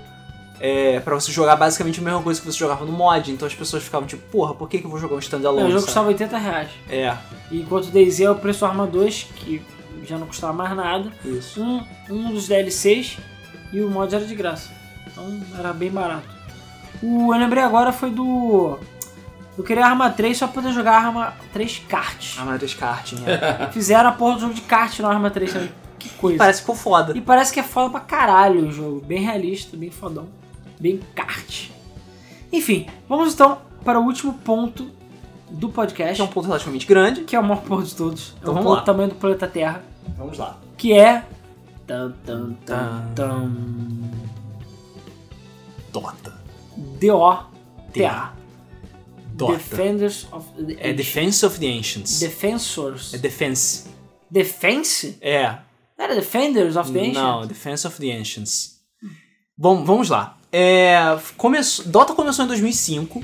É, pra você jogar basicamente a mesma coisa que você jogava no mod, então as pessoas ficavam tipo, porra, por que, que eu vou jogar um É, o standalone? jogo sabe? custava 80 reais. É, E enquanto o DayZ é o preço do Arma 2, que já não custava mais nada, isso. um, um dos DLCs e o mod era de graça. Então era bem barato. O eu lembrei agora foi do. Eu queria Arma 3 só pra poder jogar Arma 3 kart. A maioria das karting, é. Fizeram a porra do jogo de kart no Arma 3 também. Que coisa. Parece que ficou foda. E parece que é foda pra caralho o jogo. Bem realista, bem fodão. Bem kart. Enfim, vamos então para o último ponto do Este podcast, é um ponto relativamente grande. que é o maior ponto de todos. Então é o vamos ponto lá. do tamanho do planeta Terra. Vamos lá. Que é. Tan, tan, tan, tan. Dota. D.O. T.A. Dota. Defenders of the É Ancients. Defense of the Ancients. Defensors. É Defense. Defense? É. Não era Defenders of the Ancients? Não, Defense of the Ancients. Bom, vamos lá. É, começou, Dota começou em 2005.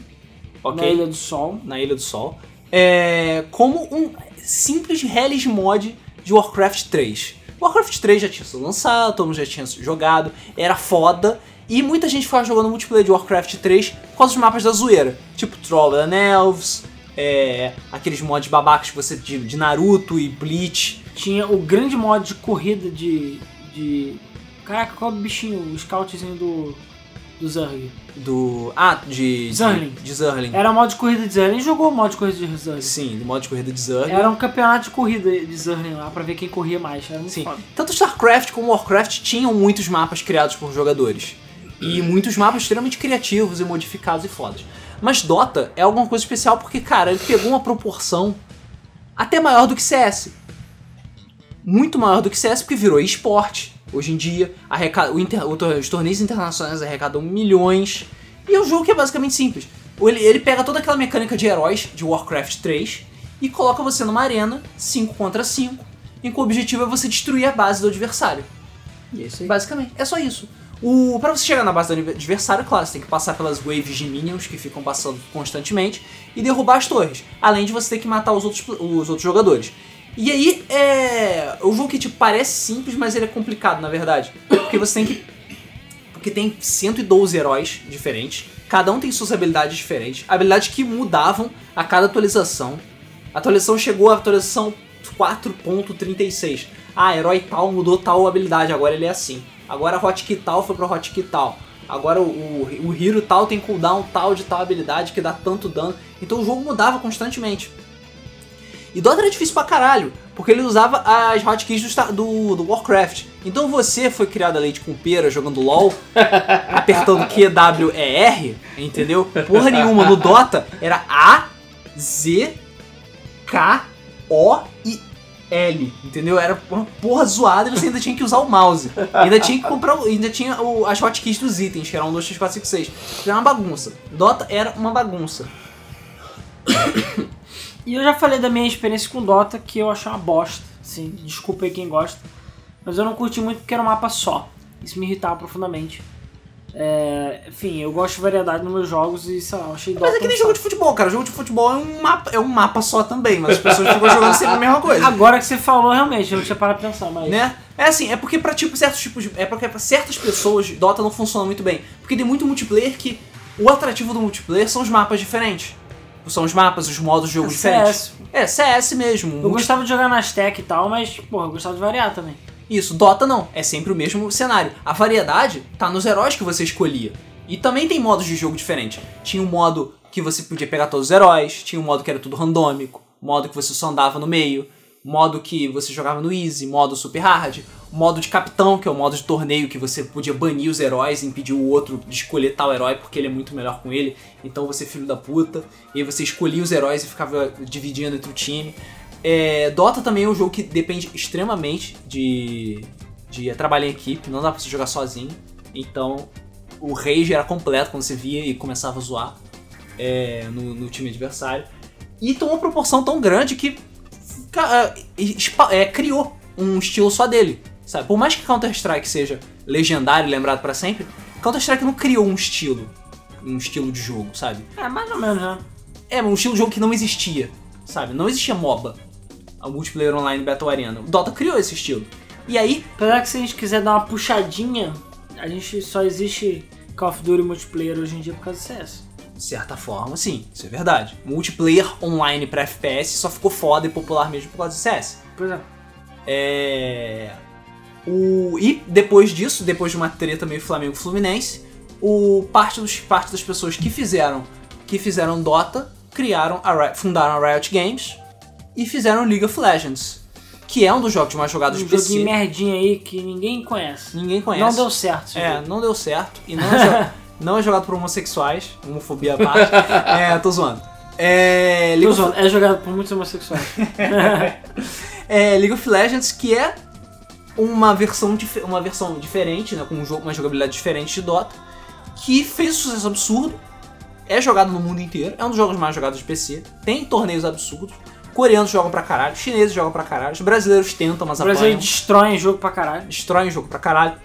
Ok. Na é Ilha do Sol. na Ilha do Sol, é, como um simples Hellish mod de Warcraft 3. Warcraft 3 já tinha sido lançado, todo mundo já tinha jogado, era foda, e muita gente ficava jogando multiplayer de Warcraft 3 por causa dos mapas da zoeira, tipo Troll and Elves, é, aqueles mods babacas que você de, de Naruto e Bleach. Tinha o grande mod de corrida de. de... Caraca, qual é o bichinho? O scoutzinho do. do Zerg. Do. Ah, de. de- Zerling. É, De Zerling. Era o mod de corrida de Zerg. Ele jogou o mod de corrida de Zerg. Sim, do modo de corrida de É, Zerling. Era um campeonato de corrida de Zerling lá pra ver quem corria mais. Era muito Sim. foda. Tanto StarCraft como Warcraft tinham muitos mapas criados por jogadores. E muitos mapas extremamente criativos e modificados e fodas. Mas Dota é alguma coisa especial porque, cara, ele pegou uma proporção até maior do que CS. Muito maior do que CS porque virou esporte. Hoje em dia, arrecada, o inter- o tor- os torneios internacionais arrecadam milhões. E é um jogo que é basicamente simples. Ou Ele, ele pega toda aquela mecânica de heróis de Warcraft 3 e coloca você numa arena 5 contra 5, em que o objetivo é você destruir a base do adversário. E é isso aí. Basicamente, é só isso. O, pra você chegar na base do adversário, claro, você tem que passar pelas waves de minions que ficam passando constantemente e derrubar as torres. Além de você ter que matar os outros, os outros jogadores. E aí, é. O jogo que tipo, parece simples, mas ele é complicado, na verdade. Porque você tem que. Porque tem 112 heróis diferentes. Cada um tem suas habilidades diferentes. Habilidades que mudavam a cada atualização. A atualização chegou à atualização 4.36. Ah, herói tal mudou tal habilidade, agora ele é assim. Agora hotkey tal foi pro hotkey tal. Agora o, o, o hero tal tem cooldown tal de tal habilidade que dá tanto dano. Então o jogo mudava constantemente. E Dota era difícil pra caralho, porque ele usava as hotkeys do, Star- do, do Warcraft. Então você foi criado a leite com pera jogando LOL, apertando Q, W, E, R, entendeu? Porra nenhuma, no Dota era A, Z, K, O e L, entendeu? Era uma porra zoada e você ainda tinha que usar o mouse. Ainda tinha que comprar, o- ainda tinha o, as hotkeys dos itens, que eram 1, 2, 3, 4, 5, 6. Era uma bagunça. Dota era uma bagunça. E eu já falei da minha experiência com Dota, que eu achei uma bosta. Assim, desculpa aí quem gosta. Mas eu não curti muito porque era um mapa só. Isso me irritava profundamente. É, enfim, eu gosto de variedade nos meus jogos e, sei lá, eu achei Dota. um Mas é que nem jogo de futebol, cara. Jogo de futebol é um mapa, é um mapa só também, mas as pessoas ficam jogando sempre a mesma coisa. Agora que você falou, realmente, eu não tinha parado pra pensar, mas. Né? É assim, é porque pra tipo, certos tipos de. É porque pra certas pessoas Dota não funciona muito bem. Porque tem muito multiplayer que o atrativo do multiplayer são os mapas diferentes. São os mapas, os modos de jogo diferentes. CS. É, CS mesmo. Eu multi- gostava de jogar nas tech e tal, mas, porra, eu gostava de variar também. Isso, Dota não, é sempre o mesmo cenário. A variedade tá nos heróis que você escolhia. E também tem modos de jogo diferentes. Tinha um modo que você podia pegar todos os heróis, tinha um modo que era tudo randômico, modo que você só andava no meio, modo que você jogava no easy, modo super hard, modo de capitão, que é o modo de torneio que você podia banir os heróis, impedir o outro de escolher tal herói porque ele é muito melhor com ele, então você é filho da puta, e aí você escolhia os heróis e ficava dividindo entre o time. É, Dota também é um jogo que depende extremamente de, de trabalhar em equipe, não dá pra você jogar sozinho. Então o rage era completo quando você via e começava a zoar é, no, no time adversário. E tomou uma proporção tão grande que ca- é, espa- é, criou um estilo só dele. Sabe? Por mais que Counter-Strike seja legendário e lembrado pra sempre, Counter-Strike não criou um estilo, um estilo de jogo, sabe? É, mais ou menos, né? É, um estilo de jogo que não existia, sabe? Não existia MOBA, a Multiplayer Online Battle Arena. O Dota criou esse estilo. E aí, Apesar que se a gente quiser dar uma puxadinha, a gente só existe Call of Duty multiplayer hoje em dia por causa do CS. de certa forma, sim, isso é verdade. Multiplayer online pra FPS só ficou foda e popular mesmo por causa do CS. Por exemplo. É... O... E depois disso, depois de uma treta meio Flamengo-Fluminense, o... parte, dos... parte das pessoas que fizeram que fizeram Dota criaram a Ri- fundaram a Riot Games e fizeram League of Legends, que é um dos jogos mais Um jogados do jogo de PC. merdinha aí que ninguém conhece. Ninguém conhece. Não deu certo. esse É, jogo. não deu certo. E não é, jo- não é jogado por homossexuais. Homofobia à parte. É, tô zoando. É, League, Tô of, zoando, É jogado por muitos homossexuais. é, League of Legends, que é uma versão, dif- uma versão diferente, né? Com um jogo, uma jogabilidade diferente de Dota. Que fez um sucesso absurdo. é jogado no mundo inteiro, é um dos jogos mais jogados de PC, tem torneios absurdos, coreanos jogam pra caralho, chineses jogam pra caralho, os brasileiros tentam, mas O Brasil é apanham, destrói o jogo pra caralho. destroem o um jogo pra caralho.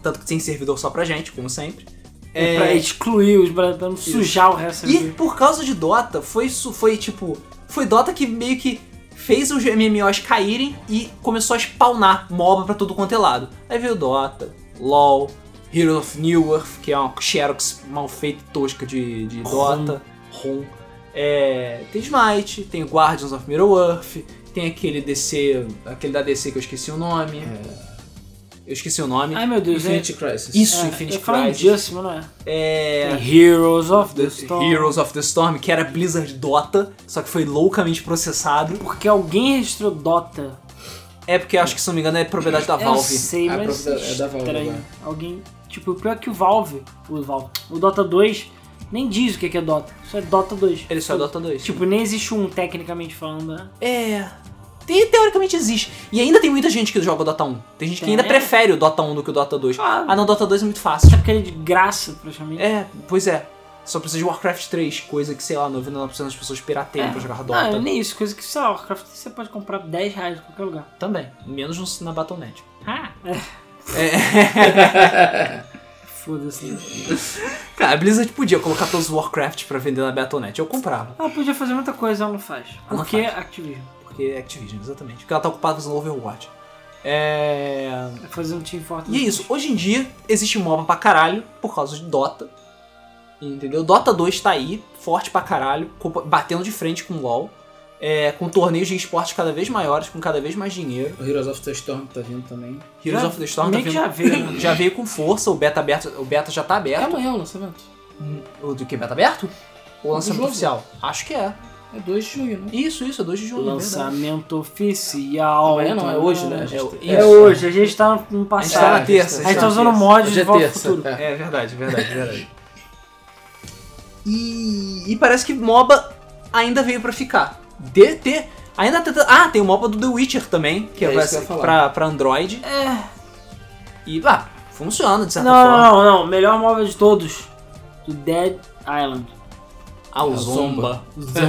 Tanto que tem servidor só pra gente, como sempre. É... Pra né? excluir os brasileiros, pra não sujar o resto E do por causa de Dota, foi isso, foi tipo. Foi Dota que meio que fez os MMOs caírem e começou a spawnar MOBA pra tudo quanto é lado. Aí veio Dota, LOL, Heroes of New Earth, que é uma Xerox mal feita e tosca de, de Rom. Dota, ROM. É, tem Smite, tem Guardians of Middle Earth, tem aquele DC. aquele da DC que eu esqueci o nome. É. Eu esqueci o nome. Ai meu Deus, é. Infinity Crisis. Isso, é, Infinity eu falo Crisis. disso, mas não é. É. Tem Heroes of the The Storm. Heroes of the Storm, que era Blizzard Dota, só que foi loucamente processado. Porque alguém registrou Dota. É porque acho que, se não me engano, é propriedade da Eu Valve. sei, Ah, mas prof- é da Valve estranho. agora. Alguém... Tipo, o pior é que o Valve, o Valve, o Dota 2 nem diz o que é que é Dota. Só é Dota 2. Ele só é Dota 2. Tipo, nem existe um tecnicamente falando, né? é. Te- teoricamente existe. E ainda tem muita gente que joga o Dota 1. Tem gente que ainda É. prefere o Dota 1 do que o Dota 2. Claro. Ah, não, o Dota 2 é muito fácil. Até porque ele é de graça, praticamente. É, pois é. Só precisa de Warcraft 3, coisa que, sei lá, 99% das pessoas pirateiam pra jogar Dota. Não, Ah, nem isso. Coisa que, sei lá, Warcraft você pode comprar por 10 reais em qualquer lugar. Também. Menos no- na Battle.net. Ah! É. Foda-se. Cara, a Blizzard podia colocar todos os Warcraft pra vender na Battle.net. Eu comprava. Ela Ah, podia fazer muita coisa, ela não faz. Ela Porque Activision. Porque é Activision, exatamente. Porque ela tá ocupada fazendo Overwatch. É... Vai fazer um Team Fortress. E é isso, hoje em dia existe MOBA pra caralho por causa de Dota. Entendeu? Dota 2 tá aí, forte pra caralho, compa- batendo de frente com o LoL. é, com torneios de esportes cada vez maiores, com cada vez mais dinheiro. O Heroes of the Storm tá vindo também. Heroes Já- of the Storm tá meio que vindo, já veio, né? já veio com força, o beta, aberto, o beta já tá É aberto. amanhã o lançamento. O do que? Beta aberto? O lançamento jogo. oficial? Acho que é. É 2 de junho, né? Isso, isso, é 2 de julho. é verdade. Lançamento oficial. Amanhã não, é hoje, né? É, Gente, É hoje, a gente tá no A gente tá passado. na terça. A gente tá na usando terça. mod Hoje de é volta pro terça. futuro. é. É verdade, verdade, verdade. E, e parece que MOBA ainda veio pra ficar. DT. Ainda tenta- Ah, tem o MOBA do The Witcher também, que É vai isso que eu ser ia falar. pra, pra Android. É. E, ah, funciona de certa Não, forma. não, não, não. Melhor móvel de todos. Do Dead Island. Ah, o É o Zomba. Zomba.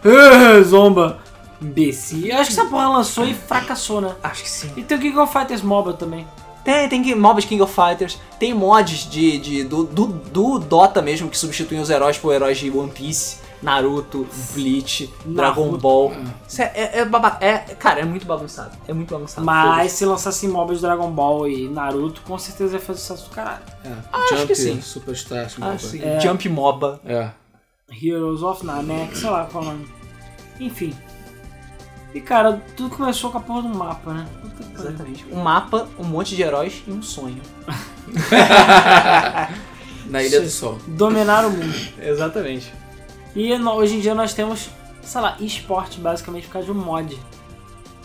Zomba. Zomba. Imbecil. Eu acho que essa porra lançou e fracassou, né? Acho que sim. E tem o King of Fighters Mobile também. Tem, tem que- MOBA de King of Fighters. Tem mods de, de- do, do, do Dota mesmo, que substituem os heróis por heróis de One Piece, Naruto, Bleach, Dragon Naruto. Ball. Isso é, é, é, baba- é- Cara, é muito bagunçado. É muito bagunçado. Mas se lançasse móveis de Dragon Ball e Naruto, com certeza ia fazer sucesso do caralho. É. acho Jump, que sim. Superstar, Ah, Smoker. sim. Jump MOBA. É. Heroes of Namek, sei lá qual é o nome. Enfim. E cara, tudo começou com a porra do mapa, né? Puta que pariu. Exatamente. Um mapa, um monte de heróis e um sonho. Na Ilha do Sol. Dominar o mundo. Exatamente. E no- hoje em dia nós temos, sei lá, esporte basicamente por causa de um mod.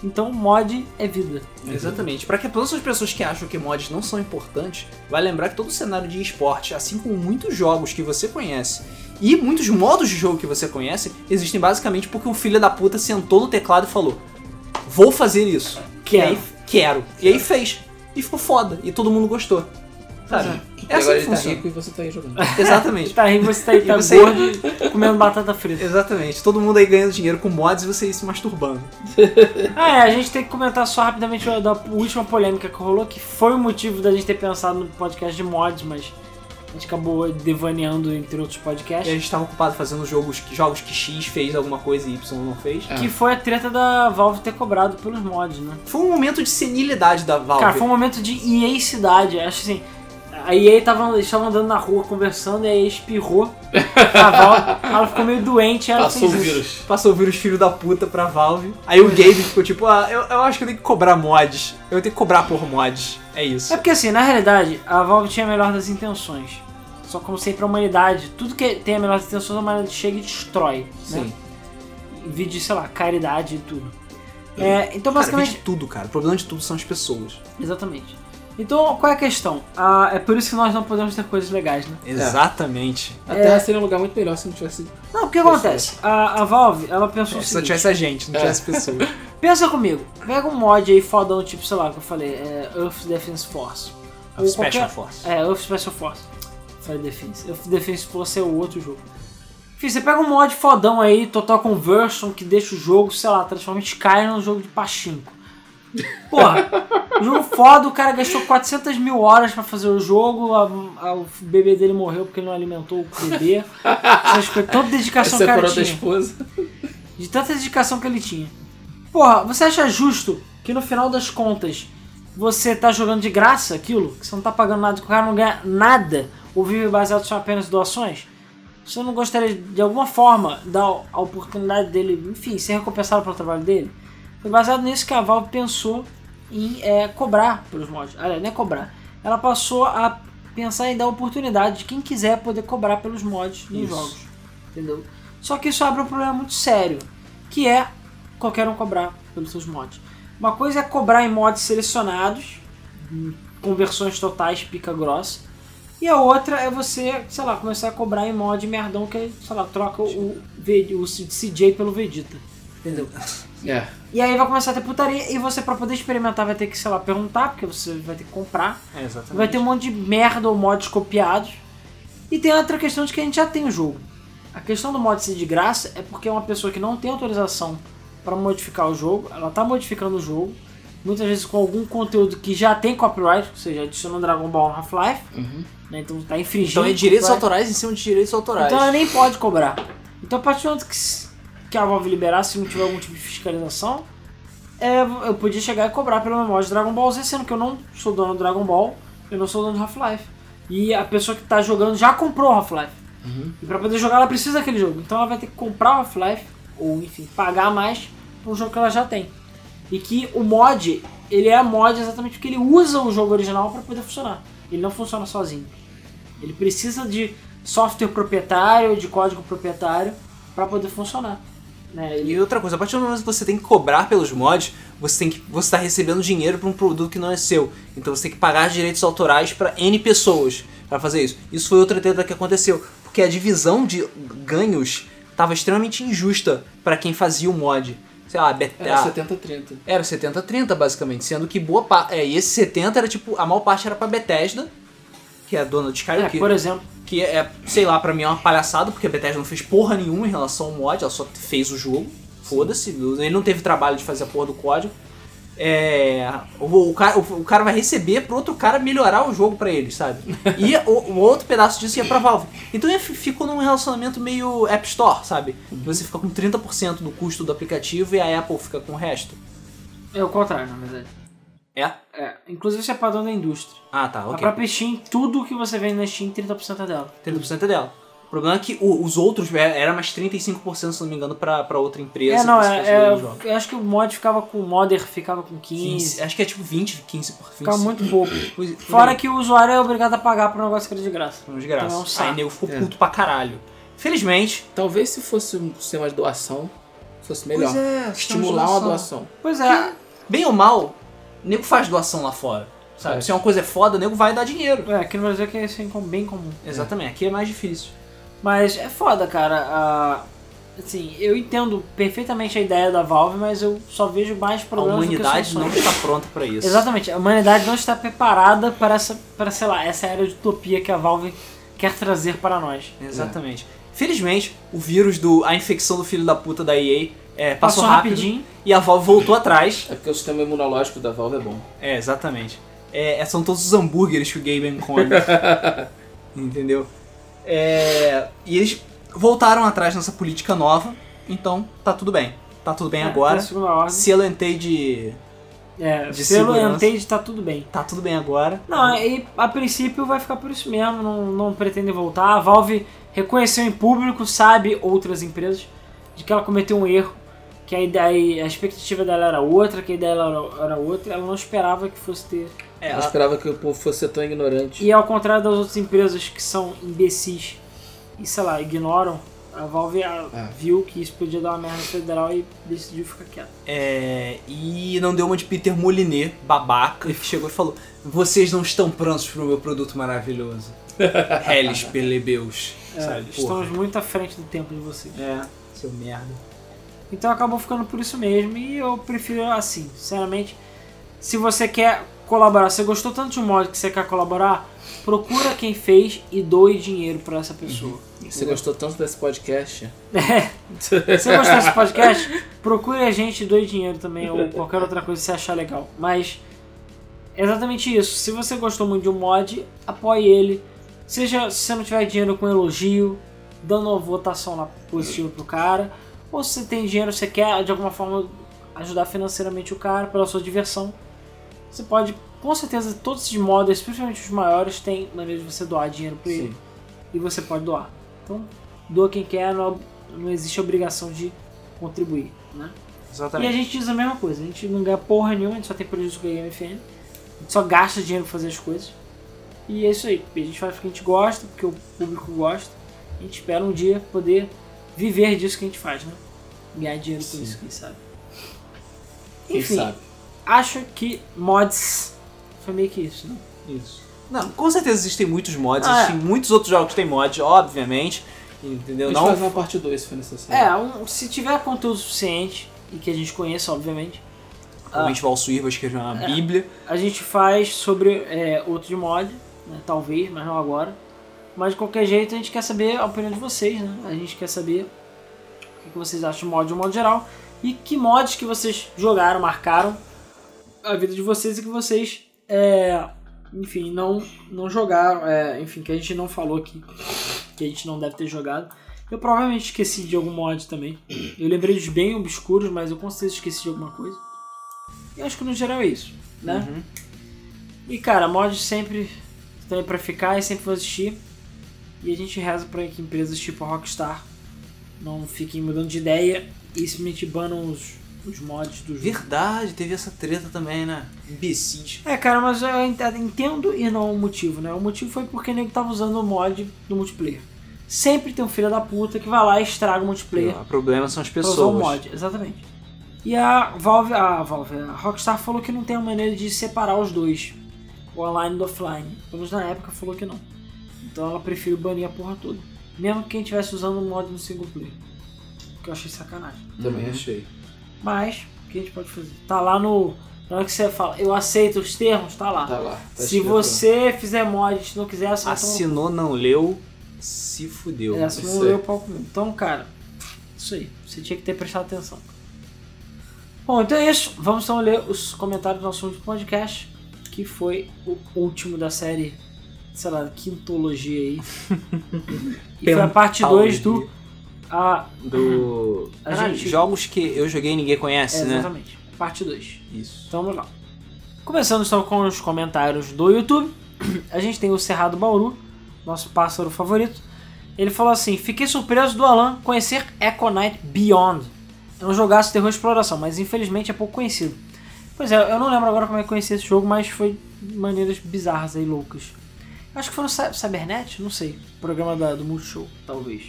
Então mod é vida. Exatamente. Pra que todas as pessoas que acham que mods não são importantes, vai lembrar que todo o cenário de esporte, assim como muitos jogos que você conhece e muitos modos de jogo que você conhece, existem basicamente porque um filho da puta sentou no teclado e falou: Vou fazer isso. E Quero. aí, quero. E aí fez. E ficou foda. E todo mundo gostou. Sabe? E É assim agora que ele tá funciona. rico e você tá aí jogando. Exatamente. Tá aí, você tá aí, E tá você- gordo, comendo batata frita. Exatamente. Todo mundo aí ganhando dinheiro com mods e você aí se masturbando. Ah, é, a gente tem que comentar só rapidamente da última polêmica que rolou, que foi o motivo da gente ter pensado no podcast de mods, mas a gente acabou devaneando entre outros E a podcasts. gente tava ocupado fazendo jogos, que- jogos que X fez alguma coisa e Y não fez. É. Que foi a treta da Valve ter cobrado pelos mods, né? Foi um momento de senilidade da Valve. Cara, foi um momento de EA cidade. Acho assim. A EA tava, eles estavam andando na rua conversando e a EA espirrou a Valve. Ela ficou meio doente e ela Passou o fez isso. vírus. Passou a ouvir os filhos da puta pra Valve. Aí o Gabe ficou tipo, ah, eu, eu acho que eu tenho que cobrar mods. Eu tenho que cobrar por mods. É isso. É porque assim, na realidade, a Valve tinha a melhor das intenções. Só que, como sempre, a humanidade, tudo que tem a melhor das intenções, a humanidade chega e destrói. Né? Sim. Vídeo, sei lá, caridade e tudo. É, Cara, vem então, basicamente. de tudo, cara. O problema de tudo são as pessoas. Exatamente. Então, qual é a questão? Ah, é por isso que nós não podemos ter coisas legais, né? É. Exatamente. A Terra seria um lugar muito melhor se não tivesse. Não, o que acontece? A, a Valve, ela pensou o É, Se só seguinte. tivesse a gente, não É. tivesse pessoas. Pensa comigo, pega um mod aí fodão, tipo, sei lá, que eu falei, é Earth Defense Force. Ou Special qualquer- Force. É, Earth Special Force. Fire Defense. Fire Defense Plus é o outro jogo. Enfim, você pega um mod fodão aí, Total Conversion, que deixa o jogo, sei lá, transforma em Skyrim num jogo de pachinko. Porra, jogo foda, o cara gastou 400 mil horas pra fazer o jogo, a- a- o bebê dele morreu porque ele não alimentou o bebê. Essas coisas, tanta dedicação que o cara é Separou da tinha. esposa. De tanta dedicação que ele tinha. Porra, você acha justo que no final das contas você tá jogando de graça aquilo? Que você não tá pagando nada, que o cara não ganha nada ou vive baseado só apenas em doações? Você não gostaria de alguma forma dar a oportunidade dele, enfim, ser recompensado pelo trabalho dele? Foi baseado nisso que a Valve pensou em é, cobrar pelos mods. Aliás, não é cobrar. Ela passou a pensar em dar oportunidade de quem quiser poder cobrar pelos mods nos Isso. jogos. Entendeu? Só que isso abre um problema muito sério, que é qualquer um cobrar pelos seus mods. Uma coisa é cobrar em mods selecionados, em conversões totais, pica grossa. E a outra é você, sei lá, começar a cobrar em mod merdão que, sei lá, troca o, V- o CJ pelo Vegeta. Entendeu? É. E aí vai começar a ter putaria e você, pra poder experimentar, vai ter que, sei lá, perguntar, porque você vai ter que comprar. É, exatamente. Vai ter um monte de merda ou mods copiados. E tem outra questão de que a gente já tem o jogo. A questão do mod ser de graça é porque é uma pessoa que não tem autorização para modificar o jogo, ela tá modificando o jogo, muitas vezes com algum conteúdo que já tem copyright, ou seja, adicionando Dragon Ball no Half-Life, né, então tá infringindo. Uhum. Então é o direitos copyright. autorais em cima de direitos autorais. Então ela nem pode cobrar. Então a partir do momento que, s- que a Valve liberar, se não tiver algum tipo de fiscalização, é, eu podia chegar e cobrar pela memória de Dragon Ball Z, sendo que eu não sou dono do Dragon Ball, eu não sou dono do Half-Life. E a pessoa que tá jogando já comprou o Half-Life. E pra poder jogar ela precisa daquele jogo. Então ela vai ter que comprar o Half-Life, ou enfim, pagar mais por um jogo que ela já tem. E que o mod, ele é mod exatamente porque ele usa o jogo original para poder funcionar. Ele não funciona sozinho. Ele precisa de software proprietário, de código proprietário, para poder funcionar. Né? Ele- E outra coisa, a partir do momento que você tem que cobrar pelos mods, você tem que você tá recebendo dinheiro para um produto que não é seu. Então você tem que pagar direitos autorais para N pessoas para fazer isso. Isso foi outra treta que aconteceu, porque a divisão de ganhos estava extremamente injusta para quem fazia o mod. Sei lá, a Bet- Era a- 70-30. era 70-30 basicamente, sendo que boa parte, é, e esse 70 era tipo, a maior parte era para Bethesda, que é a dona de Skyrim, É, que- por exemplo, que é, sei lá, pra mim é uma palhaçada, porque a Bethesda não fez porra nenhuma em relação ao mod, ela só fez o jogo. Foda-se, ele não teve trabalho de fazer a porra do código. É, o, o cara, o, o cara vai receber pro outro cara melhorar o jogo pra ele, sabe? E o, o outro pedaço disso ia pra Valve. Então ia- ficou num relacionamento meio App Store, sabe? Uhum. Que você fica com 30% do custo do aplicativo e a Apple fica com o resto. é o contrário, na verdade. É? É, inclusive isso é padrão da indústria. Ah, tá, A ok. própria Steam, tudo que você vende na Steam, 30% é dela. 30% é dela. O problema é que o- os outros é, era mais 35%, se não me engano, pra, pra outra empresa. É, não, que se é, fosse é- o jogo. eu acho que o mod ficava com, o modder ficava com 15, 15, acho que é tipo 20, 15 por 15. ficava muito pouco. Coisa- coisa Fora aí. que o usuário é obrigado a pagar por um negócio que era de graça. Foi um desgraça. Então é um saco. Aí nego ficou É. puto pra caralho. Felizmente. Talvez se fosse um sistema de doação, fosse melhor. é, Estimular uma doação. Pois é, Bem ou mal, nego faz doação lá fora. Sabe? É. Se é uma coisa é foda, nego vai dar dinheiro. é, aqui no Brasil é que isso é bem comum. Exatamente, aqui é mais difícil. Mas é foda, cara. Ah, assim, eu entendo perfeitamente a ideia da Valve, mas eu só vejo mais A problemas humanidade do é que não soluções. está pronta pra isso. Exatamente, a humanidade não está preparada para essa, para sei lá, essa era de utopia que a Valve quer trazer para nós. Exatamente. Felizmente, o vírus do. a infecção do filho da puta da EA é, passou, Passou rápido, rapidinho. e a Valve voltou atrás. É porque o sistema imunológico da Valve é bom. É, exatamente. É, são todos os hambúrgueres que o Gaben come. Entendeu? É, e eles voltaram atrás nessa política nova, então tá tudo bem. Tá tudo bem É, agora. na segunda ordem. Se eu entei de. É, de pelo segurança. Entade tá tudo bem. Tá tudo bem agora. Não, é, e a princípio vai ficar por isso mesmo, não, não pretende voltar. A Valve reconheceu em público, sabe outras empresas, de que ela cometeu um erro, que a, ideia, a expectativa dela era outra, que a ideia dela era, era outra, ela não esperava que fosse ter. É, Eu ela- esperava que o povo fosse ser tão ignorante. E ao contrário das outras empresas que são imbecis e, sei lá, ignoram, a Valve ah, É. viu que isso podia dar uma merda federal e decidiu ficar quieta. é, e não deu uma de Peter Moliné, babaca, que chegou e falou: Vocês não estão prontos pro meu produto maravilhoso. Hellis Pelebeus. É, sabe? Porra. estamos muito à frente do tempo de vocês. É, seu merda. Então acabou ficando por isso mesmo. E eu prefiro assim, sinceramente. Se você quer colaborar. Você gostou tanto de um mod que você quer colaborar? Procura quem fez e doe dinheiro pra essa pessoa. Você gostou tanto desse podcast? É. Se você gostou desse podcast, procure a gente e doe dinheiro também, ou qualquer outra coisa que você achar legal. Mas é exatamente isso. Se você gostou muito de um mod, apoie ele. Seja se você não tiver dinheiro com elogio, dando uma votação lá positiva pro cara. Ou se você tem dinheiro, você quer de alguma forma ajudar financeiramente o cara pela sua diversão. Você pode, com certeza, todos esses mods, principalmente os maiores, tem maneira de você doar dinheiro pra ele. Sim. E você pode doar. Então, doa quem quer, não, não existe obrigação de contribuir, né? E a Exatamente. gente diz a mesma coisa, a gente não ganha porra nenhuma, a gente só tem prejuízo com a GameFN. A gente só gasta dinheiro pra fazer as coisas. E é isso aí. A gente faz porque a gente gosta, porque o público gosta. A gente espera um dia poder viver disso que a gente faz, né? Ganhar dinheiro com Sim. isso, quem sabe. Quem Enfim, sabe? acho que mods foi meio que isso, né? Isso. Não, com certeza existem muitos mods, Ah, é. existem muitos outros jogos que tem mods, obviamente. Entendeu? Eu Não. fazer uma parte 2 se for necessário. É, um- se tiver conteúdo suficiente e que a gente conheça, obviamente, Ah. Provavelmente Valsuir vai escrever é É. uma bíblia. a gente faz sobre é, outro de mod, né? talvez, mas não agora. Mas de qualquer jeito a gente quer saber a opinião de vocês, né? A gente quer saber o que que vocês acham de mod de um modo geral e que mods que vocês jogaram, marcaram a vida de vocês e que vocês, é, enfim, não, não jogaram, é, enfim, que a gente não falou aqui, que a gente não deve ter jogado. Eu provavelmente esqueci de algum mod também. Eu lembrei dos bem obscuros, mas eu com certeza esqueci de alguma coisa. E acho que no geral é isso, né? Uhum. E cara, mods sempre estão aí pra ficar e sempre vão existir. E a gente reza pra que empresas tipo a Rockstar não fiquem mudando de ideia e simplesmente banam os, os mods do jogo. Verdade, teve essa treta também, né? Imbecis. É, cara, mas eu ent- entendo e não o motivo, né? O motivo foi porque o nego tava usando o mod do multiplayer. Sempre tem um filho da puta que vai lá e estraga o multiplayer. O Ah, problema são as Pra usar o pessoas. um mod, exatamente. E a Valve, a Valve, a Rockstar falou que não tem uma maneira de separar os dois, o online do offline. Pelo menos na época falou que não. Então ela preferiu banir a porra toda. Mesmo quem estivesse usando o mod no single player. O Que eu achei sacanagem. Também Uhum. achei. Mas, o que a gente pode fazer? Tá lá no. Na hora que você fala, eu aceito os termos, tá lá. Tá lá. tá Se escrito lá. você fizer mod e se não quiser, você vai tomar Assinou, não leu, se fudeu. É, assim Isso não leu aí. o palco mesmo. Então, cara, isso aí. Você tinha que ter prestado atenção. Bom, então é isso. Vamos então ler os comentários do nosso último podcast, que foi o último da série, sei lá, quintologia aí. e foi a parte 2 do. Ah, A, Do. A Caralho, gente- jogos que eu joguei e ninguém conhece, é, né? exatamente. Parte 2. Isso. Então vamos lá. Começando então com os comentários do YouTube, a gente tem o Cerrado Bauru, nosso pássaro favorito. Ele falou assim: Fiquei surpreso do Alan conhecer Echo Knight Beyond. É um jogaço de terror e exploração, mas infelizmente é pouco conhecido. Pois é, eu não lembro agora como é que eu conheci esse jogo, mas foi de maneiras bizarras aí, loucas. Acho que foi no Cy- Cybernet? Não sei. Programa da- do Multishow, talvez.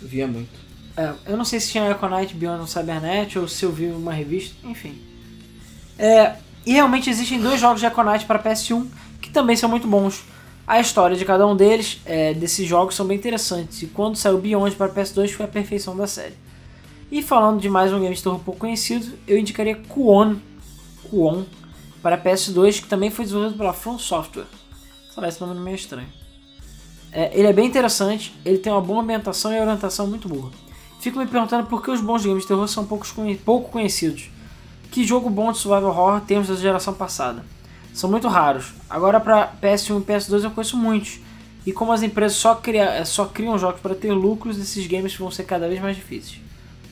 Via muito. É, eu não sei se tinha Echo Knight Beyond no Cybernet ou se eu vi uma revista, enfim. É, e realmente existem dois jogos de Echo Knight para PS1 que também são muito bons. A história de cada um deles, é, desses jogos, são bem interessantes. E quando saiu Beyond para PS2 foi a perfeição da série. E falando de mais um game de terror pouco conhecido, eu indicaria Kuon, Kuon para PS2, que também foi desenvolvido pela From Software. Sei lá, esse nome é meio estranho. É, ele é bem interessante, ele tem uma boa ambientação e orientação muito boa. Fico me perguntando por que os bons games de terror são poucos conhe- pouco conhecidos. Que jogo bom de survival horror temos da geração passada? São muito raros. Agora para PS1 e PS2 eu conheço muitos. E como as empresas só, cria- eh, só criam jogos para ter lucros, esses games vão ser cada vez mais difíceis.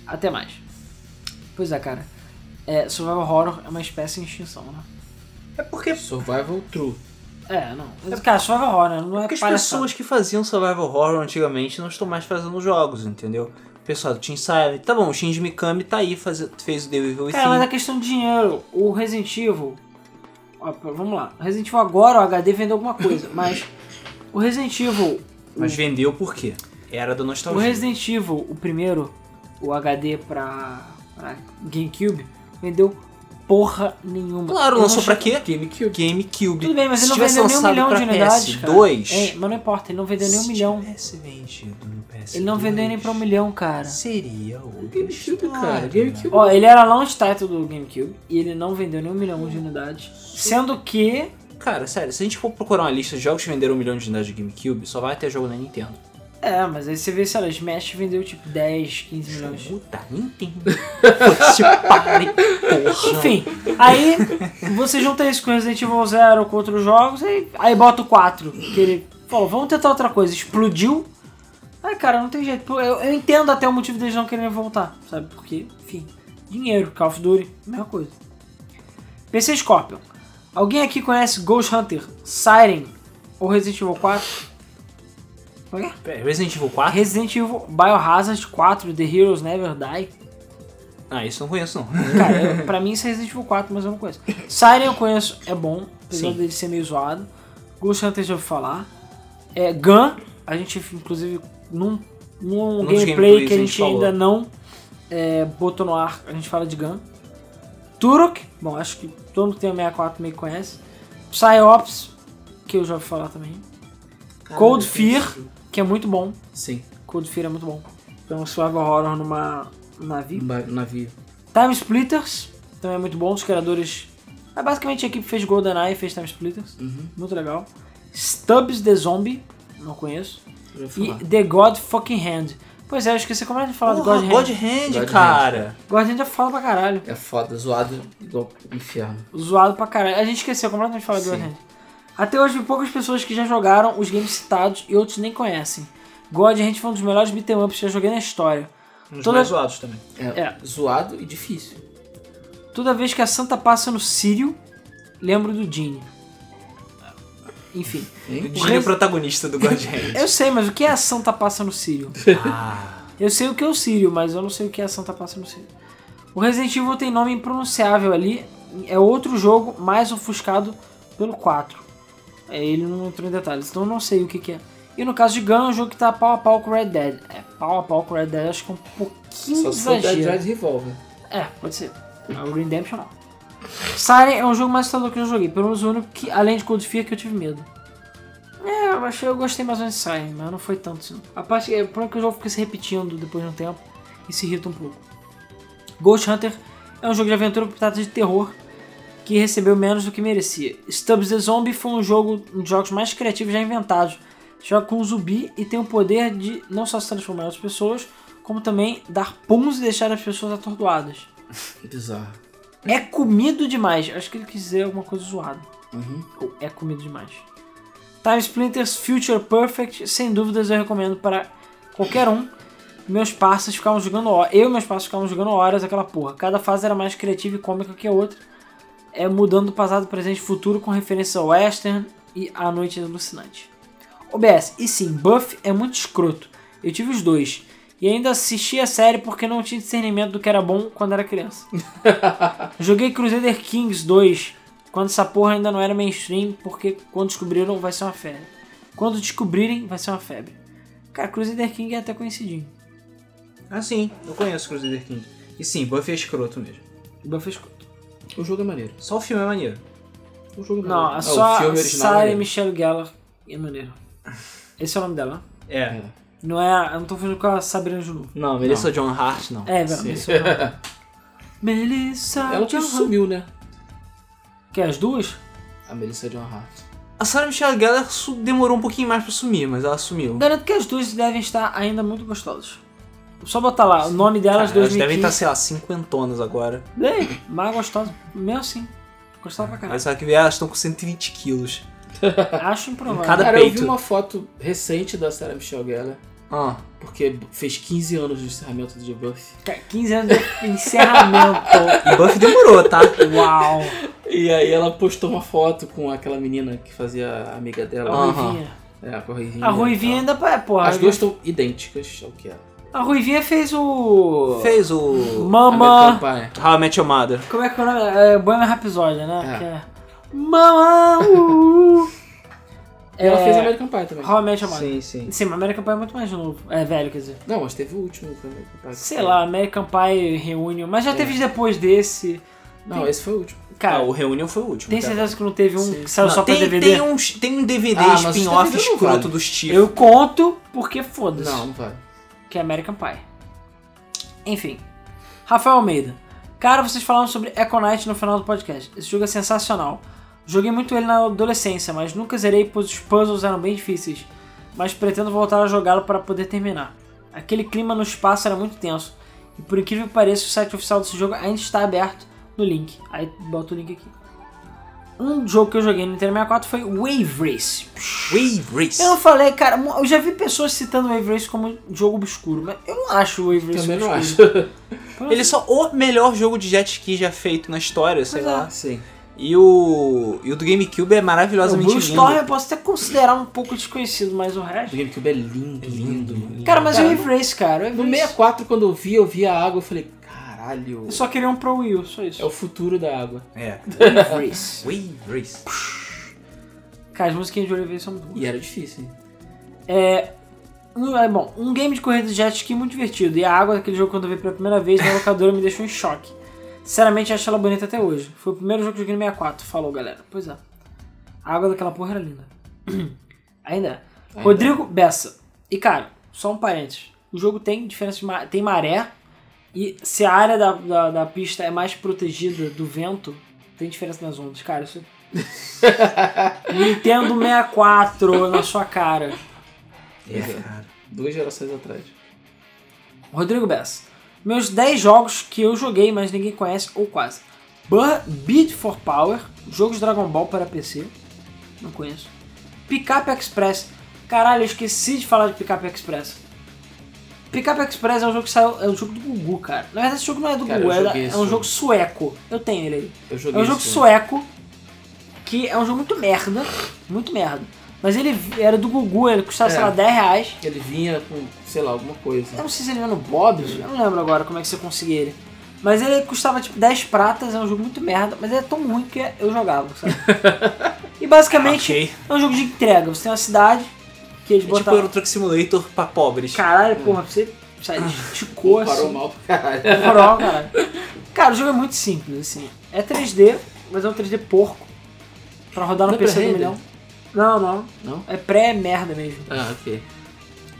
Até mais. Pois é, cara. É, survival horror é uma espécie em extinção, né? É porque. Survival True. É, não. Cara, survival horror né? não é Porque as palhaçada. pessoas que faziam survival horror antigamente não estão mais fazendo jogos, entendeu? O Pessoal do Team Silent, tá bom, o Shinji Mikami tá aí, faze- fez o The Evil Cara, mas é Within. questão de dinheiro. O Resident Evil. ó, pô, vamos lá. O Resident Evil agora, o HD vendeu alguma coisa, mas. O Resident Evil. Mas vendeu por quê? Era da O nostalgia. Resident Evil, o primeiro, o HD pra, pra GameCube, vendeu porra nenhuma. Claro, Eu lançou não pra che- quê? GameCube. GameCube. Tudo bem, mas Se ele não tivesse vendeu nem um lançado milhão pra de unidades. cara. PS2, É, mas não importa, ele não vendeu nem um se milhão. tivesse vendido no PS2, Ele não vendeu nem pra um milhão, cara. Seria o GameCube, cara. GameCube. Ó, ele era launch title do GameCube e ele não vendeu nem um milhão de unidades. Sendo que. Cara, sério, se a gente for procurar uma lista de jogos que venderam um milhão de unidades de GameCube, só vai ter jogo na Nintendo. É, mas aí você vê, sei lá, Smash vendeu tipo 10, 15 milhões. Puta, Nintendo. Putz, pare, porra. Enfim, aí você junta isso com Resident Evil Zero, com outros jogos, aí, aí bota o 4. Que ele. Pô, vamos tentar outra coisa. Explodiu. Ai, cara, não tem jeito. Pô, Eu, eu entendo até o motivo deles não quererem voltar, sabe? Porque, enfim, dinheiro, Call of Duty, mesma coisa. PC Scorpion. Alguém aqui conhece Ghost Hunter, Siren ou Resident Evil 4? Qual é? Pera, Resident Evil 4? Resident Evil Biohazard 4, The Heroes Never Die. Ah, isso eu não conheço não. Cara, eu, pra mim isso é Resident Evil 4, mas eu não conheço. Siren eu conheço, é bom, apesar Sim. dele ser meio zoado. Ghost Hunter já ouvi falar. É, Gun, a gente inclusive num, num dos gameplay gameplays que a gente, falou. ainda não é, botou no ar, a gente fala de Gun. Turok, bom, acho que todo mundo que tem o 64 meio que conhece. Psyops, que eu já ouvi falar também. Cold Fear, que é muito bom. Sim. Cold Fear é muito bom. É um survival horror numa num navio. Ba- Navio. Time Splitters, também é muito bom, os criadores. É basicamente a equipe que fez GoldenEye e fez Time Splitters. Muito legal. Stubbs the Zombie, não conheço. Já ouvi E falar. The God Fucking Hand. Pois é, eu esqueci como é que fala Porra, do God, God Hand. Hand, God cara. God Hand já fala pra caralho. É foda, zoado igual um inferno. Zoado pra caralho. A gente esqueceu completamente de falar do Sim. God Hand. Até hoje, poucas pessoas que já jogaram os games citados e outros nem conhecem. God Hand foi um dos melhores beat'em ups que eu já joguei na história. Um dos Toda- mais zoados também. É, É. zoado e difícil. Toda vez que a Santa passa no Sírio, lembro do Gene. Enfim. O Hein? Jimmy é Res- o protagonista do God Hand. Eu sei, mas o que é a Santa Passa no Sírio? Ah, Eu sei o que é o Sírio, mas eu não sei o que é a Santa Passa no Sírio. O Resident Evil tem nome impronunciável ali. É outro jogo mais ofuscado pelo 4. É, ele não entrou em detalhes, então eu não sei o que, que é. E no caso de Gun, é um jogo que tá pau a pau com Red Dead. É, pau a pau com Red Dead, acho que é um pouquinho Só se for Dead exagero. Red Revolver. É, pode ser. O Redemption não. Siren é um jogo mais assustador que eu já joguei, pelo menos o único que, além de Cold Fear, que eu tive medo. É, eu achei, eu gostei mais ou menos de Siren, mas não foi tanto assim. A parte é, o problema é que o jogo fica se repetindo depois de um tempo e se irrita um pouco. Ghost Hunter é um jogo de aventura por trata de terror que recebeu menos do que merecia. Stubbs the Zombie foi um jogo, um dos jogos mais criativos já inventados. Joga com um zumbi e tem o poder de não só se transformar em outras pessoas, como também dar puns e deixar as pessoas atordoadas. Bizarro. É comido demais. Acho que ele quis dizer alguma coisa zoada. Uhum. Ou é comido demais. Time Splinters Future Perfect, sem dúvidas eu recomendo para qualquer um. Meus parças ficavam jogando horas. Eu e meus parças ficavam jogando horas aquela porra. Cada fase era mais criativa e cômica que a outra. É mudando o passado, presente e futuro com referência ao western e à noite alucinante. OBS, e sim, Buff é muito escroto. Eu tive os dois. E ainda assisti a série porque não tinha discernimento do que era bom quando era criança. Joguei Crusader Kings 2 quando essa porra ainda não era mainstream, porque quando descobriram vai ser uma febre. Quando descobrirem vai ser uma febre. Cara, Crusader King é até conhecidinho. ah, sim, eu conheço Crusader King. E sim, Buffy é escroto mesmo. O Buff é escroto. O jogo é maneiro. Só o filme é maneiro. O jogo é Não, maneiro. é Ah, só o filme original. é Sarah maneiro. Michelle Gellar é maneiro. Esse é o nome dela. É. É. Não é. a- Eu não tô falando com a Sabrina Junu. Não, Melissa John Hart, não. É, velho. Melissa. Joan. Melissa. Ela que Joan. sumiu, né? um Quer as duas? A Melissa John Hart. A Sarah Michelle Gellar su- demorou um pouquinho mais pra sumir, mas ela sumiu. Garanto que as duas devem estar ainda muito gostosas. Só botar lá o nome delas, Cara, elas 2015. devem estar, sei lá, cinquentonas agora. Ei, mais gostosa. Mesmo assim. Gostava pra caralho. Mas sabe que elas estão com 120 quilos. Acho improvável. Em cada- Cara, eu peito. vi uma foto recente da Sarah Michelle Gellar. Ah, Porque fez 15 anos de encerramento de Buffy. Ca- 15 anos de encerramento. e Buffy demorou, tá? Uau. E aí ela postou uma foto com aquela menina que fazia a amiga A dela. Aham. Ruivinha. É, com a Ruivinha. Ah. A Ruivinha ainda... pa- É, porra. As duas estão idênticas ao que era. A Ruivinha fez o... Fez o. Mama... American Pie. How I Met Your Mother. Como é que é o nome? É Bohemian Rhapsody, né? É. Que é... Mama... uh, uh. E ela É, fez American Pie também. How I Met Your Mother. Sim, sim. Sim, mas American Pie é muito mais novo. É, velho, quer dizer. Não, mas É teve o último que foi American Pie. um- Sei lá, American Pie Reunion. Mas já teve depois desse. Não, esse foi o último. Cara, Ah, o Reunion foi o último. tem cara. certeza que não teve um Sim. que saiu Não, só tem, pra DVD? Tem, uns, tem um DVD Ah, mas os spin-off DVD não escroto vale. do Steve. Eu conto porque foda-se. Não, vai. que é American Pie. Enfim, Rafael Almeida. Cara, vocês falaram sobre Echo Knight no final do podcast. Esse jogo é sensacional. Joguei muito ele na adolescência, mas nunca zerei pois os puzzles eram bem difíceis. Mas pretendo voltar a jogá-lo para poder terminar. Aquele clima no espaço era muito tenso. E por incrível que pareça, o site oficial desse jogo ainda está aberto no link. Aí bota o link aqui. Um jogo que eu joguei no Nintendo 64 foi Wave Race. Wave Race. Eu não falei, cara, mu- eu já vi pessoas citando Wave Race como jogo obscuro, mas eu não acho o Wave Race Também não acho. obscuro. Ele é só o melhor jogo de jet ski já feito na história, sei Pois é. lá. Sim. E o, e o do GameCube é um O maravilhosamente Blue lindo. Storm eu posso até conderar um pouco desconhecido, mas o O resto. GameCube é lindo, lindo. lindo. Cara, mas Cara, o Wave Race, cara, o Wave No Race- 64, quando eu vi, eu vi a água, eu falei, caralho. Eu só queria um Pro Wii U, só É o isso. futuro da água. É. Wave Race. Wave Race. Cara, as musiquinhas de Wave Race são muito boas. E era difícil, hein? Um- é bom, um game de corrida de jet ski muito divertido. E a água daquele jogo, quando eu vi pela primeira vez, na locadora me deixou em choque. Sinceramente, acho ela bonita até hoje. Foi o primeiro jogo que eu joguei no 64. Falou, galera. Pois é. A água daquela porra era linda. Ainda é. Rodrigo Bessa. E, cara, só um parênteses. O jogo tem diferença de ma- tem maré. E se a área da, da, da pista é mais protegida do vento, tem diferença nas ondas. Cara, isso... é- Nintendo 64 na sua cara. É, cara. Duas gerações atrás. Rodrigo Bessa. Meus 10 jogos que eu joguei, mas ninguém conhece, ou quase. Bur Beat for Power, jogos Dragon Ball para PC. Não conheço. Pickup Express. Caralho, eu esqueci de falar de Pickup Express. Pickup Express é um jogo que saiu. É um jogo do Gugu, cara. Na verdade, esse jogo não é do Cara, Gugu, eu é, da- joguei é esse um jogo. jogo sueco. Eu tenho ele aí. Eu É joguei um jogo esse sueco, que é um jogo muito merda. Muito merda. Mas ele era do Gugu, ele custava, É. sei lá, 10 reais. Ele vinha com, sei lá, alguma coisa. Eu não sei se ele era no Bob's, eu não lembro agora como é que você conseguia ele. Mas ele custava tipo 10 pratas, é um jogo muito merda, mas ele é tão ruim que eu jogava, sabe? e basicamente Ok. é um jogo de entrega. Você tem uma cidade que eles É tipo botaram. Euro Truck Simulator pra pobres. Caralho, porra, você sabe, esticou Parou assim. mal pra caralho. Overall, caralho. Cara, o jogo é muito simples, assim. É 3D, mas é um 3D porco. Pra rodar Não no é PC do pré-render? milhão. Não, não. Não? É pré-merda mesmo. Ah, ok.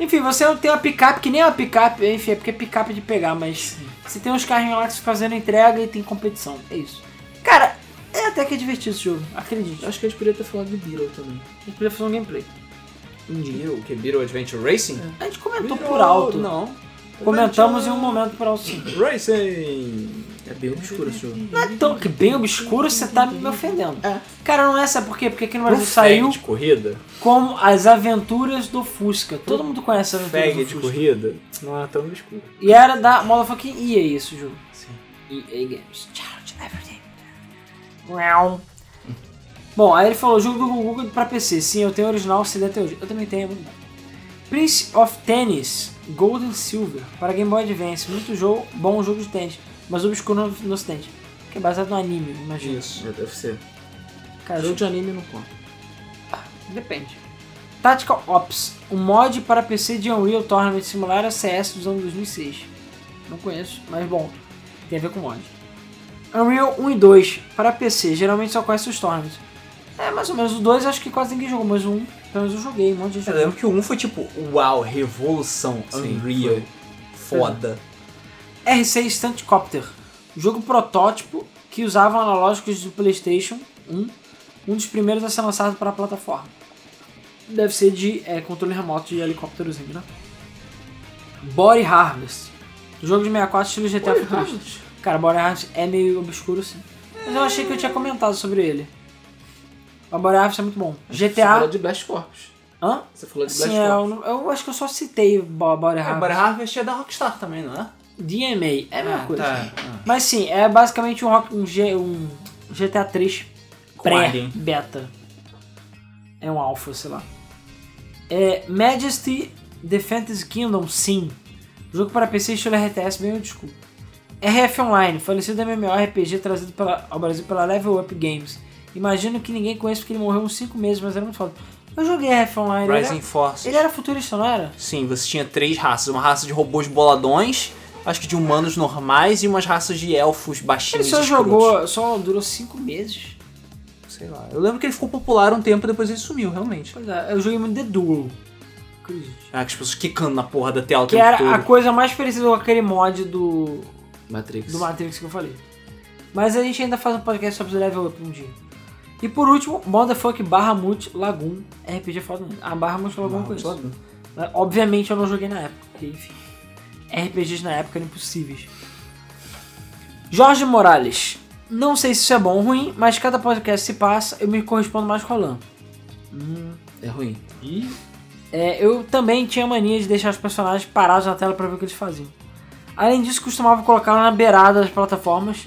Enfim, você tem uma picape que nem é uma picape, enfim, é porque é picape de pegar, mas você tem uns carrinhos lá que você fazendo entrega e tem competição. É isso. Cara, é até que é divertido esse jogo, acredite. Acho que a gente podia ter falado de Beetle também. A gente podia fazer um gameplay. Beetle, que Beetle Adventure Racing? A gente comentou por alto. Não. Comentamos em um momento por alto sim. É. Racing! É bem obscuro esse jogo. Não é tão que bem obscuro, você tá me ofendendo. É. Cara, não é sabe por quê? Porque aqui no Pro Brasil saiu fag de corrida? como As Aventuras do Fusca. Todo mundo conhece as aventuras Fag do de Fusca. corrida? Não é tão obscuro. E era da motherfucking EA esse jogo. Sim. EA Games. Challenge everything. Miau. Bom, aí ele falou, jogo do Google pra PC. Sim, eu tenho o original CD até hoje. Eu também tenho, é muito bom. Prince of Tennis, Gold and Silver, para Game Boy Advance. Muito jogo, bom jogo de tênis, mas obscuro no, no ocidente. Que é baseado no anime, imagina. Isso. É, Deve ser. Cara, Jogo de anime não conta. Depende. Tactical Ops, um mod para PC de Unreal Tournament similar a CS dos anos 2006. Não conheço, mas bom, tem a ver com mod. Unreal 1 e 2 para PC, geralmente só conhece os tournaments. É, mais ou menos o 2 acho que quase ninguém jogou, mas o 1, pelo menos eu joguei, um monte de gente Eu jogou. lembro que o 1 foi tipo, uau, revolução, Sim, Unreal, foda. R6 Stuntcopter, jogo protótipo que usava analógicos do PlayStation 1, um dos primeiros a ser lançado para a plataforma. Deve ser de é, controle remoto de helicópterozinho, né? Body Harvest, jogo de 64 estilo GTA Ah, futurista. Cara, Body Harvest é meio obscuro sim, mas eu achei que eu tinha comentado sobre ele. Mas Body Harvest é muito bom. Você falou GTA... de Blast Corps. Hã? Você falou de Blast Sim, é, Corps. eu, não- eu acho que eu só citei Bo- Body É, Harvest. Bar Harvest é da Rockstar também, não é? DMA, é a mesma Ah, coisa. tá. Ah. Mas sim, é basicamente um, rock- um, G- um GTA 3 alien. pré-beta. É um alpha, sei lá. É Majesty The Fantasy Kingdom, sim. Jogo para PC estilo RTS, bem desculpa. RF Online, falecido MMORPG trazido pela- ao Brasil pela Level Up Games. Imagino que ninguém conhece porque ele morreu uns 5 meses, mas era muito foda. Eu joguei RF Online. ele era- Rising Force. Ele era futurista, não era? Sim, você tinha três raças. Uma raça de robôs boladões, acho que de humanos normais e umas raças de elfos Ele baixinhos. só escrotos. jogou, só durou cinco meses. Sei lá. Eu lembro que ele ficou popular um tempo depois ele sumiu, realmente. Pois é, eu joguei muito The Duel. Acredite. Ah, que as pessoas quicando na porra da tela o Que tempo era todo. a coisa mais parecida com aquele mod do, Matrix. do Matrix que eu falei. Mas a gente ainda faz um podcast sobre level up um dia. E por último, Motherfuck barra Mut Lagoon RPG é Foda. A barra Mut Lagoon Barra com isso. Mut Lagoon. Obviamente eu não joguei na época, porque enfim. RPGs na época eram impossíveis. Jorge Morales. Não sei se isso é bom ou ruim, mas cada podcast se passa, eu me correspondo mais com a Lan. É ruim. Ih, É, eu também tinha mania de deixar os personagens parados na tela pra ver o que eles faziam. Além disso, costumava colocá-los na beirada das plataformas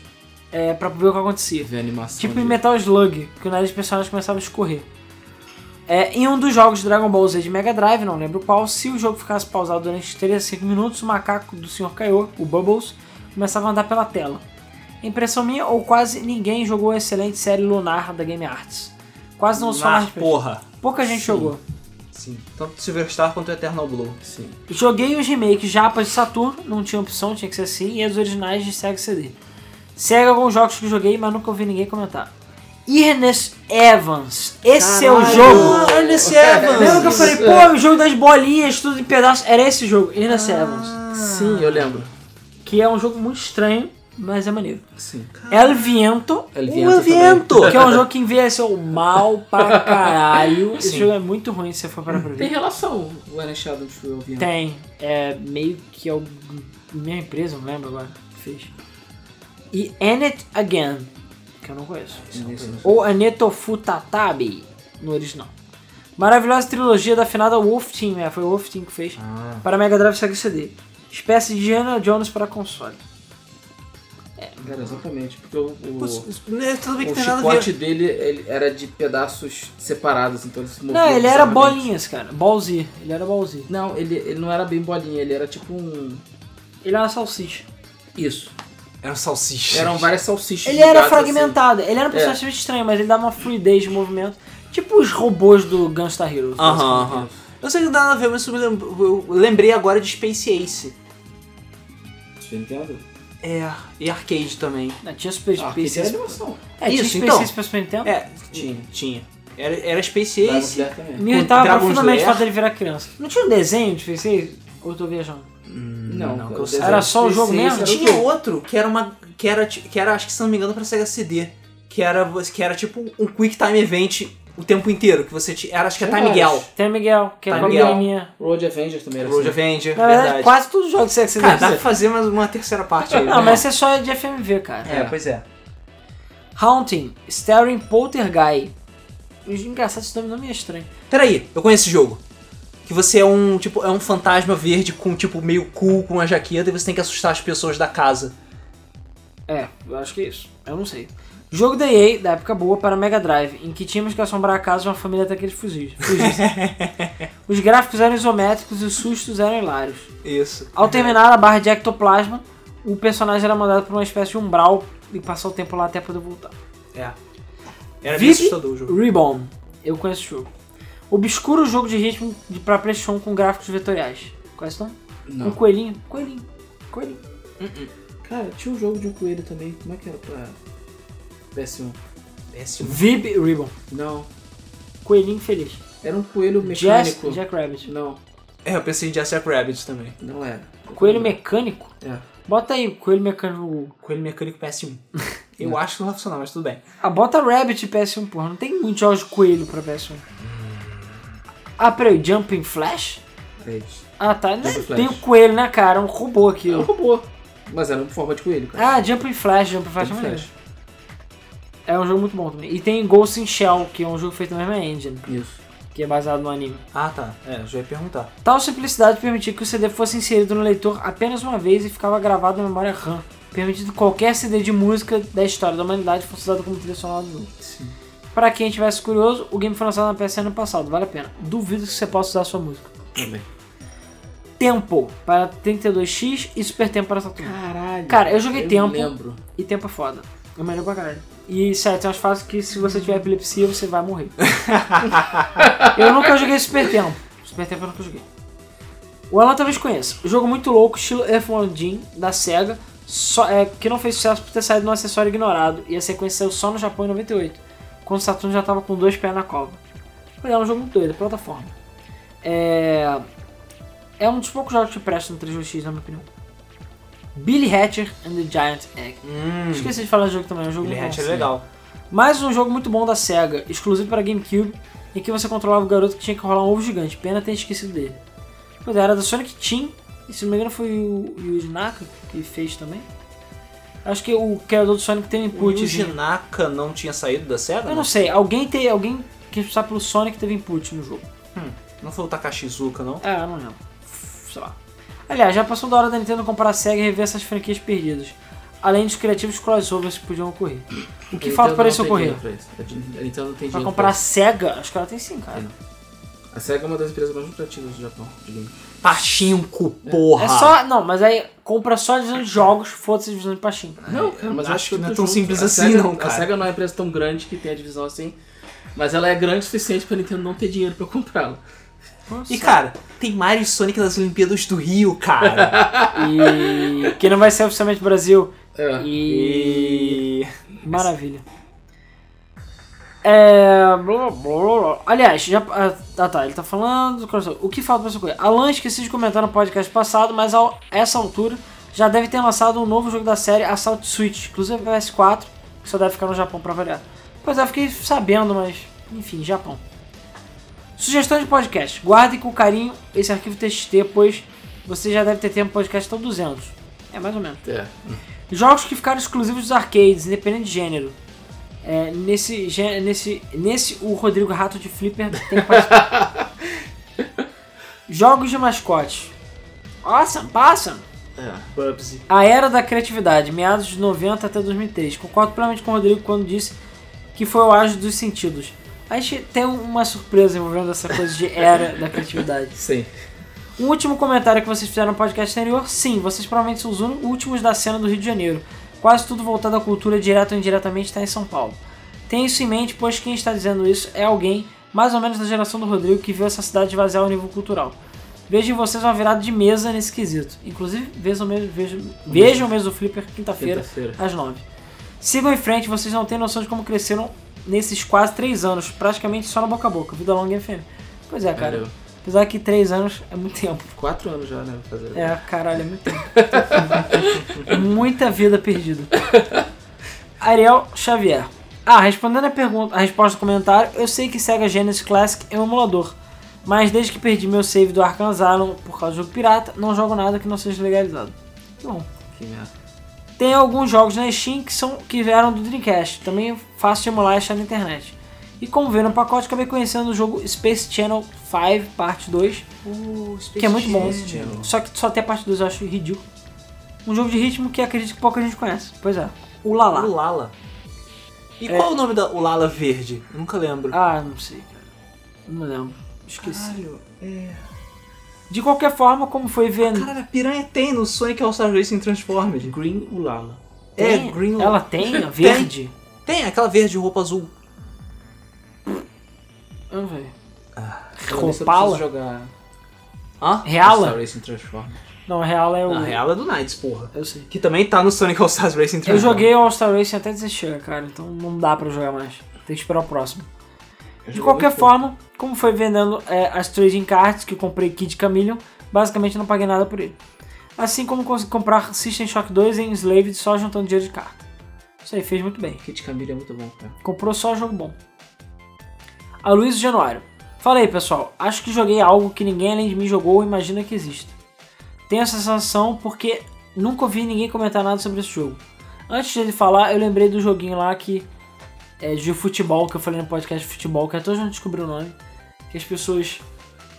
é, para ver o que acontecia. Ver a animação. Tipo em dele. Metal Slug, que o nariz dos personagens começava a escorrer. É, em um dos jogos de Dragon Ball Z de Mega Drive, não lembro qual, se o jogo ficasse pausado durante 3 a 5 minutos, o macaco do Sr. Kaiô, o Bubbles, começava a andar pela tela. Impressão minha ou quase ninguém jogou a excelente série Lunar da Game Arts. Quase não ouço falar a na respeito. porra. Pouca gente Sim. jogou. Sim. Tanto Silver Star quanto Eternal Blue. Sim. Joguei os remakes japas de Saturn, não tinha opção, tinha que ser assim, e os originais de Sega CD. Sega alguns jogos que joguei, mas nunca ouvi ninguém comentar. Ernest Evans, esse é o Caralho! jogo. Olha esse Evans! Lembra que eu falei, pô, é o jogo das bolinhas, tudo em pedaços? Era esse jogo, Ernest Ah. Evans. Sim, eu lembro. Que é um jogo muito estranho, mas é maneiro. Sim. El Viento. El O Viento Viento! Que é um jogo que envelheceu mal pra caralho. Esse Sim. jogo é muito ruim se você for parar pra ver. Tem relação o Ernest Adams com o Viento. Tem. É meio que é o minha empresa, não lembro agora, que fez. E Anet Again, que eu não conheço. Ou Aneto Futatabi, no original. Maravilhosa trilogia da finada Wolf Team, é, foi o Wolf Team que fez. Ah. Para Mega Drive e Sega CD. Espécie de Indiana Jones para console. Era exatamente, porque o, o, Putz, isso- né, tudo bem que o tem nada a ver. chicote dele ele era de pedaços separados, então ele se movia. Não, ele era bizarramente. bolinhas, cara. Ballzy. Ele era ballzy. Não, ele, ele não era bem bolinha, ele era tipo um. Ele era salsicha. Isso. Era um salsicha. Eram várias salsichas. Ele era assim. ligadas, assim. fragmentado. Ele era É. um personagem estranho, mas ele dava uma fluidez de movimento. Tipo os robôs do Gunstar Heroes. Aham, aham. Eu sei que não tem nada a ver, mas isso me lembrou- eu lembrei agora de Space Ace. Assim. Nintendo? É, e arcade também. Não, tinha Super Ah, Space. era animação. É, tinha Isso, Super então. Space pra Super Nintendo. É, tinha, tinha. Era, era Space Dragon Ace. Slayer também. Me irritava É, Dragon's profundamente o Lair. fato dele virar criança. Não tinha um desenho de Space Ace? Ou eu tô viajando? Não, não, que eu cara, saiba. Era só o jogo Space Ace mesmo? era o Tinha jogo. outro que era uma. Que era, ti- que era, acho que se não me engano, pra Sega CD. Que era, vo- que era tipo um Quick Time Event o tempo inteiro. Que você tinha. Era, acho que é Tinha Time vários. Gal. Tem Miguel, que é Tá, com a Miguel. menininha. Road Avenger também era Road assim. Avenger, Na verdade, verdade. quase todos os jogos de Sex Cara, dá pra fazer mais uma terceira parte aí. Não, né? mas esse é só de FMV, cara. É, pois é. Haunting, Staring Poltergeist. Engraçado, esse nome não me é estranho. Peraí, eu conheço esse jogo. Que você é um, tipo, é um fantasma verde com, tipo, meio cool com uma jaqueta e você tem que assustar as pessoas da casa. É, eu acho que é isso. Eu não sei. Jogo da EA, da época boa, para Mega Drive, em que tínhamos que assombrar a casa de uma família daqueles fugis. fugis. Os gráficos eram isométricos e os sustos eram hilários. Isso. Ao terminar a barra de ectoplasma, o personagem era mandado para uma espécie de umbral e passar o tempo lá até poder voltar. É. Era Vive- meio assustador o jogo. Reborn. Eu conheço o jogo. Obscuro jogo de ritmo de pra PlayStation com gráficos vetoriais. Conhece não? Um Não. coelhinho? Coelhinho. Coelhinho. Cara, tinha um jogo de um coelho também. Como é que era pra PS1? Péssimo. Vib Ribbon. Não. Coelhinho feliz. Era um coelho Jazz mecânico. Jack Rabbit. Não, É, eu pensei em Jessica Rabbit também. não era. Coelho mecânico? É. Bota aí, coelho mecânico. no Google. Coelho mecânico PS1. Eu acho que não vai funcionar, mas tudo bem. Ah, bota Rabbit PS1, porra. Não tem muitos jogos de coelho pra PS1. Ah, peraí, Jumping Flash? Era Ah, tá. Não Jumping tem Flash. o coelho na cara, é um robô aqui. um robô. Mas era em forma de coelho, cara. Ah, Jumping Flash, Jumping Flash é Era maneiro. flash. É um jogo muito bom também. E tem Ghost in Shell, que é um jogo feito na mesma engine, Isso. que é baseado no anime. Ah, tá. É, eu já ia perguntar. Tal simplicidade permitia que o CD fosse inserido no leitor apenas uma vez e ficava gravado na memória RAM, permitindo que qualquer CD de música da história da humanidade fosse usado como trilha sonora do jogo. Pra quem estivesse curioso, o game foi lançado na PS ano passado, vale a pena. Duvido que você possa usar a sua música. Também. Tempo para 32X e Super Tempo para Saturn. Caralho. Cara, eu joguei tempo. lembro. E tempo é foda. É melhor pra caralho. E sério, tem umas fases que se você tiver epilepsia, você vai morrer. eu nunca joguei Super Tempo. Super Tempo eu nunca joguei. O Alan talvez conheça. Um Jogo muito louco, estilo F1 Jin, da SEGA, só, é, que não fez sucesso por ter saído no acessório ignorado, e a sequência saiu só no Japão em 98, quando o Saturno já tava com dois pés na cova. Mas é um jogo muito doido, plataforma. É... É um dos poucos jogos que presta no 3DX, na minha opinião. Billy Hatcher and the Giant Egg. Hum, Esqueci de falar do jogo também, é um jogo Billy muito bom. Hatcher é legal. Mais um jogo muito bom da SEGA, exclusivo para GameCube, em que você controlava o garoto que tinha que rolar um ovo gigante. Pena ter esquecido dele. Pois é, era da Sonic Team, e se não me engano foi o Yuji Naka que fez também. Acho que o criador do Sonic tem um O input. Yuji né? Naka não tinha saído da SEGA? Eu não sei, alguém tem, alguém que responsável pelo Sonic teve input no jogo. Não foi o Takashizuka, É, não? Ah, eu não lembro. Sei lá. Aliás, já passou da hora da Nintendo comprar a SEGA e rever essas franquias perdidas. Além dos criativos crossovers que podiam ocorrer. O que falta para isso ocorrer? A Nintendo não tem dinheiro. Pra pra comprar a SEGA, acho que ela tem sim, cara. isso. A SEGA é uma das empresas mais lucrativas do Japão. de game. Pachinko, porra! É só. Não, mas aí compra só a divisão de jogos, foda-se a divisão de pastinha. Não, cara, mas eu acho que não é eu tô tão junto. simples A assim, SEGA- não, cara. A SEGA não é uma empresa tão grande que tem a divisão assim, mas ela é grande o suficiente pra Nintendo não ter dinheiro pra comprá-la. E cara, tem Mario e Sonic nas Olimpíadas do Rio, cara. E. Que não vai ser oficialmente Brasil. É. Ah. E. E. Maravilha. É. blá, blá, blá, blá. Aliás, já. Ah tá, ele tá falando. do crossover. O que falta pra essa coisa? Alan, esqueci de comentar no podcast passado, mas a essa altura já deve ter lançado um novo jogo da série Assault Switch, inclusive PS4, que só deve ficar no Japão pra variar. Pois é, fiquei sabendo, mas. Enfim, Japão. Sugestões de podcast. Guardem com carinho esse arquivo TXT, pois você já deve ter tempo podcast tão 200. É mais ou menos. É. Jogos que ficaram exclusivos dos arcades, independente de gênero. É, nesse, gê- nesse, nesse, o Rodrigo Rato de Flipper tem que participar. Jogos de mascote. Awesome, awesome! É. Bubsy. A era da criatividade, meados de 90 até 2003. Concordo plenamente com o Rodrigo quando disse que foi o auge dos sentidos. A gente tem uma surpresa envolvendo essa coisa de era da criatividade. Sim. Um último comentário que vocês fizeram no podcast anterior, sim, vocês provavelmente são os uni- últimos da cena do Rio de Janeiro. Quase tudo voltado à cultura, direto ou indiretamente, está em São Paulo. Tenha isso em mente, pois quem está dizendo isso é alguém, mais ou menos da geração do Rodrigo, que viu essa cidade esvaziar o nível cultural. Vejo em vocês uma virada de mesa nesse quesito. Inclusive, vejam mesmo, vejam, vejam mesmo o Flipper quinta-feira, Quinta-feira. às 9. Sigam em frente, vocês não têm noção de como cresceram nesses quase 3 anos, praticamente só na boca a boca. Vida longa e FM. Pois é, cara. Ah, Cara, Apesar que 3 anos é muito tempo. quatro anos já, né? pra Fazer. É, caralho, é muito tempo. Muita vida perdida. Ariel Xavier. Ah, respondendo a, pergunta, a resposta do comentário, eu sei que Sega Genesis Classic é um emulador, mas desde que perdi meu save do Arkham Asylum por causa do jogo pirata, não jogo nada que não seja legalizado. Que Bom, Que merda. tem alguns jogos na Steam que, são, que vieram do Dreamcast, também fácil de emular e achar na internet. E como veio no pacote, acabei conhecendo o jogo Space Channel 5 Parte 2, que é muito bom. Só que só ter a parte 2 eu acho ridículo. Um jogo de ritmo que acredito que pouca gente conhece. Pois é. O Lala. O Lala. E qual é o nome da o Lala Verde? Eu nunca lembro. Ah, não sei, cara. Não lembro. Esqueci. Caralho, é... De qualquer forma, como foi vendo. Caralho, a piranha tem no Sonic All-Star Racing Transformers. Green Ulala. É, tem- Green Lala. Ela tem a verde? Tem aquela verde roupa azul. Eu não Ah, sei. Pala. É Roupala? jogar Hã? Star Reala? Racing Transformers. Não, Reala é é o. Não, real é do Knights, porra. Eu sei. Que também tá no Sonic All-Star Racing Eu Transformers. joguei o All-Star Racing até desistir, cara. Então não dá pra jogar mais. Tem que esperar o próximo. De qualquer forma, como foi vendendo é, as trading cards que eu comprei Kid Chameleon, basicamente não paguei nada por ele. Assim como consegui comprar System Shock 2 em Slave só juntando dinheiro de carta. Isso aí fez muito bem. Kit Camille é muito bom, cara. Comprou só jogo bom. A Luiz Januário. Fala aí, pessoal. Acho que joguei algo que ninguém além de mim jogou ou imagina que exista. Tenho essa sensação porque nunca ouvi ninguém comentar nada sobre esse jogo. Antes dele falar, eu lembrei do joguinho lá que é de futebol, que eu falei no podcast de futebol, que até hoje eu não descobri o nome. Que as pessoas.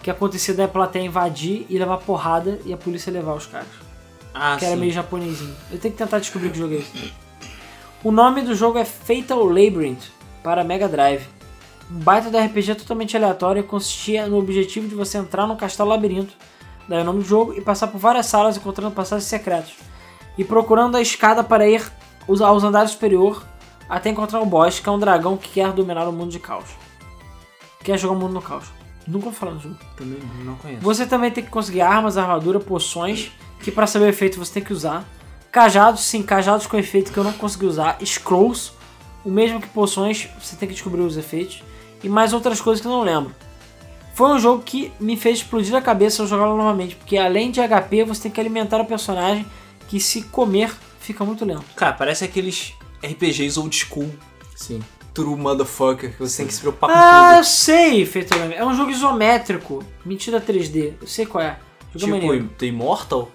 Que acontecia da plateia invadir e levar porrada e a polícia levar os caras Ah, que era sim. meio japonesinho. Eu tenho que tentar descobrir que jogo é esse. O nome do jogo é Fatal Labyrinth para Mega Drive. Um baita do RPG totalmente aleatório e consistia no objetivo de você entrar num castelo labirinto, daí o nome do jogo, e passar por várias salas encontrando passagens secretas. E procurando a escada para ir aos aos andares superior até encontrar um boss, que é um dragão que quer dominar o mundo de caos. Quer jogar o mundo no caos. Nunca vou falar do jogo. Também não conheço. Você também tem que conseguir armas, armadura, poções, que pra saber o efeito você tem que usar. Cajados, sim, cajados com efeito que eu não consegui usar. Scrolls, o mesmo que poções, você tem que descobrir os efeitos. E mais outras coisas que eu não lembro. Foi um jogo que me fez explodir a cabeça ao jogá-lo novamente, porque além de HP, você tem que alimentar o personagem, que se comer, fica muito lento. Cara, parece aqueles RPGs old school, Sim. true motherfucker, que você tem que se preocupar Ah, com eu sei, Feito Leme. É um jogo isométrico. Mentira 3D. Eu sei qual é. Jogo tudo. Tipo, maneiro. e The Immortal?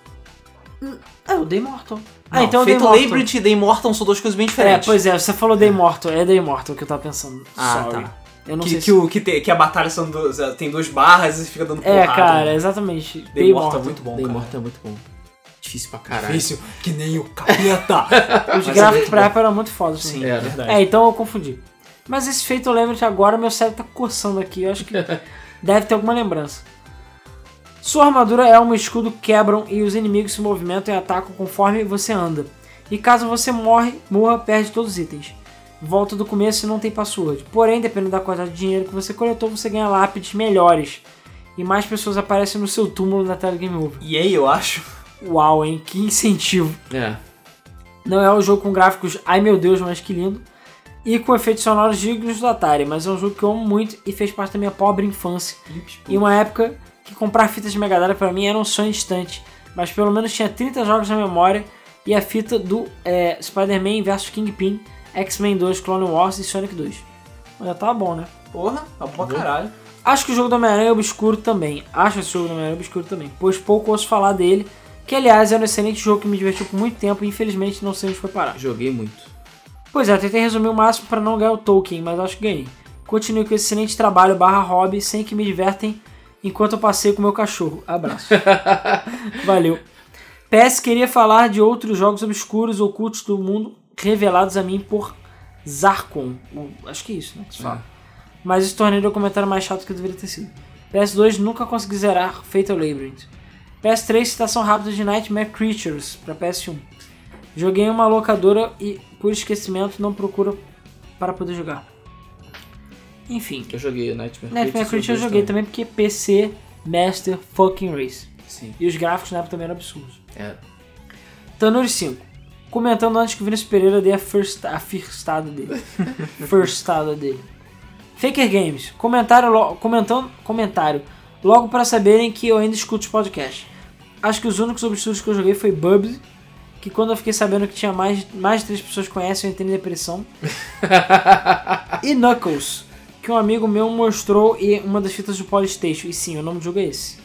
Ah, eu dei Mortal. Ah, Não, então eu dei Fatal Mortal. Labyrinth e The Immortal são duas coisas bem É, diferentes. pois é, você falou The Immortal, é The Immortal que eu tava pensando. Ah, Sorry. tá. Eu não que, sei que, se... o, que, tem- que a batalha são duas- é, tem duas barras e fica dando porrada. É, cara, exatamente. The Immortal é muito bom, Day cara. É Mortal é muito bom. Difícil pra caralho. Difícil, que nem o capeta. Mas Os é gráficos muito pra bom. época eram muito fodas. Sim, né? é Era. verdade. É, então eu confundi. Mas esse feito eu lembro de agora, meu cérebro tá coçando aqui. Eu acho que deve ter alguma lembrança. Sua armadura é um escudo que quebram e os inimigos se movimentam e atacam conforme você anda. E caso você morre, morra, perde todos os itens. Volta do começo e não tem password. Porém, dependendo da quantidade de dinheiro que você coletou, você ganha lápides melhores. E mais pessoas aparecem no seu túmulo na tela Game Over. E aí, eu acho. Uau, hein? Que incentivo! É. Não é um jogo com gráficos, ai meu Deus, mas que lindo. E com efeitos sonoros dignos do Atari, mas é um jogo que eu amo muito e fez parte da minha pobre infância. Em uma época que comprar fitas de Mega Drive pra mim era um sonho distante, mas pelo menos tinha 30 jogos na memória e a fita do é, Spider-Man vs Kingpin, X-Men 2, Clone Wars e Sonic 2. Mas já tá bom, né? Porra, tá bom pra caralho. Acho que o jogo do Homem-Aranha é obscuro também. Acho esse jogo do Homem-Aranha obscuro também. Pois pouco ouço falar dele, que aliás era um excelente jogo que me divertiu por muito tempo e infelizmente não sei onde foi parar. Joguei muito. Pois é, eu tentei resumir o máximo para não ganhar o Tolkien, mas acho que ganhei. Continue com esse excelente trabalho barra hobby, sem que me divertem enquanto eu passeio com meu cachorro. Abraço. Valeu. PS queria falar de outros jogos obscuros, ocultos do mundo, revelados a mim por Zarkon. O- acho que é isso, né? Que se fala. Mas isso tornei o documentário mais chato que deveria ter sido. PS2 nunca consegui zerar Fatal Labyrinth. PS3 citação rápida de Nightmare Creatures para PS1. Joguei em uma locadora e, por esquecimento, não procuro para poder jogar. Enfim, Eu joguei Nightmare Nightmare Creatures Né, eu dois joguei também porque PC Master Fucking Race. Sim. E os gráficos na época também eram absurdos. É. Tanuri 5. Comentando antes que o Vinícius Pereira dê a, first, a firstada dele. firstada dele. Faker Games. Comentário lo- comentando, comentário. Logo para saberem que eu ainda escuto os podcasts. Acho que os únicos obscuros que eu joguei foi Bubsy, que quando eu fiquei sabendo que tinha mais, mais de três pessoas que conhecem, eu entrei em depressão. e Knuckles, que um amigo meu mostrou e uma das fitas do Polystation. E sim, o nome do jogo é esse.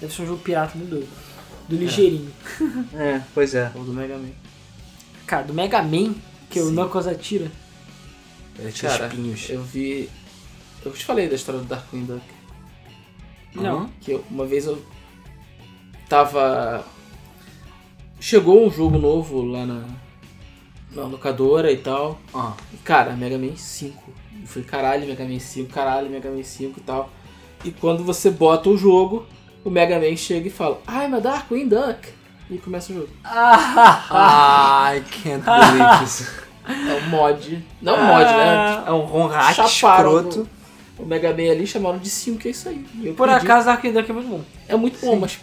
Deve ser um jogo pirata muito doido. Do ligeirinho. É, pois é. Ou do Mega Man. Cara, do Mega Man, que o Knuckles atira. Ele tinha Cara, espinhos. eu vi... Eu te falei da história do Darkwing Duck. Não. Que eu- uma vez eu tava. Chegou um jogo novo lá na, na locadora e tal. Ah, E cara, Mega Man 5. Eu falei, caralho, Mega Man 5, caralho, Mega Man 5 e tal. E quando você bota o jogo, o Mega Man chega e fala, ai, meu Darkwing Duck. E começa o jogo. Ah, I can't believe this. É um mod. Não um mod, né? É um ron Ah, hack Chaparam escroto. O Mega Man ali chamaram de 5, é isso aí. E eu Por perdi. acaso, Darkwing Duck é muito bom. É muito bom, mas.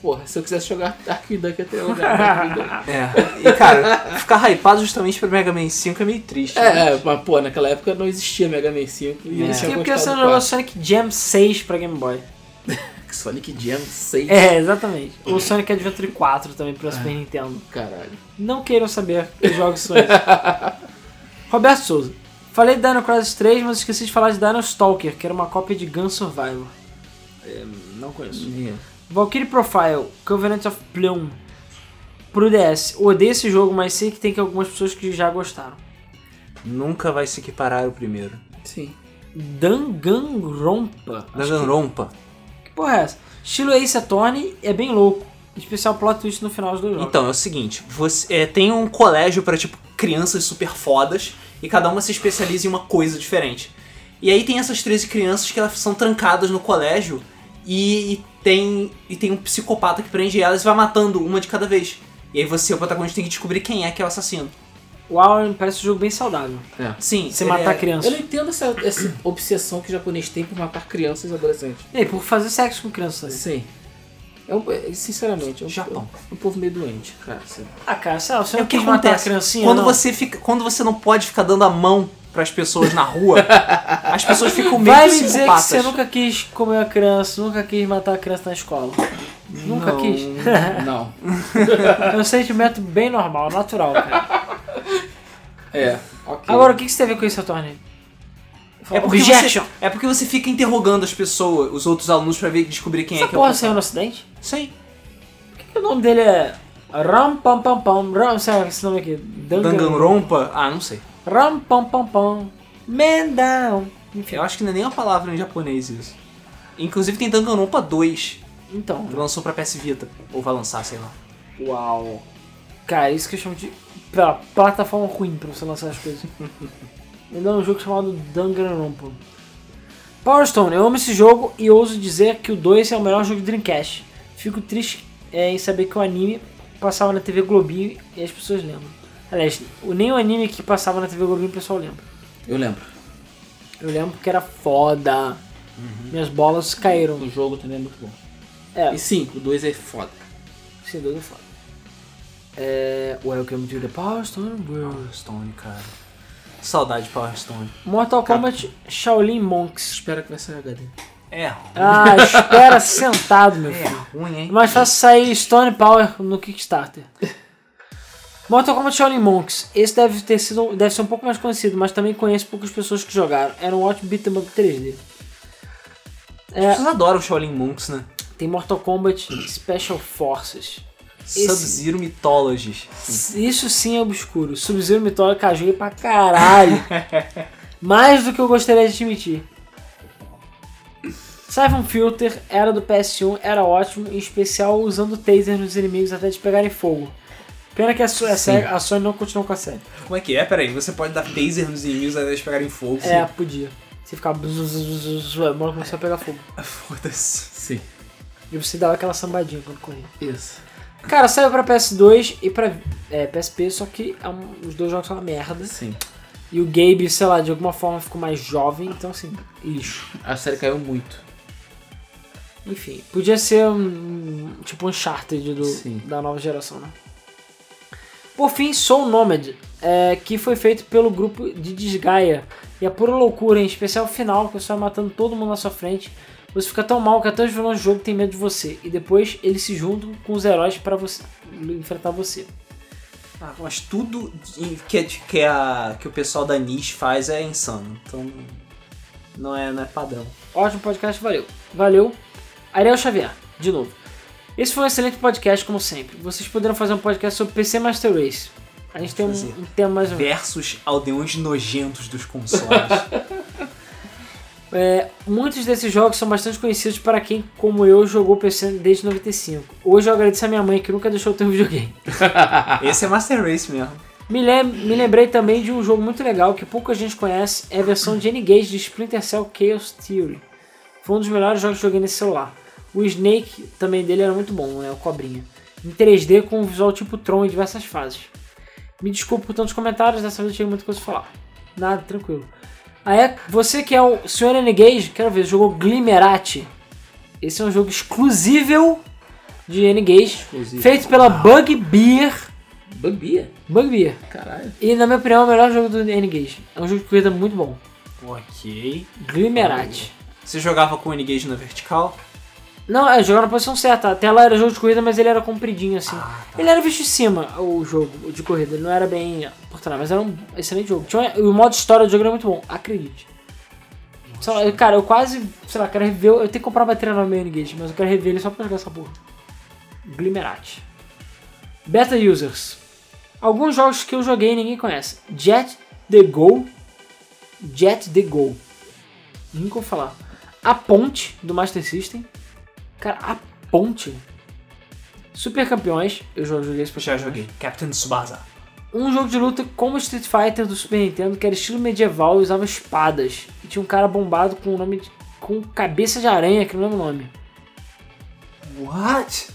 Porra, se eu quisesse jogar Darkwing Duck até eu jogar Darkwing Duck. É. E cara, ficar hypado justamente pra Mega Man 5 é meio triste. né? É, é, mas pô, naquela época não existia Mega Man 5 e É. eles Isso aqui é tinham porque você gostado não do jogou 4. Sonic Jam 6 pra Game Boy. Sonic Jam 6. É, exatamente. Ou Sonic Adventure 4 também pra Super Nintendo. Caralho. Não queiram saber que jogos são esses. Roberto Souza. Falei de Dino Crisis 3, mas esqueci de falar de Dino Stalker, que era uma cópia de Gun Survivor. Não conheço. Valkyrie Profile, Covenant of Plum. Pro DS. Odeio esse jogo, mas sei que tem que algumas pessoas que já gostaram. Nunca vai se equiparar o primeiro. Sim. Danganronpa. Danganronpa. Que porra é essa? Estilo Ace Attorney é bem louco. Especial plot twist no final dos dois jogos. Então, é o seguinte, você é, tem um colégio pra tipo crianças super fodas e cada uma se especializa em uma coisa diferente. E aí tem essas 13 crianças que elas são trancadas no colégio e, e tem e tem um psicopata que prende elas e vai matando uma de cada vez. E aí você, o protagonista, tem que descobrir quem é que é o assassino. O Warren parece um jogo bem saudável. É. Sim, Você ele matar é- crianças. Eu não entendo essa, essa obsessão que o japonês tem por matar crianças e adolescentes. E aí, por fazer sexo com né? crianças. Sim. É um, é, sinceramente, é um, Japão. é um povo meio doente, cara. assim. sério. Ah, cara, sei lá, você É não o que quis matar a acontece. criancinha, quando não. você fica, quando você não pode ficar dando a mão pras pessoas na rua, as pessoas ficam meio Vai me dizer que psicopatas. você nunca quis comer a criança, nunca quis matar a criança na escola. Nunca Não. quis. Não. É um sentimento bem normal, natural, cara. É. Ok. Agora, o que que você tem a ver com isso, Tony? É porque, você, é porque você fica interrogando as pessoas, os outros alunos, pra ver, descobrir quem é Essa que é o porra saiu no acidente? Sim. Por que, que o nome dele é... Ram Pam Pam Pam... Ram... Sabe esse nome aqui? Dangan- Danganronpa? Ah, não sei. Ram Pam Pam Pam... Man down. Enfim, Eu acho que não é nem uma palavra em japonês isso. Inclusive tem Danganronpa 2, então... que lançou pra PS Vita. Ou vai lançar, sei lá. Uau. Cara, isso que eu chamo de pra, plataforma ruim pra você lançar as coisas. Ele é um jogo chamado Danganronpa. Power Stone, eu amo esse jogo e ouso dizer que o 2 é o melhor jogo de Dreamcast. Fico triste é, em saber que o anime passava na TV Globinho e as pessoas lembram. Aliás, o- nem o anime que passava na TV Globinho o pessoal lembra. Eu lembro. Eu lembro que era foda. Minhas bolas caíram. O jogo também é muito bom. É. E sim, o 2 é foda. Sem dúvida foda. É, welcome to the né? Power Stone World. Power Stone, cara. Saudade de Power Stone. Mortal Kombat Shaolin Monks. Espero que vai sair HD. É ruim, Ah, espera sentado, meu é filho. ruim, hein? Mais fácil sair Stone Power no Kickstarter. Mortal Kombat Shaolin Monks. Esse deve ter sido, deve ser um pouco mais conhecido, mas também conheço poucas pessoas que jogaram. Era um ótimo beat 'em up 3D. As É, pessoas adoram o Shaolin Monks, né? tem Mortal Kombat Special Forces. Esse- Sub-Zero Mythologies. Isso sim é obscuro. Sub-Zero Mythology, cara, joguei pra caralho. Mais do que eu gostaria de admitir. Siphon Filter era do PS1, era ótimo, em especial usando taser nos inimigos até eles pegarem fogo. Pena que a, So- a Sega- a Sony não continuou com a série. Como é que é? Peraí, você pode dar taser nos inimigos até eles pegarem fogo. É, podia. Você ficava. bzz, bzz, bzz, bzz, A bola começou a pegar fogo. Foda-se. Sim. E você dava aquela sambadinha quando corria. Isso. Cara, saiu pra PS2 e pra é, PSP, só que é um- os dois jogos são uma merda. Sim. E o Gabe, sei lá, de alguma forma ficou mais jovem, então assim, lixo. A série caiu muito. Enfim, podia ser um, tipo um Uncharted Sim. do, da nova geração, né? Por fim, Soul Nomad, é, que foi feito pelo grupo de Desgaia. E a pura loucura, em especial o final, que você vai matando todo mundo na sua frente. Você fica tão mal que até os vilões do jogo têm medo de você. E depois eles se juntam com os heróis para você enfrentar você. Ah, mas tudo de- que, é de- que, a, que o pessoal da Niche faz é insano. Então não é, não é padrão. Ótimo podcast, valeu. Valeu. Ariel Xavier, de novo. Esse foi um excelente podcast, como sempre. Vocês poderão fazer um podcast sobre PC Master Race. A gente tem um, Fazer. um tema mais ou menos. Versus aldeões nojentos dos consoles. É, muitos desses jogos são bastante conhecidos para quem, como eu, jogou PC desde 95. Hoje eu agradeço a minha mãe, que nunca deixou eu ter um videogame. Esse é Master Race mesmo. Me, lem- me lembrei também de um jogo muito legal que pouca gente conhece, é a versão de N-Gage de Splinter Cell Chaos Theory. Foi um dos melhores jogos que eu joguei nesse celular. O Snake também dele era muito bom, né? O Cobrinha. Em 3D com um visual tipo Tron em diversas fases. Me desculpe por tantos comentários, dessa vez eu tinha muita coisa pra falar. Nada, tranquilo. Aí, é- você que é o Sr. N-Gage, quero ver, jogou Glimmerati. Esse é um jogo exclusivo de N-Gage, Exclusivo. feito pela Bugbear. Bambia? Bugbear. Caralho. E na minha opinião é o melhor jogo do N-Gage. É um jogo de corrida muito bom. Ok. Glimmerati. Você jogava com o N-Gage na vertical? Não, é jogar na posição certa. A tela era jogo de corrida, mas ele era compridinho assim. Ah, Ele era visto de cima, o jogo de corrida. Ele não era bem por trás, mas era um excelente jogo. Tinha um- o modo história do jogo era muito bom, acredite. Sei lá, eu- cara, eu quase, sei lá, quero rever. Eu tenho que comprar a bateria no meu N-Gage, mas eu quero rever ele só pra jogar essa porra. Glimmerati. Beta Users. Alguns jogos que eu joguei e ninguém conhece. Jet The Go. Jet The Go. Nunca vou falar. A Ponte, do Master System. Cara, A Ponte. Super Campeões. Eu já joguei Super Já Campeões. joguei. Captain Tsubasa. Um jogo de luta como Street Fighter do Super Nintendo, que era estilo medieval e usava espadas. E tinha um cara bombado com o nome de... com cabeça de aranha, que não lembro o nome. What?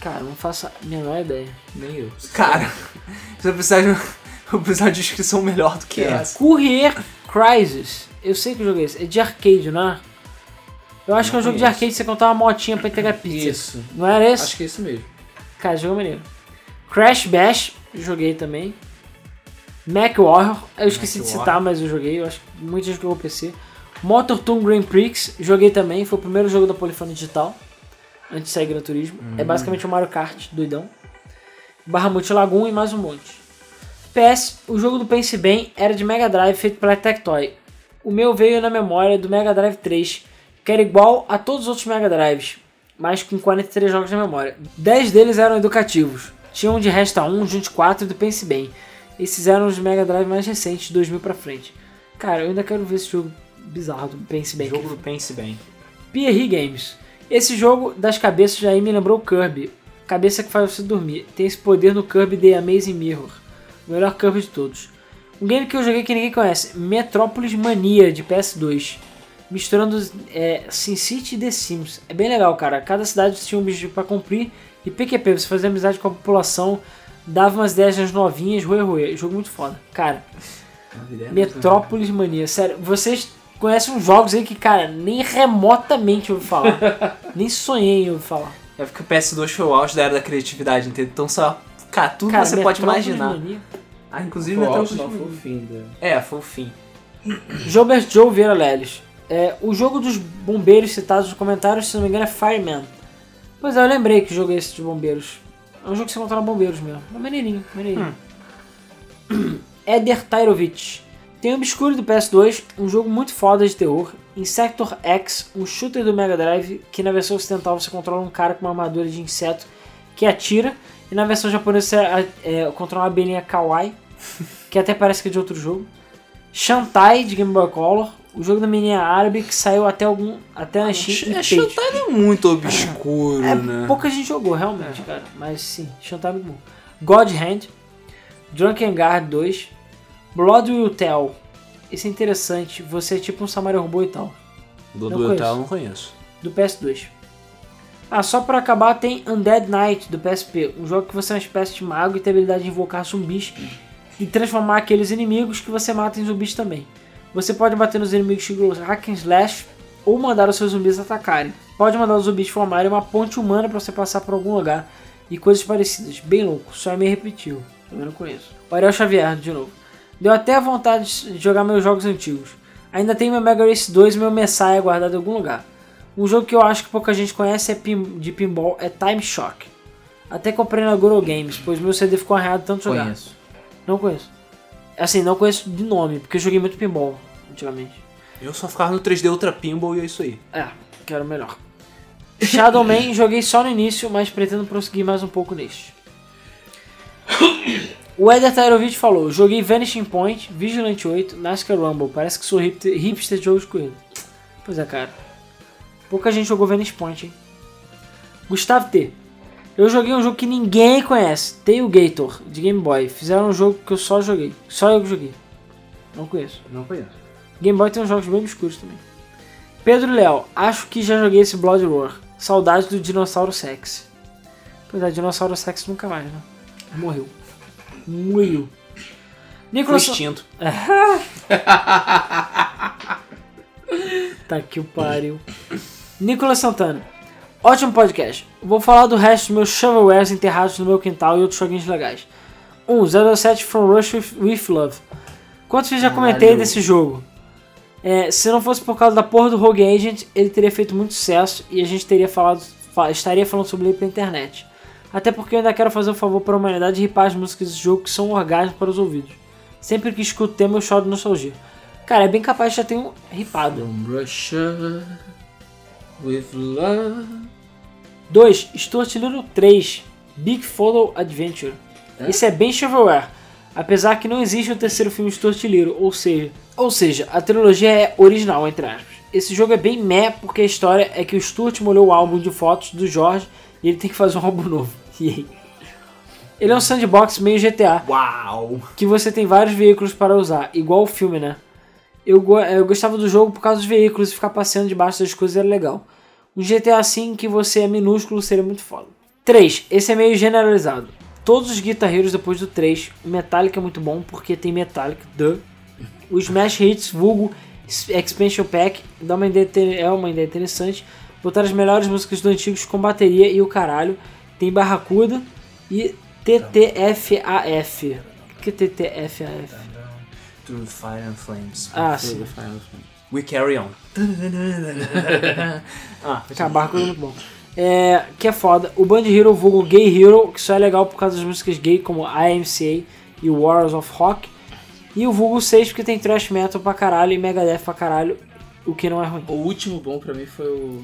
Cara, não faço a menor ideia. Nem eu. Cara, você precisa de um- Eu precisava de descrição melhor do que É. essa. Courier Crisis. Eu sei que eu joguei esse. É de arcade, não é? Eu acho que é um jogo de conheço. arcade que você contava uma motinha pra entregar pizza. Isso. Não era esse? Acho que é isso mesmo. Cara, jogo é maneiro. Crash Bash, joguei também. Mac Warrior, eu esqueci de Mac citar, mas eu joguei. Eu acho que muita gente jogou PC. Motor Tomb Grand Prix, joguei também. Foi o primeiro jogo da Polifone Digital. Antes de sair Gran Turismo. Hum. É basicamente o Mario Kart, doidão. Bahamut Lagoon e mais um monte. PS, o jogo do Pense Bem era de Mega Drive feito pela Tectoy. O meu veio na memória do Mega Drive 3, que era igual a todos os outros Mega Drives, mas com 43 jogos na memória. 10 deles eram educativos. Tinha um de Resta 1, Junte 4 e do Pense Bem. Esses eram os Mega Drive mais recentes, de 2000 pra frente. Cara, eu ainda quero ver esse jogo bizarro do Pense Bem. Jogo do Pense Bem. Pierre Games. Esse jogo das cabeças aí me lembrou o Kirby. Cabeça que faz você dormir. Tem esse poder no Kirby The Amazing Mirror. O melhor Kirby de todos. Um game que eu joguei que ninguém conhece. Metrópolis Mania, de PS2. Misturando é, Sin City e The Sims. É bem legal, cara. Cada cidade tinha um objetivo pra cumprir. E PQP, você fazia amizade com a população. Dava umas ideias nas novinhas. Ruê, ruê. Jogo muito foda. Cara, Metrópolis Mania, sério, vocês conhecem uns jogos aí que, cara, nem remotamente eu ouvi falar. nem sonhei em ouvir falar. É porque o PS2 foi o auge da era da criatividade, entendeu? Então, só, cara, tudo Cara, é que você pode Metrópolis imaginar. Mania. Ah, inclusive Foi o Metrópolis. auge, não, foi o fim. Da... É, foi o fim. Gilbert Joe Vieira Leles. É, o jogo dos bombeiros citados nos comentários, se não me engano, é Fireman. Pois é, eu lembrei que jogo é esse de bombeiros. É um jogo que você controla bombeiros mesmo. É maneirinho, maneirinho. Eder Tyrovich. Tem o Obscure do PS2, um jogo muito foda de terror. Insector X, um shooter do Mega Drive, que na versão ocidental você controla um cara com uma armadura de inseto que atira. E na versão japonesa você é, é, controla uma abelhinha kawaii, que até parece que é de outro jogo. Shantai de Game Boy Color, o jogo da menina árabe que saiu até algum até na China. É, e Page. Chantal é muito obscuro, É, né? pouca gente jogou, realmente, cara. Mas sim, Chantar é muito bom. God Hand, Drunken Guard 2, Blood Will Tell. Esse é interessante, você é tipo um Samaria Robô e tal. Do não conheço. não conheço. Do PS2. Ah, só pra acabar tem Undead Knight do PSP, um jogo que você é uma espécie de mago e tem a habilidade de invocar zumbis e transformar aqueles inimigos que você mata em zumbis também. Você pode bater nos inimigos estilo hack and slash ou mandar os seus zumbis atacarem. Pode mandar os zumbis formarem uma ponte humana pra você passar por algum lugar e coisas parecidas. Bem louco, só é meio repetido. Também não conheço. Ariel Xavier, de novo. Deu até vontade de jogar meus jogos antigos. Ainda tem meu Mega Race 2 e meu Messiah guardado em algum lugar. Um jogo que eu acho que pouca gente conhece é pin- de pinball é Time Shock. Até comprei na Goro Games, pois meu CD ficou arranhado de tanto jogar. Conheço. Não conheço. Assim, não conheço de nome, porque eu joguei muito pinball antigamente. Eu só ficava no 3D Ultra Pinball e é isso aí. É, quero melhor. Shadow Man joguei só no início, mas pretendo prosseguir mais um pouco neste. O Eder Tairovich falou: joguei Vanishing Point, Vigilante 8, NASCAR Rumble. Parece que sou hipster, hipster de jogos de corrida. Pois é, cara. Pouca gente jogou Venice Point, hein? Gustavo T. Eu joguei um jogo que ninguém conhece, Tailgator, de Game Boy. Fizeram um jogo que eu só joguei. Só eu que joguei. Não conheço. Não conheço. Game Boy tem uns jogos bem obscuros também. Pedro Léo, acho que já joguei esse Blood Roar. Saudade do Dinossauro Sexy. Pois é, Dinossauro Sexy nunca mais, né? Morreu. Morreu. Foi Nicolas. extinto. Tá que o pariu. Nicolas Santana. Ótimo podcast. Vou falar do resto dos meus shovelwares enterrados no meu quintal e outros joguinhos legais. 1. 07 From Rush with, with Love. Quantos vezes já comentei Caralho. desse jogo? É, se não fosse por causa da porra do Rogue Agent, ele teria feito muito sucesso e a gente teria falado, fa- estaria falando sobre ele pela internet. Até porque eu ainda quero fazer um favor para a humanidade e ripar as músicas desse jogo que são um orgasmo para os ouvidos. Sempre que escuto o tema eu choro de nostalgia. Cara, é bem capaz que já tenho ripado. From um Russia with love. 2. Estou Artilheiro 3, Big Follow Adventure. Esse é bem shovelware, apesar que não existe o terceiro filme de Estou Artilheiro, ou seja, ou seja, a trilogia é original, entre aspas. Esse jogo é bem meh, porque a história é que o Stuart molhou o álbum de fotos do Jorge e ele tem que fazer um álbum novo. E aí? Ele é um sandbox meio GTA, Uau! que você tem vários veículos para usar, igual o filme, né? Eu, go- eu gostava do jogo por causa dos veículos e ficar passeando debaixo das coisas era legal. Um GTA assim que você é minúsculo seria muito foda. 3. Esse é meio generalizado. todos os guitarreiros depois do 3. Metallica é muito bom porque tem Metallica, duh. O Smash Hits, vulgo Expansion Pack, dá uma ideia, inter- é uma ideia interessante. Botar as melhores músicas do Antigos com bateria e o caralho. Tem Barracuda e TTFAF. O que é TTFAF? Through Fire and Flames. Ah, sim. We carry on. ah, Cara, Barracuda é muito bom. É, que é foda. O Band Hero vulgo Gay Hero, que só é legal por causa das músicas gay como IMCA e Wars of Rock. E o vulgo 6, porque tem thrash metal pra caralho e Megadeth pra caralho, o que não é ruim. O último bom pra mim foi o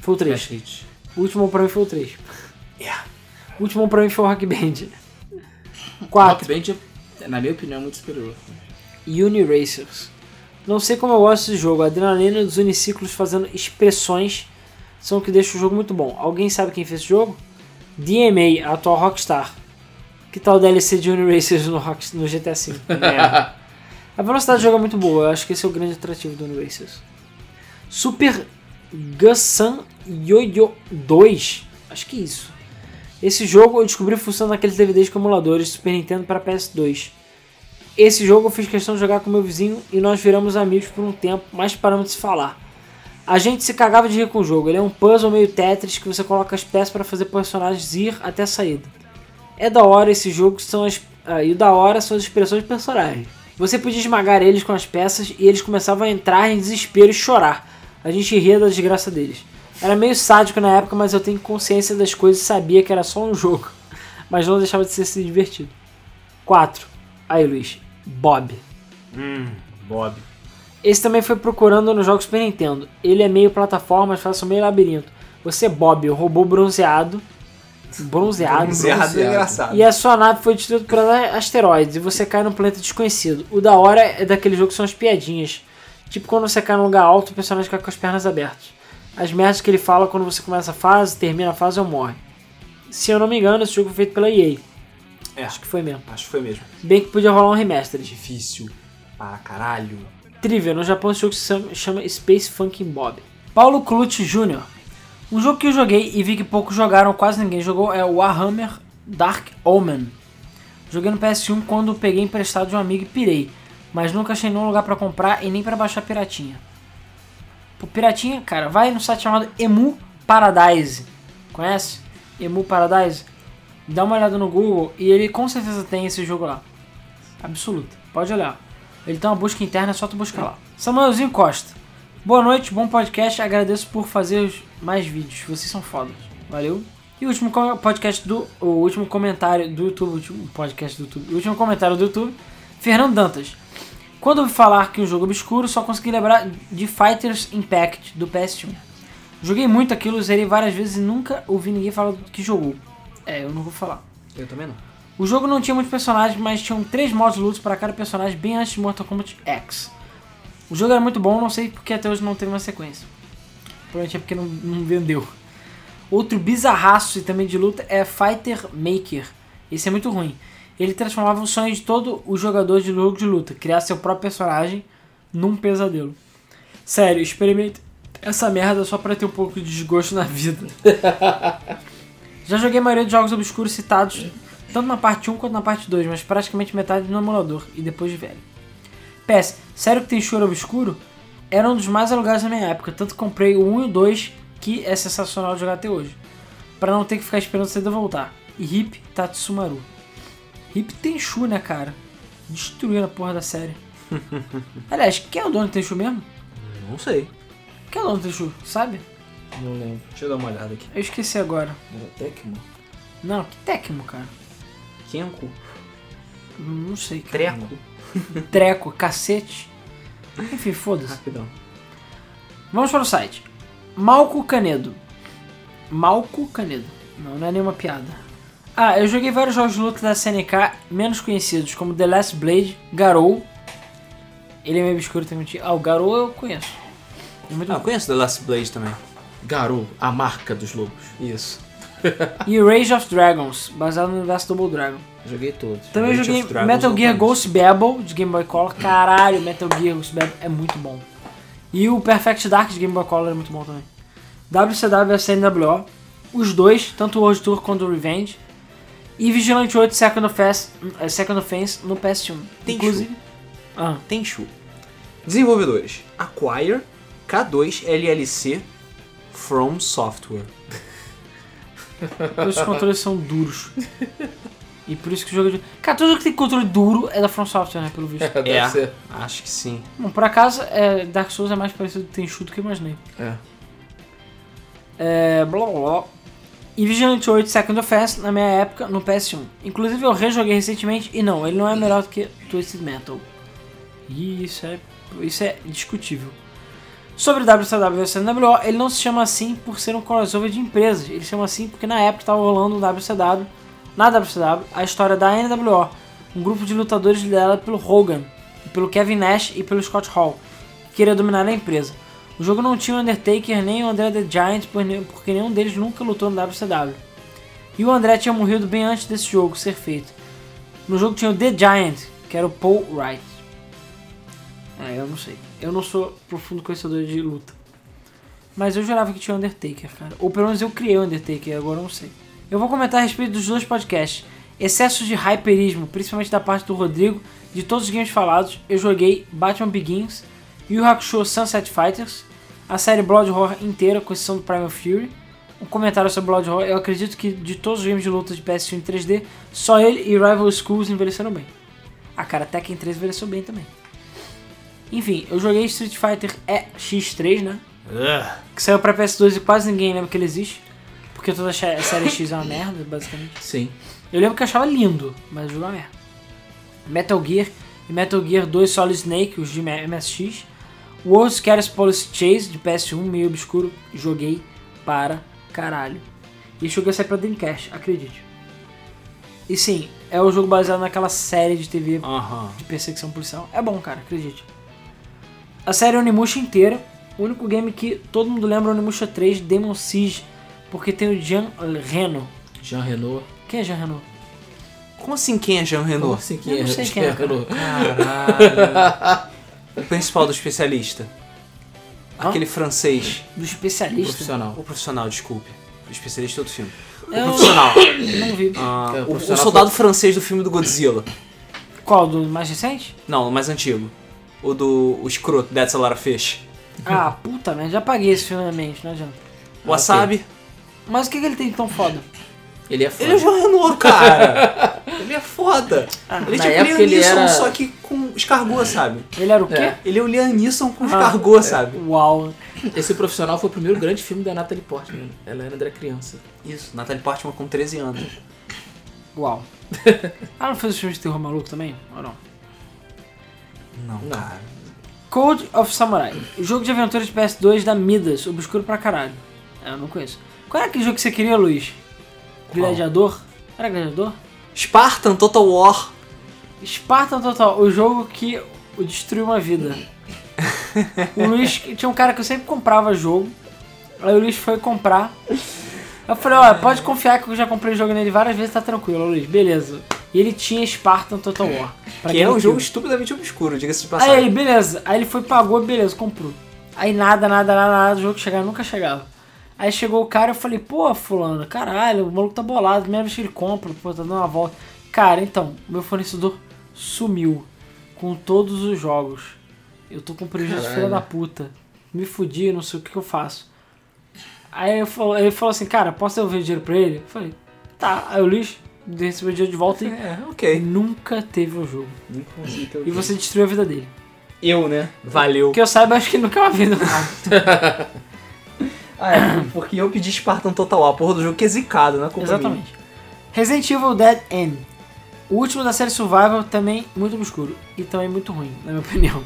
Foi o 3. Crash Hit. O último pra mim foi o 3. yeah. O último pra mim foi o Rock Band. Rock 4. Band, é, na minha opinião, é muito superior. Uniracers. Não sei como eu gosto desse jogo. A adrenalina dos uniciclos fazendo expressões são o que deixa o jogo muito bom. Alguém sabe quem fez esse jogo? DMA, a atual Rockstar. Que tal o DLC de Uniracers no, Rock, no GTA V? É. A velocidade do jogo é muito boa, eu acho que esse é o grande atrativo do Uniracers. Super Gussan Yo-Yo 2, acho que é isso. Esse jogo eu descobri funcionando naqueles DVDs com emuladores Super Nintendo para PS2. Esse jogo eu fiz questão de jogar com meu vizinho e nós viramos amigos por um tempo, mas paramos de se falar. A gente se cagava de rir com o jogo, ele é um puzzle meio Tetris que você coloca as peças para fazer personagens ir até a saída. É da hora esse jogo, são as, ah, e o da hora são as expressões de personagem. Você podia esmagar eles com as peças e eles começavam a entrar em desespero e chorar. A gente ria da desgraça deles. Era meio sádico na época, mas eu tenho consciência das coisas e sabia que era só um jogo. Mas não deixava de ser se divertido. 4. Aí, Luiz. Bob. Hum, Bob. Esse também foi procurando nos jogos Super Nintendo. Ele é meio plataforma, mas faz um meio labirinto. Você é Bob, o robô bronzeado. Bronzeado. Encerrado é engraçado. E a sua nave foi destruída por asteroides e você cai num planeta desconhecido. O da hora é daquele jogo que são as piadinhas. Tipo quando você cai num lugar alto, o personagem cai com as pernas abertas. As merdas que ele fala quando você começa a fase, termina a fase ou morre. Se eu não me engano, esse jogo foi feito pela EA. É, Acho que foi mesmo. acho que foi mesmo. É Bem que podia rolar um remastered. Difícil para caralho. Trivia, no Japão esse jogo se chama- chama Space Funkin' Bob. Paulo Clute Jr. Um jogo que eu joguei e vi que poucos jogaram, quase ninguém jogou, é Warhammer Dark Omen. Joguei no PS1 quando peguei emprestado de um amigo e pirei, mas nunca achei nenhum lugar pra comprar e nem pra baixar piratinha. Pô, piratinha, cara, vai no site chamado Emu Paradise. Conhece? Emu Paradise? Dá uma olhada no Google e ele com certeza tem esse jogo lá. Absoluta. Pode olhar. Ele tem uma busca interna, é só tu buscar lá. Samuelzinho Costa. Boa noite, bom podcast. Agradeço por fazer os- mais vídeos. Vocês são fodas. Valeu. E o último co- podcast do. O último comentário do YouTube. O último podcast do YouTube. O último comentário do YouTube. Fernando Dantas. Quando ouvi falar que um jogo é obscuro, só consegui lembrar de Fighters Impact do PS1. Joguei muito aquilo, zerei várias vezes e nunca ouvi ninguém falar que jogou. É, eu não vou falar. Eu também não. O jogo não tinha muitos personagens, mas tinham três modos de luta para cada personagem bem antes de Mortal Kombat X. O jogo era muito bom, não sei porque até hoje não teve uma sequência. Provavelmente é porque não, não vendeu. Outro bizarraço e também de luta é Fighter Maker. Esse é muito ruim. Ele transformava o sonho de todo o jogador de jogo de luta, criar seu próprio personagem num pesadelo. Sério, experimenta essa merda só pra ter um pouco de desgosto na vida. Já joguei a maioria dos jogos obscuros citados, tanto na parte 1 quanto na parte 2, mas praticamente metade no emulador e depois de velho. PS, sério que tem choro obscuro? Era um dos mais alugados na minha época, tanto que comprei o 1 e o 2, que é sensacional de jogar até hoje. Pra não ter que ficar esperando você voltar. E Hip Tatsumaru. Hip Tenchu, né, cara? Destruindo a porra da série. Aliás, quem é o dono do Tenchu mesmo? Não sei. Quem é o dono do Tenchu? Sabe? Não lembro. Deixa eu dar uma olhada aqui. Eu esqueci agora. Era Tecmo? Não, que Tecmo, cara. Kenko? Não sei, cara. Treco? treco, cacete. Enfim, foda-se. Rapidão. Vamos para o site. Malco Canedo. Malco Canedo. Não, não é nenhuma piada. Ah, eu joguei vários jogos de luta da SNK menos conhecidos, como The Last Blade, Garou. Ele é meio obscuro também. Ah, o Garou eu conheço. É muito Ah, eu bom. conheço The Last Blade também. Garou, a marca dos lobos. Isso. E Rage of Dragons, baseado no universo Double Dragon. Joguei todos. Também Rage joguei of Dragons Metal não Gear conheço. Ghost Babel de Game Boy Color. Caralho, Metal Gear Ghost Babel é muito bom. E o Perfect Dark de Game Boy Color é muito bom também. WCW e CNWO. Os dois, tanto o World Tour quanto o Revenge. E Vigilante 8 Second Offense, eh, Second Offense no PS1. Tem Inclusive. Ah, Tenchu. Desenvolvedores: Acquire, K2, LLC, From Software. porque os controles são duros. E por isso que o jogo é de... Cara, todo jogo que tem controle duro é da From Software, né? Pelo visto. Deve É. ser. Acho que sim. Bom, por acaso, é, Dark Souls é mais parecido com Tenchu do que eu imaginei. É. É, blá blá blá. E Vigilante 8 Second Offense, na minha época, no PS1. Inclusive, eu rejoguei recentemente e não, ele não é melhor do que Twisted Metal. E isso é, isso é discutível. Sobre WCW e CWO, ele não se chama assim por ser um crossover de empresas. Ele se chama assim porque na época estava rolando o WCW, na WCW, a história da NWO, um grupo de lutadores liderado pelo Hogan, e pelo Kevin Nash e pelo Scott Hall, que queria dominar a empresa. O jogo não tinha o Undertaker nem o André the Giant, por ne- porque nenhum deles nunca lutou no WCW. E o André tinha morrido bem antes desse jogo ser feito. No jogo tinha o The Giant, que era o Paul Wright. É, eu não sei. Eu não sou profundo conhecedor de luta. Mas eu jurava que tinha o Undertaker, cara. Ou pelo menos eu criei o Undertaker, agora eu não sei. Eu vou comentar a respeito dos dois podcasts. Excesso de hyperismo, principalmente da parte do Rodrigo, de todos os games falados, eu joguei Batman Begins, Yu Yu Hakusho Sunset Fighters, a série Blood Horror inteira, com exceção do Primal Fury, um comentário sobre Blood Horror, eu acredito que de todos os games de luta de PS1 em 3D, só ele e Rival Schools envelheceram bem. A cara Tekken 3 envelheceu bem também. Enfim, eu joguei Street Fighter EX3, né? Que saiu pra PS2 e quase ninguém lembra que ele existe. Porque toda a sé- a série X é uma merda, basicamente. Sim. Eu lembro que eu achava lindo, mas o jogo é uma merda. Metal Gear e Metal Gear 2 Solid Snake, os de MSX. World Scares Policy Chase, de PS1, meio obscuro, joguei para caralho. E esse jogo ia sair pra Dreamcast, acredite. E sim, é o jogo baseado naquela série de TV Aham. de perseguição policial. É bom, cara, acredite. A série é Onimusha inteira, o único game que todo mundo lembra é Onimusha 3 Demon Siege, porque tem o Jean Reno. Jean Renault. Quem é Jean Reno? Como assim quem é Jean Como Reno? assim que Eu não é sei quem é, Jean cara. Renault? Caralho. o principal do especialista. Hã? Aquele francês. Do O especialista? Profissional. O profissional, desculpe. O especialista é outro filme. O Eu- profissional. Não vi. Ah, É, o, o o profissional soldado francês do filme do Godzilla. Qual? Do mais recente? Não, o mais antigo. O do o escroto, That's a Lot of Fish. Ah, puta merda, já paguei esse filme na mente, não adianta. Ah, O Wasabi. Mas o que, que ele tem de tão foda? Ele é foda. Ele é o Jean Reno, cara. ele é foda. ele é na tipo época Liam ele Neeson, era- só que com escargot, sabe? Ele era o quê? É. Ele é o Liam Neeson com Ah, escargot, sabe? Uau. Esse profissional foi o primeiro grande filme da Natalie Portman. Ela ainda era criança. Isso, Natalie Portman com 13 anos. Uau. Ah, não fez os filmes de terror maluco também? Ou não? Não, Não. cara. Code of Samurai. Jogo de aventura de PS2 da Midas, obscuro pra caralho. É, Eu não conheço. Qual era aquele jogo que você queria, Luiz? Gladiador? Era Gladiador? Spartan, Total War. Spartan Total, o jogo que o destruiu uma vida. o Luiz, tinha um cara que eu sempre comprava jogo. Aí o Luiz foi comprar. Eu falei, ó, pode confiar que eu já comprei jogo nele várias vezes, tá tranquilo, Luiz, beleza. E ele tinha Spartan Total War. pra que é um GameCube. jogo estupidamente obscuro, diga-se de passagem. Aí ele, beleza. Aí ele foi, pagou, beleza, comprou. Aí nada, nada, nada, nada, o jogo chegava, nunca chegava. Aí chegou o cara e eu falei, pô, fulano, caralho, o maluco tá bolado, primeira vez que ele compra, pô, tá dando uma volta. Cara, então, meu fornecedor sumiu com todos os jogos. Eu tô com prejuízo, Caralho. filha da puta. Me fudi, não sei o que, que eu faço. Aí eu falo- ele falou assim, cara, posso devolver o dinheiro pra ele? Eu falei, tá. Aí o Luiz recebeu o dinheiro de volta e É, ele ok. nunca teve o jogo. Não E você destruiu a vida dele. Eu, né? Valeu. Que eu saiba, acho que nunca é uma vida mais. Ah, é, porque eu pedi Spartan Total War, a porra do jogo que é zicado, né? Culpa minha. Exatamente. Resident Evil Dead End. O último da série Survival também muito obscuro. E também muito ruim, na minha opinião.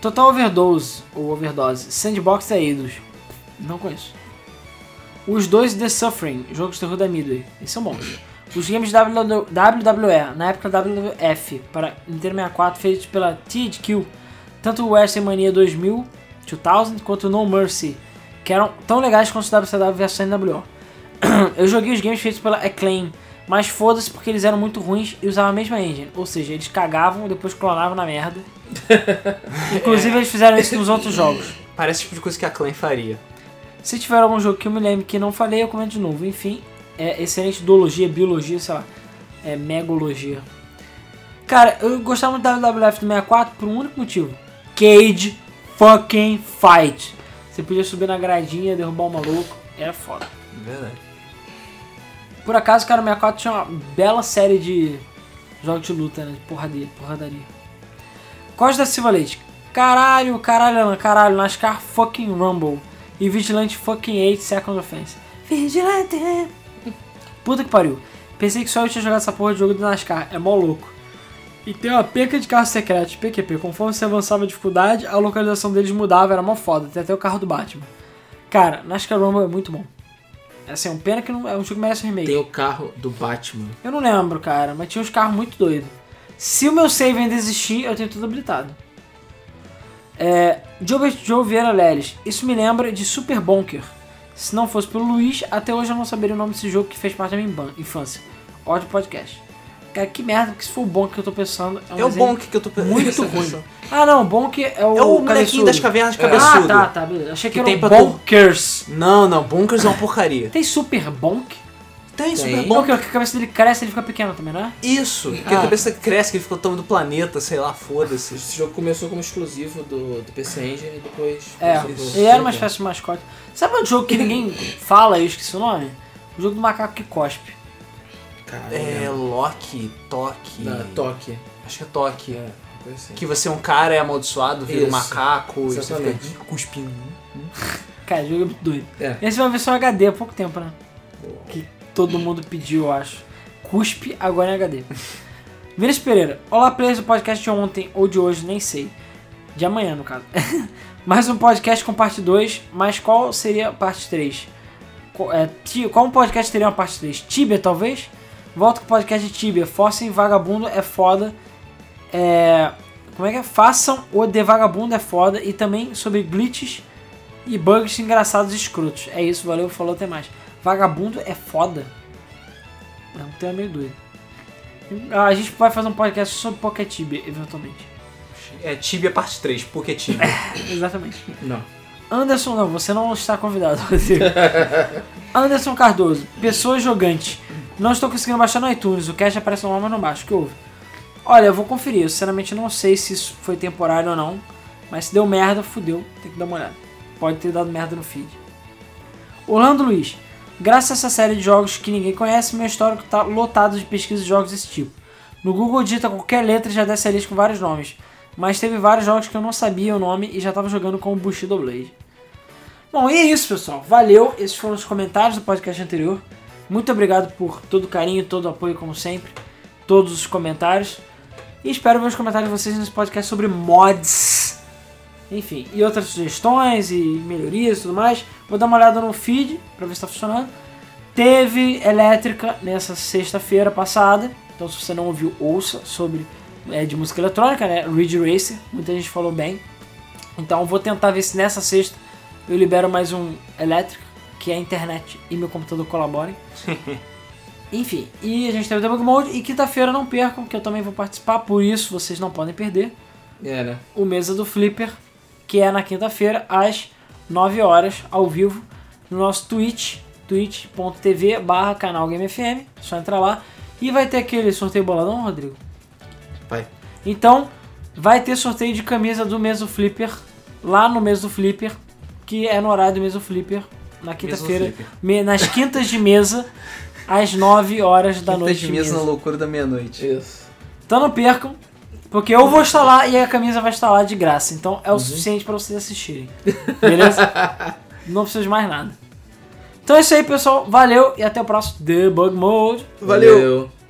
Total Overdose, ou Overdose. Sandbox da Eidos. Não conheço. Os dois The Suffering, jogos de terror da Midway. Eles são bons. Os games WW- WWE, na época WWF, para Nintendo 64, feitos pela THQ. Tanto o Western Mania 2000, 2000, quanto o No Mercy, que eram tão legais quanto o WCW vs NWO. Eu joguei os games feitos pela Acclaim, mas foda-se porque eles eram muito ruins e usavam a mesma engine. Ou seja, eles cagavam e depois clonavam na merda. Inclusive, eles fizeram isso nos outros jogos. Parece o tipo de coisa que a Clan faria. Se tiver algum jogo que eu me lembre que não falei, eu comento de novo. Enfim, é excelente duologia, biologia, sei lá. é megologia. Cara, eu gostava muito da WWF do 64 por um único motivo. Cage fucking fight. Você podia subir na gradinha, derrubar o maluco. Era foda. Verdade. Por acaso, cara, o 64 tinha uma bela série de jogos de luta, né? De porradaria. porradaria. Costa da Silva Leite. Caralho, caralho, não, caralho. NASCAR fucking Rumble. E Vigilante fucking 8 Second Offense. Vigilante! Puta que pariu. Pensei que só eu tinha jogado essa porra de jogo do NASCAR. É mó louco. E tem uma perca de carros secretos, PQP. Conforme você avançava a dificuldade, a localização deles mudava, era mó foda. Tem até o carro do Batman. Cara, NASCAR Rumble é muito bom. É Assim, um pena que não, é um jogo que merece um remake. Tem o carro do Batman. Eu não lembro, cara, mas tinha uns carros muito doidos. Se o meu save ainda existir, eu tenho tudo habilitado. É, Gilbert Joe Vieira Leles. Isso me lembra de Super Bonker. Se não fosse pelo Luiz, até hoje eu não saberia o nome desse jogo que fez parte da minha inban- infância. Ótimo podcast. Cara, que merda, porque se for o Bonker que eu tô pensando... um É o desenho- bom que eu tô pensando. Muito essa ruim. versão. Ah, não, Bonker é o É o molequinho cabeçudo. das cavernas Ah, cabeçudo. tá, tá, beleza. Achei que, Que tem era o pra tu. Bonkers. Não, não, bunkers é uma porcaria. Tem Super Bonk? Tem, super Tem. bom. Bonker, que a cabeça dele cresce e ele fica pequeno também, não é? Isso, que a cabeça cresce, que ele fica o tamanho do planeta, sei lá, foda-se. Esse jogo começou como exclusivo do, do PC Engine e depois. É, passou pro- ele era uma espécie de mascote. Sabe um jogo que ninguém fala, eu esqueci o nome? O jogo do macaco que cospe. Cara, É, é. Loki, Toque. Na Toque. Acho que é Toque. É, uma coisa assim. Que você é um cara, é amaldiçoado, vira um Isso. macaco, e você Exatamente. fica cuspindo. Cara, o jogo é muito doido. É. Esse vai ver só um HD há pouco tempo, né? Que todo mundo pediu, eu acho. Cuspe agora em HD. Vinícius Pereira, olá players do podcast de ontem ou de hoje, nem sei. De amanhã, no caso. mais um podcast com parte 2, mas qual seria a parte 3? Qual, é, ti- qual podcast teria uma parte 3? Tibia, talvez? Volta com o podcast de Tibia. Forcem Vagabundo é foda. É, como é que é? Façam o de Vagabundo é foda. E também sobre glitches e bugs engraçados e escrotos. É isso, valeu, falou, até mais. Vagabundo é foda. É um tema meio doido. Ah, A gente vai fazer um podcast sobre Pocket Tibia, eventualmente. É Tibia parte 3, porque Tibia. Exatamente. Não. Anderson, não, você não está convidado, Rodrigo. Anderson Cardoso, pessoa jogante. Não estou conseguindo baixar no iTunes, o cache aparece normal, mas não baixo. O que houve? Olha, eu vou conferir, eu sinceramente não sei se isso foi temporário ou não, mas se deu merda, fudeu, tem que dar uma olhada. Pode ter dado merda no feed. Orlando Luiz, graças a essa série de jogos que ninguém conhece, meu histórico está lotado de pesquisas de jogos desse tipo. No Google digita qualquer letra e já desce a lista com vários nomes, mas teve vários jogos que eu não sabia o nome e já estava jogando com o Bushido Blade. Bom, e é isso, pessoal. Valeu. Esses foram os comentários do podcast anterior. Muito obrigado por todo o carinho, todo o apoio, como sempre. Todos os comentários. E espero ver os comentários de vocês nesse podcast sobre mods. Enfim, e outras sugestões e melhorias e tudo mais. Vou dar uma olhada no feed pra ver se tá funcionando. Teve elétrica nessa sexta-feira passada. Então, se você não ouviu, ouça sobre é, de música eletrônica, né? Ridge Racer. Muita gente falou bem. Então eu vou tentar ver se nessa sexta eu libero mais um elétrico, que é a internet e meu computador colaborem. Enfim, e a gente teve o Debug Mode e quinta-feira não percam, que eu também vou participar, por isso vocês não podem perder É, né? o Mesa do Flipper, que é na quinta-feira, às 9 horas, ao vivo, no nosso Twitch, twitch.tv barra canal GameFM, é só entrar lá. E vai ter aquele sorteio boladão, Rodrigo? Vai. Então, vai ter sorteio de camisa do Meso Flipper, lá no Meso Flipper, que é no horário do Meso Flipper, na quinta-feira, Flipper. me- nas quintas de mesa, às 9 horas da noite. de mesa na loucura da meia-noite. Isso. Então não percam, porque eu vou estar lá e a camisa vai estar lá de graça. Então é o suficiente para vocês assistirem. Beleza? não precisa de mais nada. Então é isso aí, pessoal. Valeu e até o próximo Debug Mode. Valeu. Valeu.